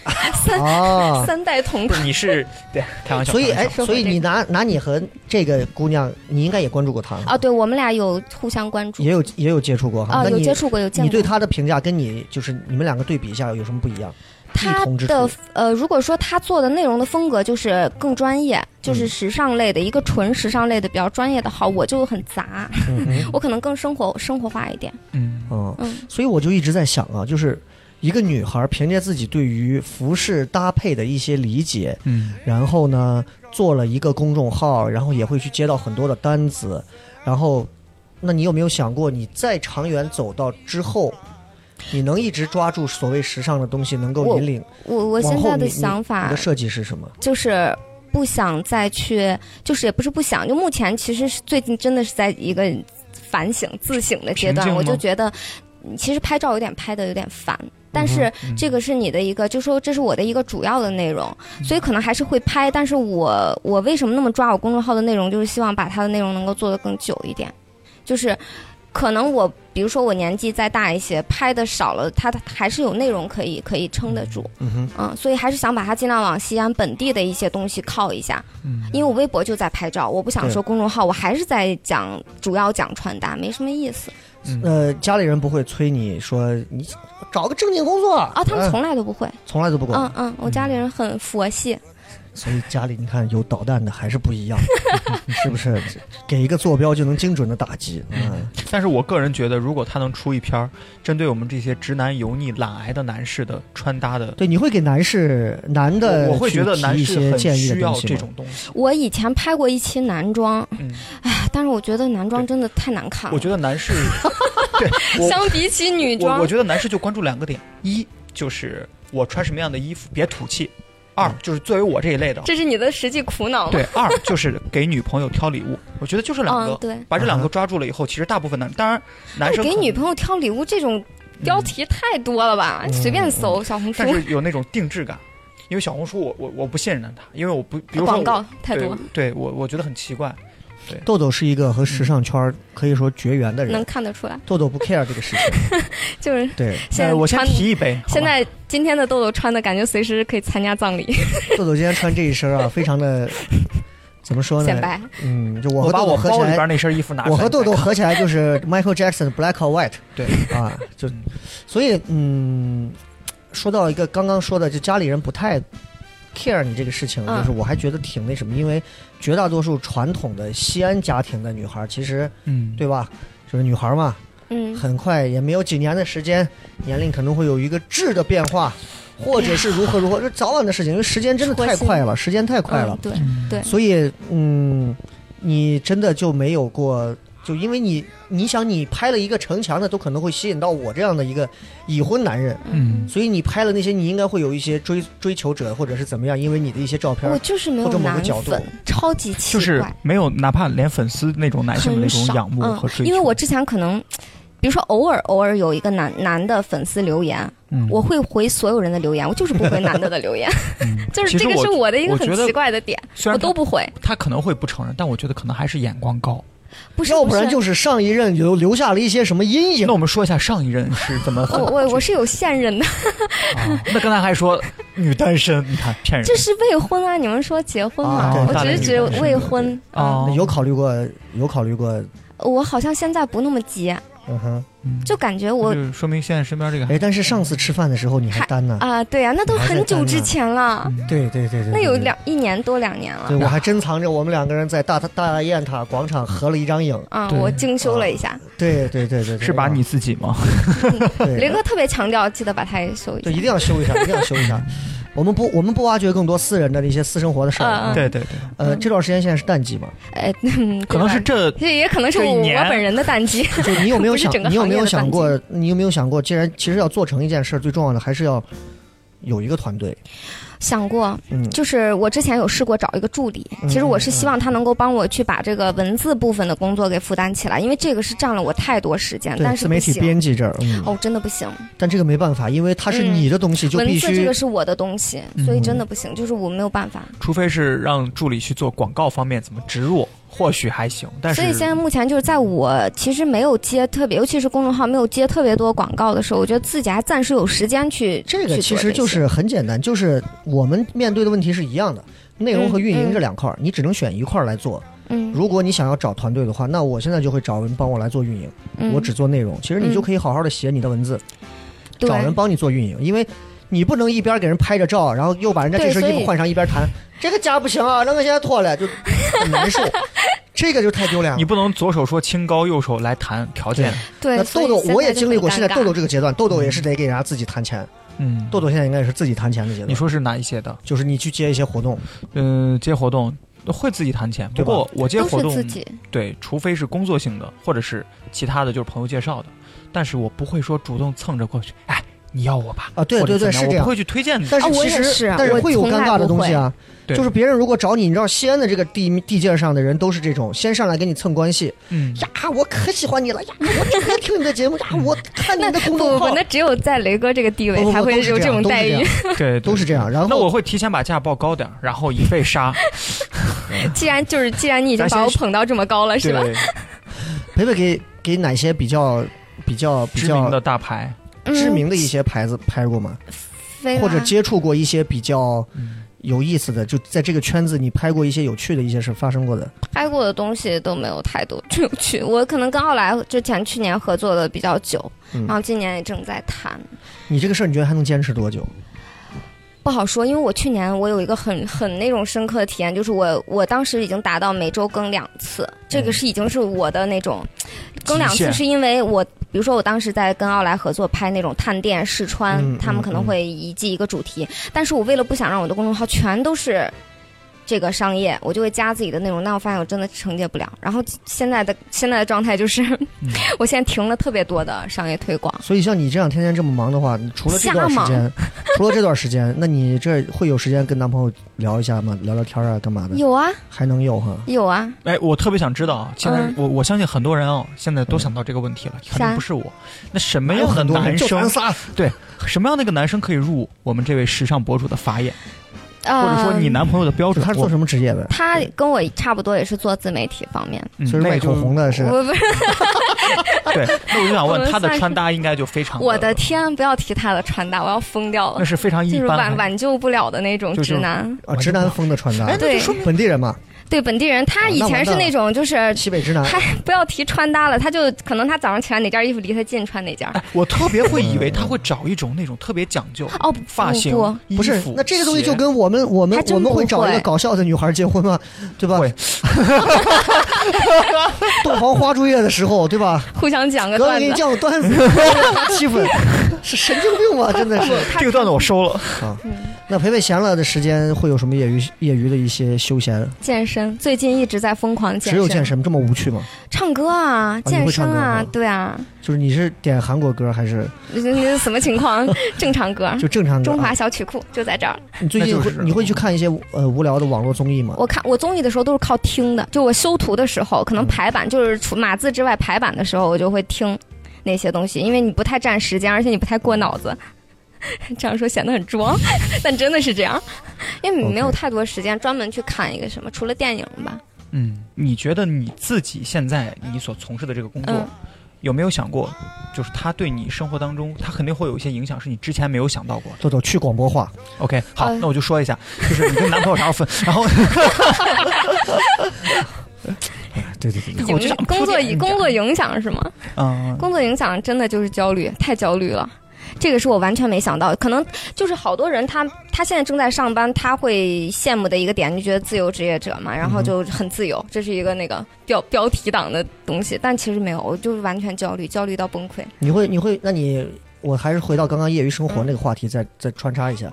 Speaker 3: 啊，
Speaker 5: 三代同
Speaker 4: 不
Speaker 5: 堂
Speaker 4: 是你是对开玩笑，
Speaker 3: 所以
Speaker 4: 开玩
Speaker 3: 哎，
Speaker 4: 笑
Speaker 5: 说回
Speaker 3: 所以
Speaker 5: 这个
Speaker 3: 你拿拿你和这个姑娘，你应该也关注过她
Speaker 5: 啊，，对我们俩有互相关注
Speaker 3: 也有也有接触过哈。
Speaker 5: 啊，
Speaker 3: 那
Speaker 5: 有
Speaker 3: 你
Speaker 5: 接触过，有见
Speaker 3: 你
Speaker 5: 过
Speaker 3: 对。她的评价跟你就是你们两个对比一下有什么不一样？
Speaker 5: 他
Speaker 3: 异同之
Speaker 5: 的
Speaker 3: 处
Speaker 5: 呃，如果说他做的内容的风格就是更专业，就是
Speaker 3: 嗯
Speaker 5: 时尚类的、一个纯时尚类的比较专业的好，我就很杂，
Speaker 3: 嗯哼
Speaker 5: [LAUGHS] 我可能更生活生活化一点。
Speaker 4: 嗯，
Speaker 3: 嗯
Speaker 5: 嗯，
Speaker 3: 所以我就一直在想啊，就是一个女孩凭借自己对于服饰搭配的一些理解，
Speaker 4: 嗯，
Speaker 3: 然后呢做了一个公众号，然后也会去接到很多的单子，然后，那你有没有想过，你再长远走到之后，你能一直抓住所谓时尚的东西，能够
Speaker 5: 我
Speaker 3: 引领
Speaker 5: 我我现
Speaker 3: 往后
Speaker 5: 在
Speaker 3: 你
Speaker 5: 的
Speaker 3: 你
Speaker 5: 想
Speaker 3: 你
Speaker 5: 法
Speaker 3: 的设计是什么？
Speaker 5: 就是不想再去，就是也不是不想，就目前其实是最近真的是在一个反省、自省的阶
Speaker 4: 平静
Speaker 5: 段，
Speaker 4: 吗
Speaker 5: 我就觉得嗯其实拍照有点拍的有点烦，但是
Speaker 4: 嗯
Speaker 5: 这个是你的一个，就说这是我的一个主要的内容，所以可能还是会拍，但是我我为什么那么抓我公众号的内容，就是希望把它的内容能够做得更久一点，就是。可能我，比如说我年纪再大一些，拍的少了，它它还是有内容可以可以撑得住。
Speaker 3: 嗯哼，
Speaker 5: 嗯，所以还是想把它尽量往西安本地的一些东西靠一下，
Speaker 4: 嗯
Speaker 5: 因为我微博就在拍照，我不想
Speaker 3: 对
Speaker 5: 说公众号，我还是在讲主要讲穿搭，没什么意思。
Speaker 4: 嗯
Speaker 3: 呃，家里人不会催你说你找个正经工作啊
Speaker 5: 哦，他们
Speaker 3: 哎
Speaker 5: 从来都不会，
Speaker 3: 从来都不管，
Speaker 5: 嗯嗯，我家里人很佛系，
Speaker 3: 所以家里你看有导弹的还是不一
Speaker 5: [LAUGHS]
Speaker 3: 样，是不是？给一个坐标就能精准的打击，嗯，
Speaker 4: 但是我个人觉得，如果他能出一篇儿针对我们这些直男、油腻、懒癌的男士的穿搭的，
Speaker 3: 对，你会给男士男的
Speaker 4: 我我会觉得
Speaker 3: 去提
Speaker 4: 男
Speaker 3: 一
Speaker 4: 士
Speaker 3: 些
Speaker 4: 很
Speaker 3: 建议的
Speaker 4: 需
Speaker 3: 东
Speaker 4: 要
Speaker 3: 西
Speaker 4: 这
Speaker 3: 吗
Speaker 4: 种东西。
Speaker 5: 我以前拍过一期男装，
Speaker 4: 嗯，
Speaker 5: 但是我觉得男装真的太难看了。
Speaker 4: 我觉得男士， [LAUGHS] 对
Speaker 5: [LAUGHS]
Speaker 4: 我
Speaker 5: 相比起女
Speaker 4: 我我
Speaker 5: 装，
Speaker 4: 觉得男士就关注两个点：一就是我穿什么样的衣服别土气；二就是作为我这一类的，
Speaker 5: 嗯这是你的实际苦恼吗？
Speaker 4: 对，二 [LAUGHS] 就是给女朋友挑礼物。我觉得就是两
Speaker 5: 嗯，
Speaker 4: 个，
Speaker 5: 对。哎
Speaker 4: 把这两个抓住了以后，其实大部分男，当然男生
Speaker 5: 给
Speaker 4: 可
Speaker 5: 女
Speaker 4: 能
Speaker 5: 朋友挑礼物这种标题太多了吧？
Speaker 3: 嗯
Speaker 5: 随便搜小红书
Speaker 4: 但是有那种定制感，因为小红书我我我不信任它，因为我不比如说
Speaker 5: 广
Speaker 4: 我
Speaker 5: 告太
Speaker 4: 对
Speaker 5: 多，
Speaker 4: 对我我觉得很奇怪，
Speaker 3: 豆豆是一个和
Speaker 4: 嗯
Speaker 3: 时尚圈儿可以说绝缘的人
Speaker 5: 能，看得出来，
Speaker 3: 豆豆不 care 这个事
Speaker 5: [LAUGHS]
Speaker 3: 情。
Speaker 5: 就是
Speaker 3: 对，
Speaker 5: 现在
Speaker 4: 呃我先
Speaker 5: 穿
Speaker 4: 提一杯，好吧
Speaker 5: 现在今天的豆豆穿的感觉随时可以参加葬礼，
Speaker 3: 豆豆今天穿这一身啊，非常的怎么说
Speaker 5: 显
Speaker 3: 呢？
Speaker 5: 摆。
Speaker 3: 嗯，就我
Speaker 4: 我
Speaker 3: 和
Speaker 4: 把
Speaker 3: 豆豆
Speaker 4: 我
Speaker 3: 合起
Speaker 4: 包里
Speaker 3: 来
Speaker 4: 边，那身衣服拿出来，
Speaker 3: 我和豆豆
Speaker 4: 你再
Speaker 3: 合起来就是 Michael Jackson Black or White。
Speaker 4: 对
Speaker 3: 啊，就
Speaker 4: 嗯
Speaker 3: 所以嗯，说到一个刚刚说的，就家里人不太 care 你这个事情，
Speaker 5: 嗯
Speaker 3: 就是我还觉得挺那什么，因为绝大多数传统的西安家庭的女孩儿，其实
Speaker 4: 看嗯
Speaker 3: 对吧，就是女孩儿嘛，
Speaker 5: 嗯，
Speaker 3: 很快也没有几年的时间，年龄可能会有一个质的变化，或者是如何如何，这早晚的事情，因为时间真的太快了，时间太快了
Speaker 5: 哎嗯，对，对
Speaker 3: 所以嗯，你真的就没有过。就因为你，你想你拍了一个城墙的，都可能会吸引到我这样的一个已婚男人，
Speaker 4: 嗯
Speaker 3: 所以你拍了那些，你应该会有一些追追求者或者是怎么样，因为你的一些照片
Speaker 5: 我，就是没
Speaker 3: 或者
Speaker 5: 有
Speaker 3: 某个
Speaker 5: 男
Speaker 3: 角度
Speaker 5: 粉，超级奇
Speaker 4: 就
Speaker 5: 怪，
Speaker 4: 是没有哪怕连粉丝那种男性的那
Speaker 5: 很
Speaker 4: 种
Speaker 5: 少。
Speaker 4: 仰慕和追
Speaker 5: 嗯，
Speaker 4: 求，
Speaker 5: 因为我之前可能。比如说，偶尔偶尔有一个男男的粉丝留言，
Speaker 4: 嗯
Speaker 5: 我会回所有人的留言，我就是不回男的的留言， [LAUGHS] 就是
Speaker 4: 嗯其实
Speaker 5: 这个
Speaker 4: 我
Speaker 5: 是我的一个
Speaker 4: 我
Speaker 5: 很
Speaker 4: 觉得
Speaker 5: 奇怪的点，
Speaker 4: 虽
Speaker 5: 我
Speaker 4: 然
Speaker 5: 都不回，
Speaker 4: 他可能会不承认，但我觉得可能还是眼光高。
Speaker 5: 不是，
Speaker 3: 要
Speaker 5: 不
Speaker 3: 不然就是上一任留留下了一些什么阴影
Speaker 4: 那。我们说一下上一任是怎么
Speaker 5: 我
Speaker 4: 分的？
Speaker 5: 我我是有现任的，
Speaker 4: 啊那刚才还说女单身，你看骗人。
Speaker 5: 这是未婚啊，你们说结婚
Speaker 3: 啊
Speaker 5: 嘛，
Speaker 3: 对
Speaker 5: 我
Speaker 3: 大
Speaker 5: 只
Speaker 3: 龄
Speaker 5: 是
Speaker 3: 女
Speaker 5: 觉得
Speaker 3: 单身
Speaker 5: 未婚啊，
Speaker 4: 哦，
Speaker 3: 有考虑过，有考虑过，
Speaker 5: 我好像现在不那么急，
Speaker 3: 嗯哼，
Speaker 4: 嗯
Speaker 5: 就感觉我
Speaker 4: 就是说明现在身边这个
Speaker 5: [LAUGHS]
Speaker 4: 还
Speaker 3: 哎，但是上次吃饭的时候你还
Speaker 5: 还
Speaker 3: 单呢，
Speaker 5: 啊，对呀、那都
Speaker 3: 你还在
Speaker 5: 很久
Speaker 3: 单呢
Speaker 5: 之前
Speaker 4: 嗯
Speaker 5: 了，
Speaker 3: 对对对对，
Speaker 5: 那有
Speaker 3: 对对
Speaker 5: 两一年多两年了
Speaker 3: 对。我还珍藏着我们两个人在大大雁塔广场合了一张影。
Speaker 5: 啊、
Speaker 4: 对啊
Speaker 5: 我精修了一下。
Speaker 3: 对对对对，对
Speaker 4: 是把你自己吗？
Speaker 3: 对
Speaker 5: [LAUGHS] 雷哥特别强调，记得把它也修一下
Speaker 3: 对，一定要修一下，一定要修一下。我们不，我们不挖掘更多私人的一些私生活的事儿啊。
Speaker 5: 嗯嗯
Speaker 4: 对对对，
Speaker 3: 呃，这段时间现在是淡季嘛，
Speaker 5: 哎，嗯
Speaker 4: 可能是，这
Speaker 5: 对吧这也可能是
Speaker 4: 这一
Speaker 5: 我
Speaker 4: 年
Speaker 5: 我本人的淡季。
Speaker 3: 就你有没有
Speaker 5: 不是
Speaker 3: 想
Speaker 5: 整个，
Speaker 3: 你有没有
Speaker 5: 行
Speaker 3: 想
Speaker 5: 业的淡季
Speaker 3: 过，你有没有想过，既然其实要做成一件事儿，最重要的还是要有一个团队。
Speaker 5: [LAUGHS] 想过，
Speaker 3: 嗯，
Speaker 5: 就是我之前有试过找一个助理，
Speaker 3: 嗯
Speaker 5: 其实我是希望他能够帮我去把这个文字部分的工作给负担起来，因为这个是占了我太多时间，
Speaker 3: 对，
Speaker 5: 但是
Speaker 3: 自
Speaker 5: 不
Speaker 3: 媒体
Speaker 5: 行。
Speaker 3: 编辑这儿，嗯，
Speaker 5: 哦，真的不行，
Speaker 3: 但这个没办法，因为它是
Speaker 5: 嗯
Speaker 3: 你的东西，就
Speaker 5: 文
Speaker 3: 必
Speaker 5: 字这
Speaker 3: 须嗯
Speaker 5: 个是我的东西，所以真的不行，就是我没有办法。
Speaker 4: 除非是让助理去做广告方面怎么植入，或许还行。但是
Speaker 5: 所以现在目前就是在我其实没有接特别，尤其是公众号没有接特别多广告的时候，我觉得自己还暂时有时间去
Speaker 3: 这个
Speaker 5: 去
Speaker 3: 其
Speaker 5: 做
Speaker 3: 实
Speaker 5: 这
Speaker 3: 就
Speaker 5: 些
Speaker 3: 是很简单，就是我们面对的问题是一样的，内容和运营这两块儿，你只能选一块儿来做。
Speaker 5: 嗯，
Speaker 3: 如果你想要找团队的话，那我现在就会找人帮我来做运营，
Speaker 5: 嗯
Speaker 3: 我只做内容。其实你
Speaker 5: 嗯
Speaker 3: 就可以好好的写你的文字，
Speaker 5: 对
Speaker 3: 找人帮你做运营，因为你不能一边给人拍着照，然后又把人家这
Speaker 5: 对
Speaker 3: 身
Speaker 5: 所
Speaker 3: 衣服
Speaker 5: 以
Speaker 3: 换上，一边谈这个家不行啊，那个现在脱了就很难受。这个就太丢脸
Speaker 4: 你
Speaker 3: 了。
Speaker 4: 不能左手说清高，右手来谈条件。
Speaker 5: 对
Speaker 3: 那，
Speaker 5: 所以
Speaker 3: 豆豆
Speaker 5: 现在
Speaker 3: 我也
Speaker 5: 就
Speaker 3: 经历
Speaker 5: 很
Speaker 3: 过，
Speaker 5: 尴
Speaker 3: 现在
Speaker 5: 尬
Speaker 3: 豆豆这个阶段，豆豆也是得给人家自己谈钱。
Speaker 4: 嗯，
Speaker 3: 豆豆现在应该也是自己谈钱的阶段。
Speaker 4: 你说是哪一些的？
Speaker 3: 就是你去接一些活动，
Speaker 4: 嗯、接活动会自己谈钱，
Speaker 3: 对
Speaker 4: 不
Speaker 3: 吧
Speaker 4: 过我接
Speaker 5: 都
Speaker 4: 活
Speaker 5: 是
Speaker 4: 动
Speaker 5: 自己，
Speaker 4: 对，除非是工作性的，或者是其他的，就是朋友介绍的。但是我不会说主动蹭着过去，哎，你要我吧？
Speaker 3: 啊对
Speaker 4: 或者
Speaker 3: 对对
Speaker 4: 怎么样
Speaker 3: 是这样
Speaker 4: 我不会去推
Speaker 3: [LAUGHS]
Speaker 4: 荐你。
Speaker 3: 但
Speaker 5: 啊
Speaker 3: 是
Speaker 5: 我
Speaker 3: 其
Speaker 5: 也
Speaker 3: 实、
Speaker 5: 是
Speaker 3: 但是
Speaker 5: 我
Speaker 3: 会有
Speaker 5: 从
Speaker 3: 尴
Speaker 5: 来
Speaker 3: 尬的
Speaker 5: 不
Speaker 3: 东西啊，
Speaker 4: 对
Speaker 3: 就是别人如果找你，你知道西安的这个地地界上的人都是这种，先上来给你蹭关系
Speaker 4: 嗯，
Speaker 3: 呀，我可喜欢你了呀，我整天听你的节目呀，我看你的公
Speaker 5: 不
Speaker 3: 众
Speaker 5: 不
Speaker 3: 号
Speaker 5: 不，那，只有在雷哥这个地
Speaker 3: 不不
Speaker 5: 位才
Speaker 3: 不
Speaker 5: 会
Speaker 3: 哦都是
Speaker 5: 有
Speaker 3: 这
Speaker 5: 种
Speaker 3: 样都是
Speaker 5: 待
Speaker 3: 这
Speaker 5: 遇
Speaker 3: 样，
Speaker 5: [LAUGHS]
Speaker 4: 对，对
Speaker 3: 都是这样。然
Speaker 4: 那
Speaker 3: 后
Speaker 4: 我会提前把价报高点儿，然后一
Speaker 3: [LAUGHS]
Speaker 4: 被杀。
Speaker 5: [LAUGHS] 既然就是既然你已
Speaker 4: 咱
Speaker 5: 经把
Speaker 4: 先
Speaker 5: 我捧到这么高了，是吧？
Speaker 4: 对，
Speaker 3: 培培给给哪些比较比较比
Speaker 4: 知名
Speaker 3: 较
Speaker 4: 的大牌，
Speaker 3: 知
Speaker 5: 嗯哎
Speaker 3: 名的一些牌子拍过吗？
Speaker 5: 飞
Speaker 3: 或者
Speaker 5: 吧
Speaker 3: 接触过一些比较
Speaker 4: 嗯
Speaker 3: 有意思的，就在这个圈子你拍过一些有趣的一些事发生过的？
Speaker 5: 拍过的东西都没有太多有趣。我可能跟奥莱之前去年合作的比较久，
Speaker 3: 嗯
Speaker 5: 然后今年也正在谈，
Speaker 3: 你这个事儿你觉得还能坚持多久？
Speaker 5: 不好说。因为我去年我有一个很很那种深刻的体验，就是我我当时已经达到每周更两次，这个是已经是我的那种更两
Speaker 4: 嗯极
Speaker 5: 次，
Speaker 4: 限
Speaker 5: 是因为我。比如说，我当时在跟奥莱合作拍那种探店试穿，
Speaker 3: 嗯
Speaker 5: 他们可能会一季一个主题，但是我为了不想让我的公众号全都是这个商业，我就会加自己的内容，但我发现我真的承接不了。然后现在的现在的状态就是，
Speaker 4: 嗯
Speaker 5: [LAUGHS] 我现在停了特别多的商业推广。
Speaker 3: 所以像你这样天天这么忙的话，你除了这段时
Speaker 5: 瞎
Speaker 3: 间， [LAUGHS] 除了这段时间，那你这会有时间跟男朋友聊一下吗？聊聊天啊，干嘛的？
Speaker 5: 有啊，
Speaker 3: 还能有哈？
Speaker 5: 有啊，
Speaker 4: 哎，我特别想知道啊！现在
Speaker 5: 嗯
Speaker 4: 我我相信很多人啊，现在都想到这个问题了，肯定
Speaker 5: 啥
Speaker 4: 不是我。那什么
Speaker 3: 没
Speaker 4: 样的
Speaker 3: 很多
Speaker 4: 男
Speaker 3: 就咱
Speaker 4: 生，
Speaker 3: 仨。
Speaker 4: 对什么样的一个男生可以入我们这位时尚博主的法眼，
Speaker 5: 呃，
Speaker 4: 或者说你男朋友的标准？
Speaker 3: 他是做
Speaker 4: 我
Speaker 3: 什么职业的？
Speaker 5: 他跟我差不多也是做自媒体方面，
Speaker 4: 嗯
Speaker 3: 所以
Speaker 4: 那
Speaker 3: 卖
Speaker 4: 也就
Speaker 3: 口红的是
Speaker 5: 我不是 [LAUGHS]
Speaker 4: 对，那我就想
Speaker 5: 我
Speaker 4: 问，
Speaker 5: 们
Speaker 4: 他的
Speaker 5: 算是
Speaker 4: 穿搭应该就非常
Speaker 5: 我的天，不要提他的穿搭，我要疯掉
Speaker 4: 那
Speaker 5: 了，
Speaker 4: 是非常一
Speaker 5: 就是
Speaker 4: 般
Speaker 5: 挽
Speaker 4: 的。
Speaker 5: 挽救不了的那种
Speaker 4: 就是
Speaker 5: 直男。
Speaker 3: 啊，直男风的穿搭
Speaker 4: 哎，，那就
Speaker 5: 对
Speaker 4: 说
Speaker 3: 本地人嘛，
Speaker 5: 对本地人，他以
Speaker 3: 啊那完
Speaker 5: 前是
Speaker 3: 蛋啊
Speaker 5: 那种就是。
Speaker 3: 西北直男。
Speaker 5: 嗨，不要提穿搭了，他就可能他早上起来哪件衣服离他近穿哪件。
Speaker 3: 啊
Speaker 4: 哎，我特别会以为他会找一种那种特别讲究
Speaker 5: 哦不
Speaker 4: 发型
Speaker 5: 不、
Speaker 4: 衣
Speaker 3: 嗯不是
Speaker 4: 服，
Speaker 3: 那这个东西
Speaker 4: 鞋
Speaker 3: 就跟我们我们
Speaker 5: 还真
Speaker 3: 我们会找一个
Speaker 5: 不会
Speaker 3: 搞笑的女孩结婚吗？对吧
Speaker 4: 会？
Speaker 3: [LAUGHS] 洞房花烛夜的时候，对吧？
Speaker 5: 互相讲个
Speaker 3: 哥，我
Speaker 5: 段
Speaker 3: 给
Speaker 5: 子
Speaker 3: 你。讲个段子， [LAUGHS] 气氛是神经病吗？真的是。
Speaker 4: 这个段子我收了。
Speaker 3: 那培培闲了的时间会有什么业余业余的一些休闲？
Speaker 5: 健身，最近一直在疯狂健身。
Speaker 3: 只有健身这么无趣吗？
Speaker 5: 唱歌啊，
Speaker 3: 你
Speaker 5: 健
Speaker 3: 会唱
Speaker 5: 身
Speaker 3: 歌
Speaker 5: 啊，
Speaker 3: 吗
Speaker 5: 对啊，
Speaker 3: 就是你是点韩国歌还是
Speaker 5: 你这你这什么情况？ [LAUGHS] 正常歌，
Speaker 3: [LAUGHS] 就正常歌？
Speaker 5: 嗯中华
Speaker 3: 啊
Speaker 5: 小曲库就在这儿。
Speaker 3: 你最近
Speaker 4: 那就
Speaker 3: 会
Speaker 4: 是
Speaker 3: 你会去看一些呃无聊的网络综艺吗？
Speaker 5: 我看我综艺的时候都是靠听的，就我修图的时候，
Speaker 4: 嗯
Speaker 5: 可能排版就是除码字之外排版的时候，我就会听那些东西，因为你不太占时间，而且你不太过脑子。 [LAUGHS] 这样说显得很装， [LAUGHS] 但真的是这样，因为你没有
Speaker 3: OK
Speaker 5: 太多时间专门去看一个什么，除了电影吧。
Speaker 4: 嗯，你觉得你自己现在你所从事的这个工作，
Speaker 5: 嗯
Speaker 4: 有没有想过，就是它对你生活当中，它肯定会有一些影响，是你之前没有想到过的。
Speaker 3: 豆豆去广播化，
Speaker 4: OK，好，
Speaker 5: 呃
Speaker 4: 那我就说一下，就是你跟男朋友啥时候分，然后
Speaker 5: 嗯
Speaker 3: 对对对对，
Speaker 4: 我就
Speaker 5: 影
Speaker 4: 想
Speaker 5: 工作
Speaker 4: 铺垫一下
Speaker 5: 工作影响是吗？
Speaker 4: 嗯，
Speaker 5: 工作影响真的就是焦虑，太焦虑了。这个是我完全没想到，可能就是好多人他他现在正在上班，他会羡慕的一个点，就觉得自由职业者嘛，然后就很自由，这是一个那个标标题党的东西，但其实没有，我就是完全焦虑，焦虑到崩溃。
Speaker 3: 你会你会那你我还是回到刚刚业余生
Speaker 5: 嗯
Speaker 3: 活那个话题再再穿插一下，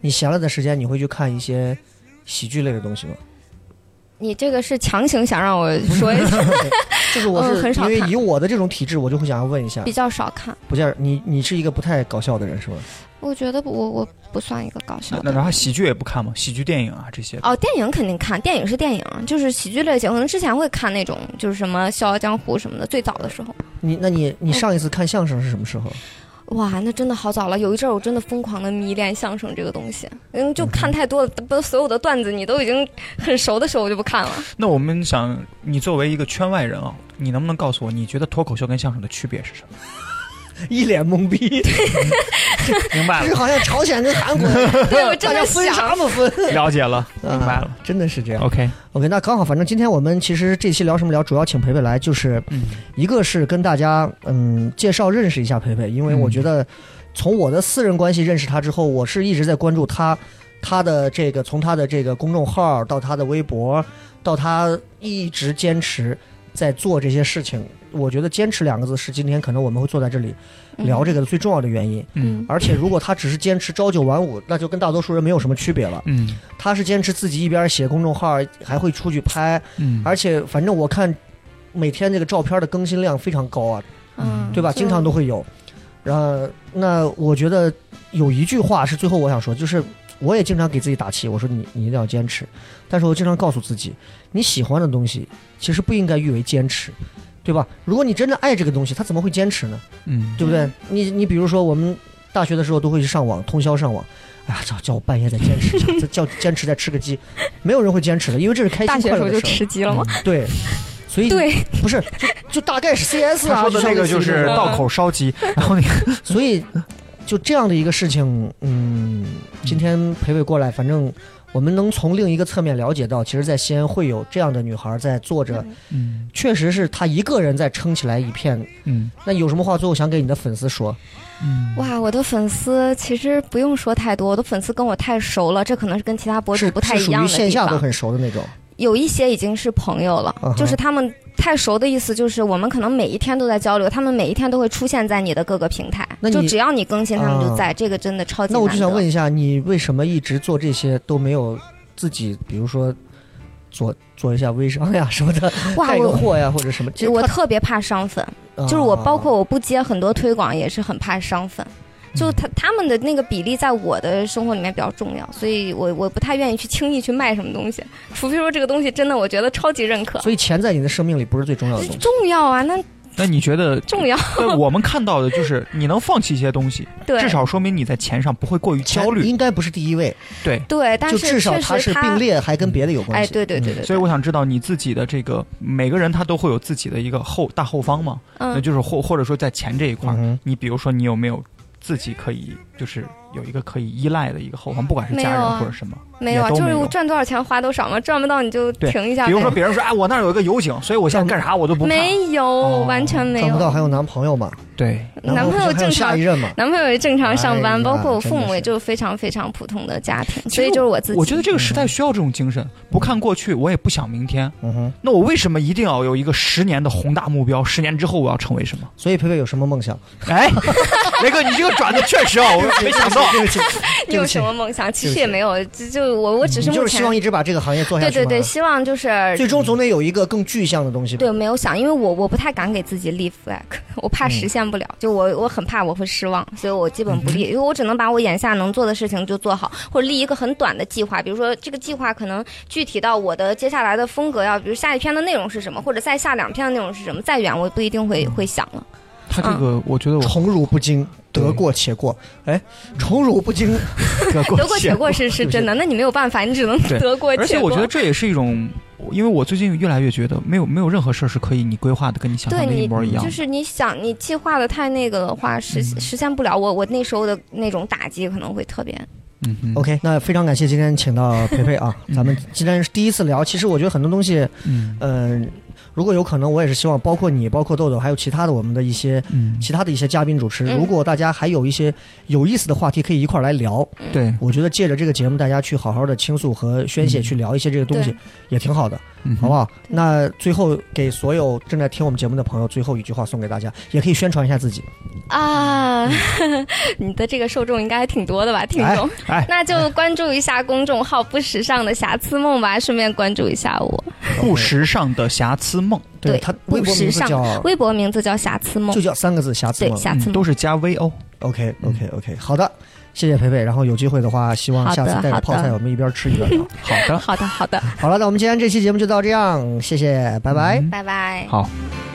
Speaker 3: 你闲了的时间你会去看一些喜剧类的东
Speaker 5: [LAUGHS]
Speaker 3: 西吗？
Speaker 5: 你这个是强行想让我说一下，
Speaker 3: 就是我
Speaker 5: 嗯
Speaker 3: 是
Speaker 5: 很
Speaker 3: 因
Speaker 5: 少看
Speaker 3: 为以我的这种体质，我就会想要问一下
Speaker 5: 比，较少看，
Speaker 3: 不见你你是一个不太搞笑的人是吗？
Speaker 5: [LAUGHS] 我觉得我我不算一个搞
Speaker 4: 那
Speaker 5: 笑的
Speaker 4: 那然
Speaker 5: 人。
Speaker 4: 后喜剧也不看吗？喜剧电影啊这些，
Speaker 5: 哦，电影肯定看，电影是电影，就是喜剧类型，可能之前会看那种就是什么《笑傲江湖》什么的，最早的时候。
Speaker 3: 你那你
Speaker 5: 嗯
Speaker 3: 你上一次看相声是什么时候？
Speaker 5: 哇，那真的好早了。有一阵儿我真的疯狂的迷恋相声这个东西，嗯，就看太多了，不，所有的段子你都已经很熟的时候，我就不
Speaker 3: [LAUGHS]
Speaker 5: 看了。
Speaker 4: 那我们想，你作为一个圈外人啊，你能不能告诉我，你觉得脱口秀跟相声的区别是什么？
Speaker 3: 一脸懵逼，
Speaker 4: [LAUGHS] 明白
Speaker 3: 就， [LAUGHS] 好像朝鲜跟韩国，
Speaker 4: [LAUGHS]
Speaker 5: 对我
Speaker 3: 大
Speaker 5: 真
Speaker 3: 家
Speaker 5: 的
Speaker 3: 分
Speaker 5: 想，
Speaker 3: 啥嘛分？
Speaker 4: 了解了，明白了
Speaker 3: 啊。真的是这样。
Speaker 4: OK，
Speaker 3: OK，那刚好，反正今天我们其实这期聊什么聊，主要请培培来，就是
Speaker 4: 嗯，
Speaker 3: 一个是跟大家嗯介绍认识一下培培，因为我觉得从我的私人关系认识他之后，我是一直在关注他。他的这个从他的这个公众号到他的微博，到他一直坚持在做这些事情，我觉得“坚持”两个字是今天可能我们会坐在这里聊这个的最重要的原因。
Speaker 4: 嗯
Speaker 3: 而且如果他只是坚持朝九晚五，那就跟大多数人没有什么区别了。
Speaker 4: 嗯
Speaker 3: 他是坚持自己一边写公众号，还会出去拍，
Speaker 4: 嗯
Speaker 3: 而且反正我看每天这个照片的更新量非常高啊，
Speaker 5: 嗯，
Speaker 3: 对吧？
Speaker 5: 就
Speaker 3: 经常都会有。然后，那我觉得有一句话是最后我想说，就是我也经常给自己打气，我说你你一定要坚持。但是我经常告诉自己，你喜欢的东西其实不应该誉为坚持，对吧？如果你真的爱这个东西，它怎么会坚持呢？
Speaker 4: 嗯
Speaker 3: 对不对？你你比如说，我们大学的时候都会去上网，通宵上网。哎呀，叫叫我半夜再坚持一下，再叫坚持再吃个鸡，没有人会坚持的，因为这是开
Speaker 5: 大
Speaker 3: 心
Speaker 5: 学
Speaker 3: 快
Speaker 5: 时
Speaker 3: 乐
Speaker 5: 候
Speaker 3: 的嗯
Speaker 5: 就
Speaker 3: 事儿。
Speaker 5: 吃鸡了吗？ [LAUGHS]
Speaker 3: 对，所以
Speaker 5: 对，
Speaker 3: 不是就就大
Speaker 4: [LAUGHS]
Speaker 3: 概是 CS 啊，
Speaker 4: 他说的
Speaker 3: 像
Speaker 4: 那个
Speaker 3: 类似于
Speaker 4: 就是
Speaker 3: 这种
Speaker 4: 道口烧鸡，然后那个
Speaker 3: 所以就这样的一个事情，嗯，今天裴伟过来，反正我们能从另一个侧面了解到，其实，在西安会有这样的女孩在做着，
Speaker 4: 嗯
Speaker 3: 确实是她一个人在撑起来一片。
Speaker 4: 嗯
Speaker 3: 那有什么话最后想给你的粉丝说？
Speaker 4: 嗯，
Speaker 5: 哇，我的粉丝其实不用说太多，我的粉丝跟我太熟了，这可能是跟其他博主
Speaker 3: 是
Speaker 5: 不太
Speaker 3: 是
Speaker 5: 一
Speaker 3: 属
Speaker 5: 样
Speaker 3: 于
Speaker 5: 的
Speaker 3: 线
Speaker 5: 地
Speaker 3: 下都
Speaker 5: 方。
Speaker 3: 很熟的那种。
Speaker 5: 有一些已经是朋友了
Speaker 3: 嗯哼
Speaker 5: 就是他们太熟的意思，就是我们可能每一天都在交流，他们每一天都会出现在你的各个平台
Speaker 3: 那，你
Speaker 5: 就只要你更新，他们就
Speaker 3: 啊
Speaker 5: 在。这个真的超级
Speaker 3: 那我就
Speaker 5: 难
Speaker 3: 想
Speaker 5: 得
Speaker 3: 问一下，你为什么一直做这些都没有自己，比如说做做一下微商呀什么的，
Speaker 5: 哇，
Speaker 3: 带个
Speaker 5: 我
Speaker 3: 货呀或者什么？其实
Speaker 5: 我
Speaker 3: 它
Speaker 5: 特别怕伤粉，
Speaker 3: 啊
Speaker 5: 就是我包括我不接很多推广，也是很怕伤粉。
Speaker 3: 嗯
Speaker 5: 就他他们的那个比例在我的生活里面比较重要，所以我我不太愿意去轻易去卖什么东西，除非说这个东西真的我觉得超级认可，
Speaker 3: 所以钱在你的生命里不是最重要的
Speaker 5: [LAUGHS]
Speaker 3: 东西。
Speaker 5: 重要啊，那
Speaker 4: 那你觉得
Speaker 5: 重
Speaker 3: 嗯
Speaker 5: 要，
Speaker 4: 对我们看到的就是你能放弃一些东西，
Speaker 5: 对，
Speaker 4: 至少说明你在钱上不会过于焦虑。
Speaker 3: 应该不是第一位，
Speaker 4: 对，
Speaker 5: 对，但
Speaker 3: 就是至少
Speaker 5: 确
Speaker 3: 它
Speaker 5: 实
Speaker 3: 是并列，还
Speaker 4: 嗯
Speaker 3: 跟别的有关
Speaker 5: 哎，
Speaker 3: 系。嗯
Speaker 5: 对对对对，
Speaker 4: 所以我想知道你自己的这个每个人他都会有自己的一个后大后方嘛，那
Speaker 5: 嗯，
Speaker 4: 就是或或者说在钱这一块儿，
Speaker 3: 嗯哼
Speaker 4: 你比如说你有没有自己可以就是有一个可以依赖的一个后方，不管是家
Speaker 5: 没有
Speaker 4: 人
Speaker 5: 啊
Speaker 4: 或者什么，
Speaker 5: 没有
Speaker 4: 也
Speaker 5: 啊，
Speaker 4: 都
Speaker 5: 就是
Speaker 4: 没有
Speaker 5: 我赚多少钱花多少嘛，赚不到你就
Speaker 4: 对
Speaker 5: 停一下呗，
Speaker 4: 比如说别人说哎我那儿有一个油井，所以我现在干啥我都不怕，
Speaker 5: 没有，完全没
Speaker 3: 赚不到
Speaker 5: 有，
Speaker 3: 还有男朋友嘛，
Speaker 4: 对，
Speaker 3: 然
Speaker 5: [LAUGHS] 男
Speaker 3: 后
Speaker 5: 朋友
Speaker 3: 还有
Speaker 5: 正
Speaker 3: 下
Speaker 5: 常
Speaker 3: 一任
Speaker 5: [LAUGHS]
Speaker 3: 嘛。
Speaker 5: 男朋友也正常上班，
Speaker 3: 哎呀
Speaker 5: 包括我父母也
Speaker 3: 真
Speaker 5: 就是非常非常普通的家庭，
Speaker 4: 实
Speaker 5: 所以就是我自己。
Speaker 4: 我觉得这个时代需要这种精神，不看过去，我也不想明天。
Speaker 3: 嗯哼，
Speaker 4: 那我为什么一定要有一个十年的宏大目标？十年之后我要成为什
Speaker 5: [LAUGHS]
Speaker 4: 么？
Speaker 3: 所以佩佩有什么梦想？
Speaker 4: 哎，雷哥，你这个转的确实啊，我没想到。
Speaker 3: 对不起，
Speaker 5: 你有什么梦想？其实也没有，就就我我只是
Speaker 3: 你
Speaker 5: 目
Speaker 3: 就是希
Speaker 5: 前
Speaker 3: 望一直把这个行业做下
Speaker 5: 对
Speaker 3: 去嘛。
Speaker 5: 对对，希望就是
Speaker 3: 最终总得有一个更具象的东西吧。
Speaker 5: 对没有想，因为我我不太敢给自己立 flag，我 [LAUGHS] 怕实现不了，就我我很怕我会失望，所以我基本不立，因为我只能把我眼下能做的事情就做好，或者立一个很短的计划，比如说这个计划可能具体到我的接下来的风格要，比如下一篇的内容是什么，或者再下两篇的内容是什么，再远我也不一定会会想了。
Speaker 4: 他
Speaker 5: 嗯
Speaker 4: 这个，我觉得我
Speaker 3: 宠辱不惊，得过且过。哎，宠辱不惊，
Speaker 4: 得过
Speaker 5: 得过且过是是真的，那你没有办法，你只能
Speaker 4: 对
Speaker 5: 得过且过。
Speaker 4: 而且我觉得这也是一种，因为我最近越来越觉得，没有没有任何事儿是可以你规划的跟你想象
Speaker 5: 对
Speaker 4: 的一
Speaker 5: 你
Speaker 4: 模一样嗯
Speaker 5: 就
Speaker 4: 的。
Speaker 5: 是你想你计划的太那个的话，实实现不了。我我那时候的那种打击可能会特别，
Speaker 4: 嗯哼
Speaker 3: OK，那非常感谢今天请到培培啊，
Speaker 4: [LAUGHS] 嗯
Speaker 3: 咱们今天是第一次聊，其实我觉得很多东西，
Speaker 4: 嗯
Speaker 3: 嗯、如果有可能，我也是希望包括你，包括豆豆，还有其他的我们的一些
Speaker 4: 嗯，
Speaker 3: 其他的一些嘉宾主持，
Speaker 5: 嗯
Speaker 3: 如果大家还有一些有意思的话题，可以一块儿来聊。
Speaker 4: 对，
Speaker 3: 我觉得借着这个节目，大家去好好的倾诉和宣泄，
Speaker 4: 嗯
Speaker 3: 去聊一些这个东西
Speaker 5: 对，
Speaker 3: 也挺好的，
Speaker 4: 嗯哼
Speaker 3: 好不好？那最后给所有正在听我们节目的朋友，最后一句话送给大家，也可以宣传一下自己。
Speaker 5: 啊， [LAUGHS] 你的这个受众应该还挺多的吧，听众。
Speaker 4: 哎哎
Speaker 5: [LAUGHS] 那就关注一下公众号“不时尚的瑕疵梦”吧，顺便关注一下我。
Speaker 4: 不时尚的瑕疵梦，
Speaker 5: 对
Speaker 3: 他微博名字
Speaker 5: 不时
Speaker 3: 叫
Speaker 5: 微博名字叫“瑕疵梦
Speaker 3: 就叫三个字瑕”，疵
Speaker 5: 对，
Speaker 3: 梦。
Speaker 5: 瑕嗯疵
Speaker 4: 嗯都
Speaker 5: 梦。
Speaker 4: 是加 V 哦 O。
Speaker 3: OK OK OK，好的，谢谢培培。然后有机会的话，希望下次
Speaker 5: 好
Speaker 3: 带
Speaker 5: 的
Speaker 3: 着
Speaker 5: 好的
Speaker 3: 泡菜，我们一边吃一边
Speaker 5: [LAUGHS]
Speaker 3: 聊。
Speaker 4: 好的，
Speaker 5: 好的，好的，
Speaker 3: 好了，那我们今天这期节目就到这样，谢谢，拜拜。
Speaker 4: 嗯
Speaker 5: 拜拜。
Speaker 4: 好。
Speaker 2: Thank